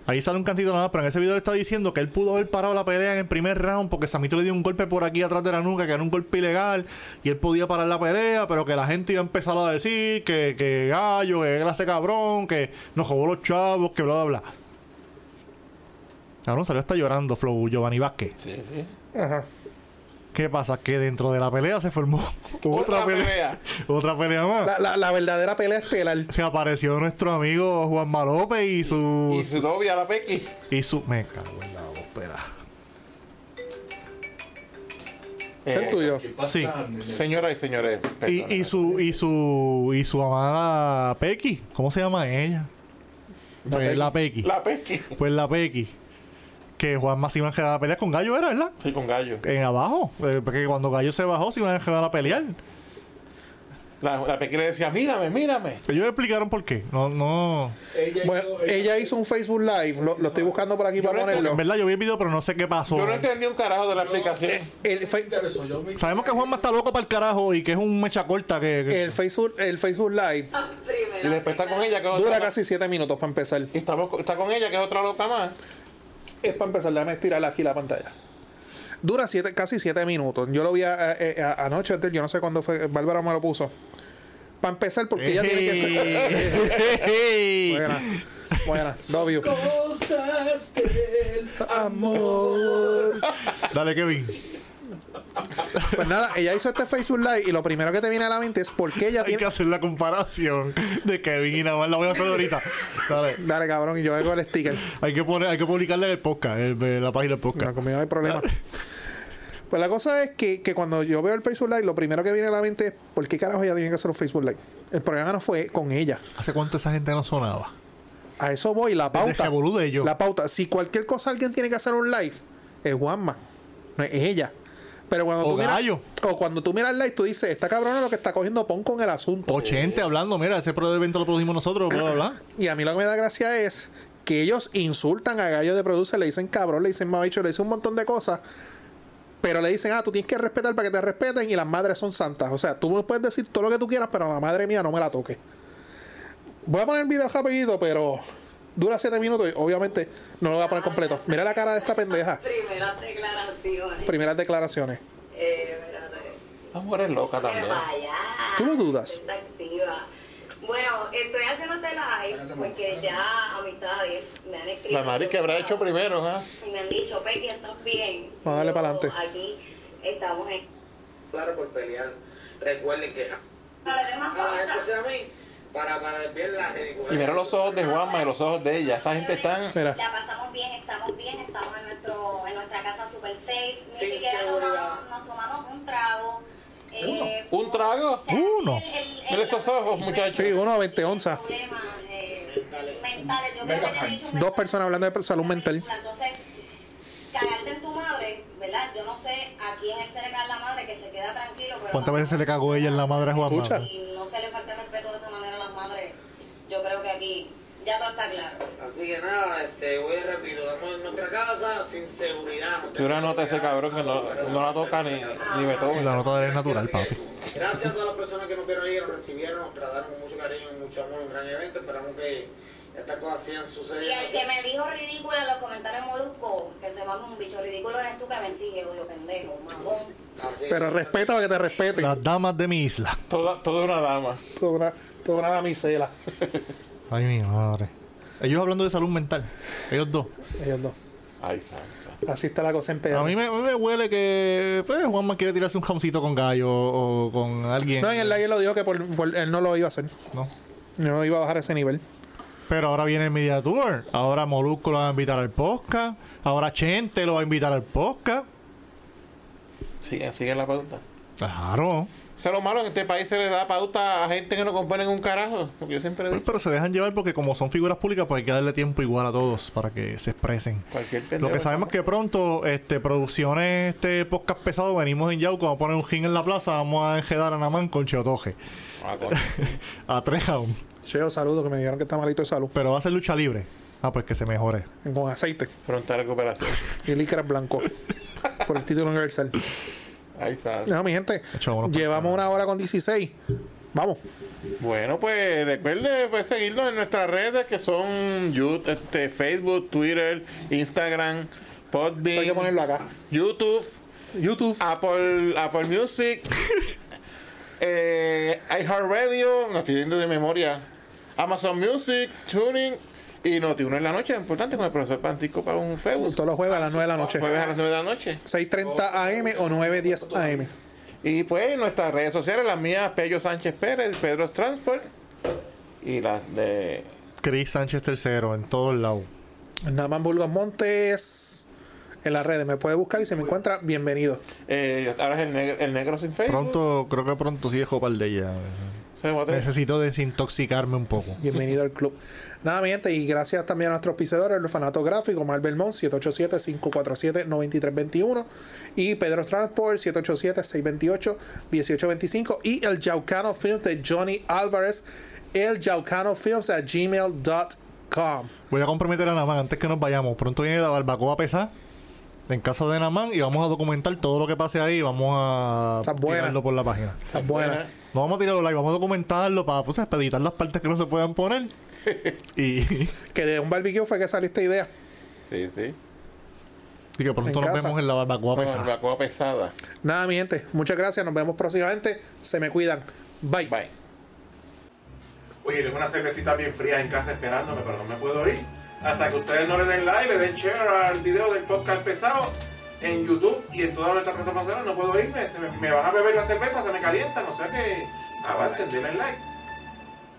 Speaker 3: ahí sale un cantito nada, más, pero en ese video él está diciendo que él pudo haber parado la pelea en el primer round porque Samito le dio un golpe por aquí atrás de la nuca, que era un golpe ilegal, y él podía parar la pelea, pero que la gente iba a empezar a decir que, que gallo, que clase cabrón, que nos jugó los chavos, que bla, bla, bla. Cabrón, salió hasta llorando Flow Giovanni Vázquez.
Speaker 2: Sí, sí.
Speaker 1: Ajá.
Speaker 3: ¿Qué pasa? Que dentro de la pelea se formó otra,
Speaker 2: Otra
Speaker 3: pelea.
Speaker 2: pelea.
Speaker 3: Otra pelea más.
Speaker 1: La, la- la verdadera pelea estelar.
Speaker 3: Que apareció nuestro amigo Juan Malope y su.
Speaker 2: Y su novia, la Pequi.
Speaker 3: Y su. Me cago en la voz, espera.
Speaker 1: Es el tuyo.
Speaker 3: Sí.
Speaker 2: Eh, Señoras y señores.
Speaker 3: Y, y su. Y su. Y su amada Pequi. ¿Cómo se llama ella? Pues la Pequi.
Speaker 2: La Pequi.
Speaker 3: Pues la Pequi. Que Juan se iba a quedar a pelear con Gallo, ¿era, verdad?
Speaker 2: Sí, con gallo.
Speaker 3: En abajo. Eh, porque cuando Gallo se bajó, se iban a quedar a pelear.
Speaker 2: La, la Pequi le decía, mírame, mírame.
Speaker 3: Ellos explicaron por qué. No, no.
Speaker 5: Ella
Speaker 1: Bueno,
Speaker 5: hizo-
Speaker 1: ella hizo un Facebook Live. Lo, lo estoy buscando por aquí para
Speaker 2: no
Speaker 1: ponerlo.
Speaker 3: En verdad, yo vi el video, pero no sé qué pasó.
Speaker 1: Oh.
Speaker 2: Yo no entendí un carajo de la explicación.
Speaker 1: El, fe-
Speaker 5: interesó, yo me-
Speaker 3: Sabemos que Juanma está loco para el carajo y que es un mecha corta que.
Speaker 2: Eh,
Speaker 3: que-
Speaker 1: el Facebook, el Facebook Live
Speaker 2: Y después está con ella, que es otra.
Speaker 1: dura casi 7 minutos para empezar.
Speaker 2: Y estamos con- está con ella, que es otra loca más.
Speaker 1: Es para empezar, déjame estirar aquí la pantalla. Dura siete, casi 7 minutos. Yo lo vi a- a- a- anoche, antes, yo no sé cuándo fue, Bárbara me lo puso. Para empezar, porque ella tiene que ser.
Speaker 3: ser.
Speaker 1: Buena, buena, love you.
Speaker 5: Cosas del amor.
Speaker 3: Dale, Kevin.
Speaker 1: Pues nada, ella hizo este Facebook Live y lo primero que te viene a la mente es por qué ella
Speaker 3: Hay que
Speaker 1: tiene.
Speaker 3: hacer la comparación de Kevin y nada más la voy a hacer ahorita. Dale.
Speaker 1: Dale, cabrón, y yo hago el sticker.
Speaker 3: Hay que poner, hay que publicarla en el podcast, en en la página del
Speaker 1: No,
Speaker 3: podcast.
Speaker 1: conmigo no hay problema. Pues la cosa es que, que cuando yo veo el Facebook Live, lo primero que viene a la mente es por qué carajo ella tiene que hacer un Facebook Live. El programa no fue con ella.
Speaker 3: ¿Hace cuánto esa gente no sonaba?
Speaker 1: A eso voy, la
Speaker 3: Desde
Speaker 1: pauta.
Speaker 3: Revolú de ellos.
Speaker 1: La pauta. Si cualquier cosa alguien tiene que hacer un live, es Juanma, no es ella. Pero cuando
Speaker 3: O
Speaker 1: tú miras,
Speaker 3: Gallo.
Speaker 1: o cuando tú miras el live, tú dices, esta cabrona lo que está cogiendo pon con el
Speaker 3: Oh.
Speaker 1: asunto.
Speaker 3: 80 hablando, mira, ese pro evento lo produjimos nosotros, bla, bla, bla.
Speaker 1: Y a mí lo que me da gracia es que ellos insultan a Gallo de Producer, le dicen cabrón, le dicen mamabicho, le dicen un montón de cosas. Pero le dicen, ah, tú tienes que respetar para que te respeten y las madres son santas. O sea, tú me puedes decir todo lo que tú quieras, pero a la madre mía no me la toques. Voy a poner el video rapidito, pero dura 7 minutos y obviamente no lo voy a poner completo. Mira la cara de esta pendeja.
Speaker 9: Primeras declaraciones.
Speaker 1: Primeras declaraciones.
Speaker 9: Eh, espérate.
Speaker 2: La mujer es loca
Speaker 9: Pero
Speaker 2: también.
Speaker 9: vaya.
Speaker 1: ¿Tú lo dudas?
Speaker 9: Está activa. Bueno, estoy haciéndote live porque ya amistades me han escrito.
Speaker 2: La nariz que habrá hecho primero, ¿ah?
Speaker 9: Y me han dicho, Peggy, estás bien.
Speaker 1: Vamos a darle
Speaker 9: Yo,
Speaker 1: para adelante.
Speaker 9: Aquí estamos en.
Speaker 10: claro por pelear. Recuerden que a
Speaker 9: No le dé más
Speaker 6: Ah,
Speaker 10: la gente
Speaker 9: pautas.
Speaker 10: sea a mí para, para desviar la ridícula.
Speaker 2: Y mira los ojos de Juanma y los ojos de ella. Esa gente está.
Speaker 1: Mira.
Speaker 9: La pasamos bien, estamos bien, estamos en, nuestro, en nuestra casa super safe. Ni
Speaker 10: Sin
Speaker 9: siquiera
Speaker 10: seguridad.
Speaker 9: tomamos, nos tomamos un trago. Eh,
Speaker 2: ¿Un trago?
Speaker 3: Uno.
Speaker 2: Mira esos ojos, muchachos.
Speaker 1: Sí, uno a 20 onzas.
Speaker 9: Problemas eh, mentales. Yo creo que te he dicho
Speaker 1: Dos personas hablando de salud mental.
Speaker 9: Entonces, cagarte en tu madre, ¿verdad? Yo no sé a quién él se le cae la madre, que se queda tranquilo. Pero
Speaker 3: ¿Cuántas veces se le cagó ella en la madre a Juan
Speaker 1: Escucha.
Speaker 3: Manuel?
Speaker 9: Y no se le falta el respeto de esa manera a las madres. Yo creo que aquí ya todo está claro.
Speaker 10: Así que nada, este, voy y repito, estamos en nuestra casa sin seguridad. No
Speaker 2: Tú una nota a ese cabrón que no, no la toca ni, ni Beethoven.
Speaker 3: La nota es natural, papi.
Speaker 10: Gracias a todas las personas que nos vieron ahí, que nos recibieron, nos trataron con mucho cariño y mucho amor, un gran evento. Esperamos que estas cosas sigan
Speaker 9: Y el que
Speaker 10: sucediendo.
Speaker 9: me dijo ridículo en los comentarios molusco, que se manda un bicho ridículo eres tú que me sigue, odio pendejo, mamón.
Speaker 10: Así que-
Speaker 1: Pero respeta para que te respeten.
Speaker 3: Las damas de mi isla.
Speaker 2: Toda, toda una dama.
Speaker 1: Toda una, toda una damisela.
Speaker 3: Ay, mi madre. Ellos hablando de salud mental. Ellos dos.
Speaker 1: Ellos dos.
Speaker 2: Ay, santo.
Speaker 1: Así está la cosa en
Speaker 3: A
Speaker 1: peor.
Speaker 3: mí me, a mí me huele que pues, Juanma quiere tirarse un jamoncito con gallo o con alguien.
Speaker 1: No, en el live él lo dijo que por, por- él no lo iba a hacer.
Speaker 3: No.
Speaker 1: No iba a bajar ese nivel.
Speaker 3: Pero ahora viene el Media Tour. Ahora Molusco lo va a invitar al podcast. Ahora Chente lo va a invitar al podcast.
Speaker 2: Sigue, sigue la pauta.
Speaker 3: Claro.
Speaker 2: Eso es lo malo, en este país se le da pauta a gente que no componen un carajo. Como Yo siempre digo.
Speaker 3: Pero se dejan llevar porque como son figuras públicas, pues hay que darle tiempo igual a todos para que se expresen.
Speaker 2: Cualquier pendejo.
Speaker 3: Lo que sabemos es que pronto, este, producciones, este podcast pesado, venimos en Yauco, vamos a poner un jing en la plaza, vamos a enjedar a Namán con Cheotoje.
Speaker 2: Ah, coño.
Speaker 3: A tres aún.
Speaker 1: Cheo, saludo, que me dijeron que está malito de salud.
Speaker 3: Pero va a ser lucha libre. Ah, pues que se mejore.
Speaker 1: Con aceite
Speaker 2: Pronta recuperación.
Speaker 1: y licra blanco. por el título universal.
Speaker 2: Ahí está.
Speaker 1: No, mi gente.
Speaker 3: Hecho, vámonos para
Speaker 1: Llevamos una hora con 16. Vamos.
Speaker 2: Bueno, pues recuerde pues, seguirnos en nuestras redes que son Yu- este, Facebook, Twitter, Instagram, Podbean.
Speaker 1: Hay que ponerlo acá.
Speaker 2: YouTube,
Speaker 1: YouTube.
Speaker 2: Apple, Apple Music, eh, iHeartRadio, no estoy yendo de memoria, Amazon Music, Tuning y Noti1 en la noche, importante con el profesor Pantico para un Facebook.
Speaker 1: Todos los jueves a las 9 de la noche.
Speaker 2: Jueves a las 9 de la noche.
Speaker 1: 6.30 AM o 9.10 AM.
Speaker 2: Y pues nuestras redes sociales, las mías, Pello Sánchez Pérez, Pedro Transport y las de
Speaker 3: Chris Sánchez tercero en todos lados.
Speaker 1: Naman Burgos Montes. En las redes me puede buscar y si me encuentra, bienvenido.
Speaker 2: Eh, ahora es el, negro, el negro sin Facebook.
Speaker 3: Pronto, creo que pronto sí dejo par de ella.
Speaker 2: Se me va a tener-
Speaker 3: Necesito desintoxicarme un poco.
Speaker 1: Bienvenido al club. Nada, mi gente, y gracias también a nuestros pisadores, el orfanato gráfico, Mar Belmont, 787-547-9321, y Pedro Transport, 787-628-1825, y el Yaucano Films de Johnny Álvarez, el Yaucano Films a gmail.com.
Speaker 3: Voy a comprometer a Namán antes que nos vayamos. Pronto viene la barbacoa pesada en casa de Namán y vamos a documentar todo lo que pase ahí. Vamos a
Speaker 1: Está buena.
Speaker 3: tirarlo por la página.
Speaker 1: Esas buenas.
Speaker 3: No vamos a tirarlo live, vamos a documentarlo para pues, editar las partes que no se puedan poner. y, y
Speaker 1: Que de un barbecue fue que salió esta idea.
Speaker 2: Sí, sí.
Speaker 3: que pronto
Speaker 1: En
Speaker 3: nos
Speaker 1: casa.
Speaker 3: vemos en la barbacoa
Speaker 2: Una
Speaker 3: pesada.
Speaker 2: barbacoa pesada.
Speaker 1: Nada, mi gente, muchas gracias, nos vemos próximamente, se me cuidan. Bye.
Speaker 2: Bye.
Speaker 11: Oye, tengo una cervecita bien fría en casa esperándome, pero no me puedo ir. Hasta que ustedes no le den like, le den share al video del podcast pesado en YouTube y en todas nuestras plataformas. No puedo irme, se me, me van a beber la cerveza, se me calientan, o sea que avancen, denle like.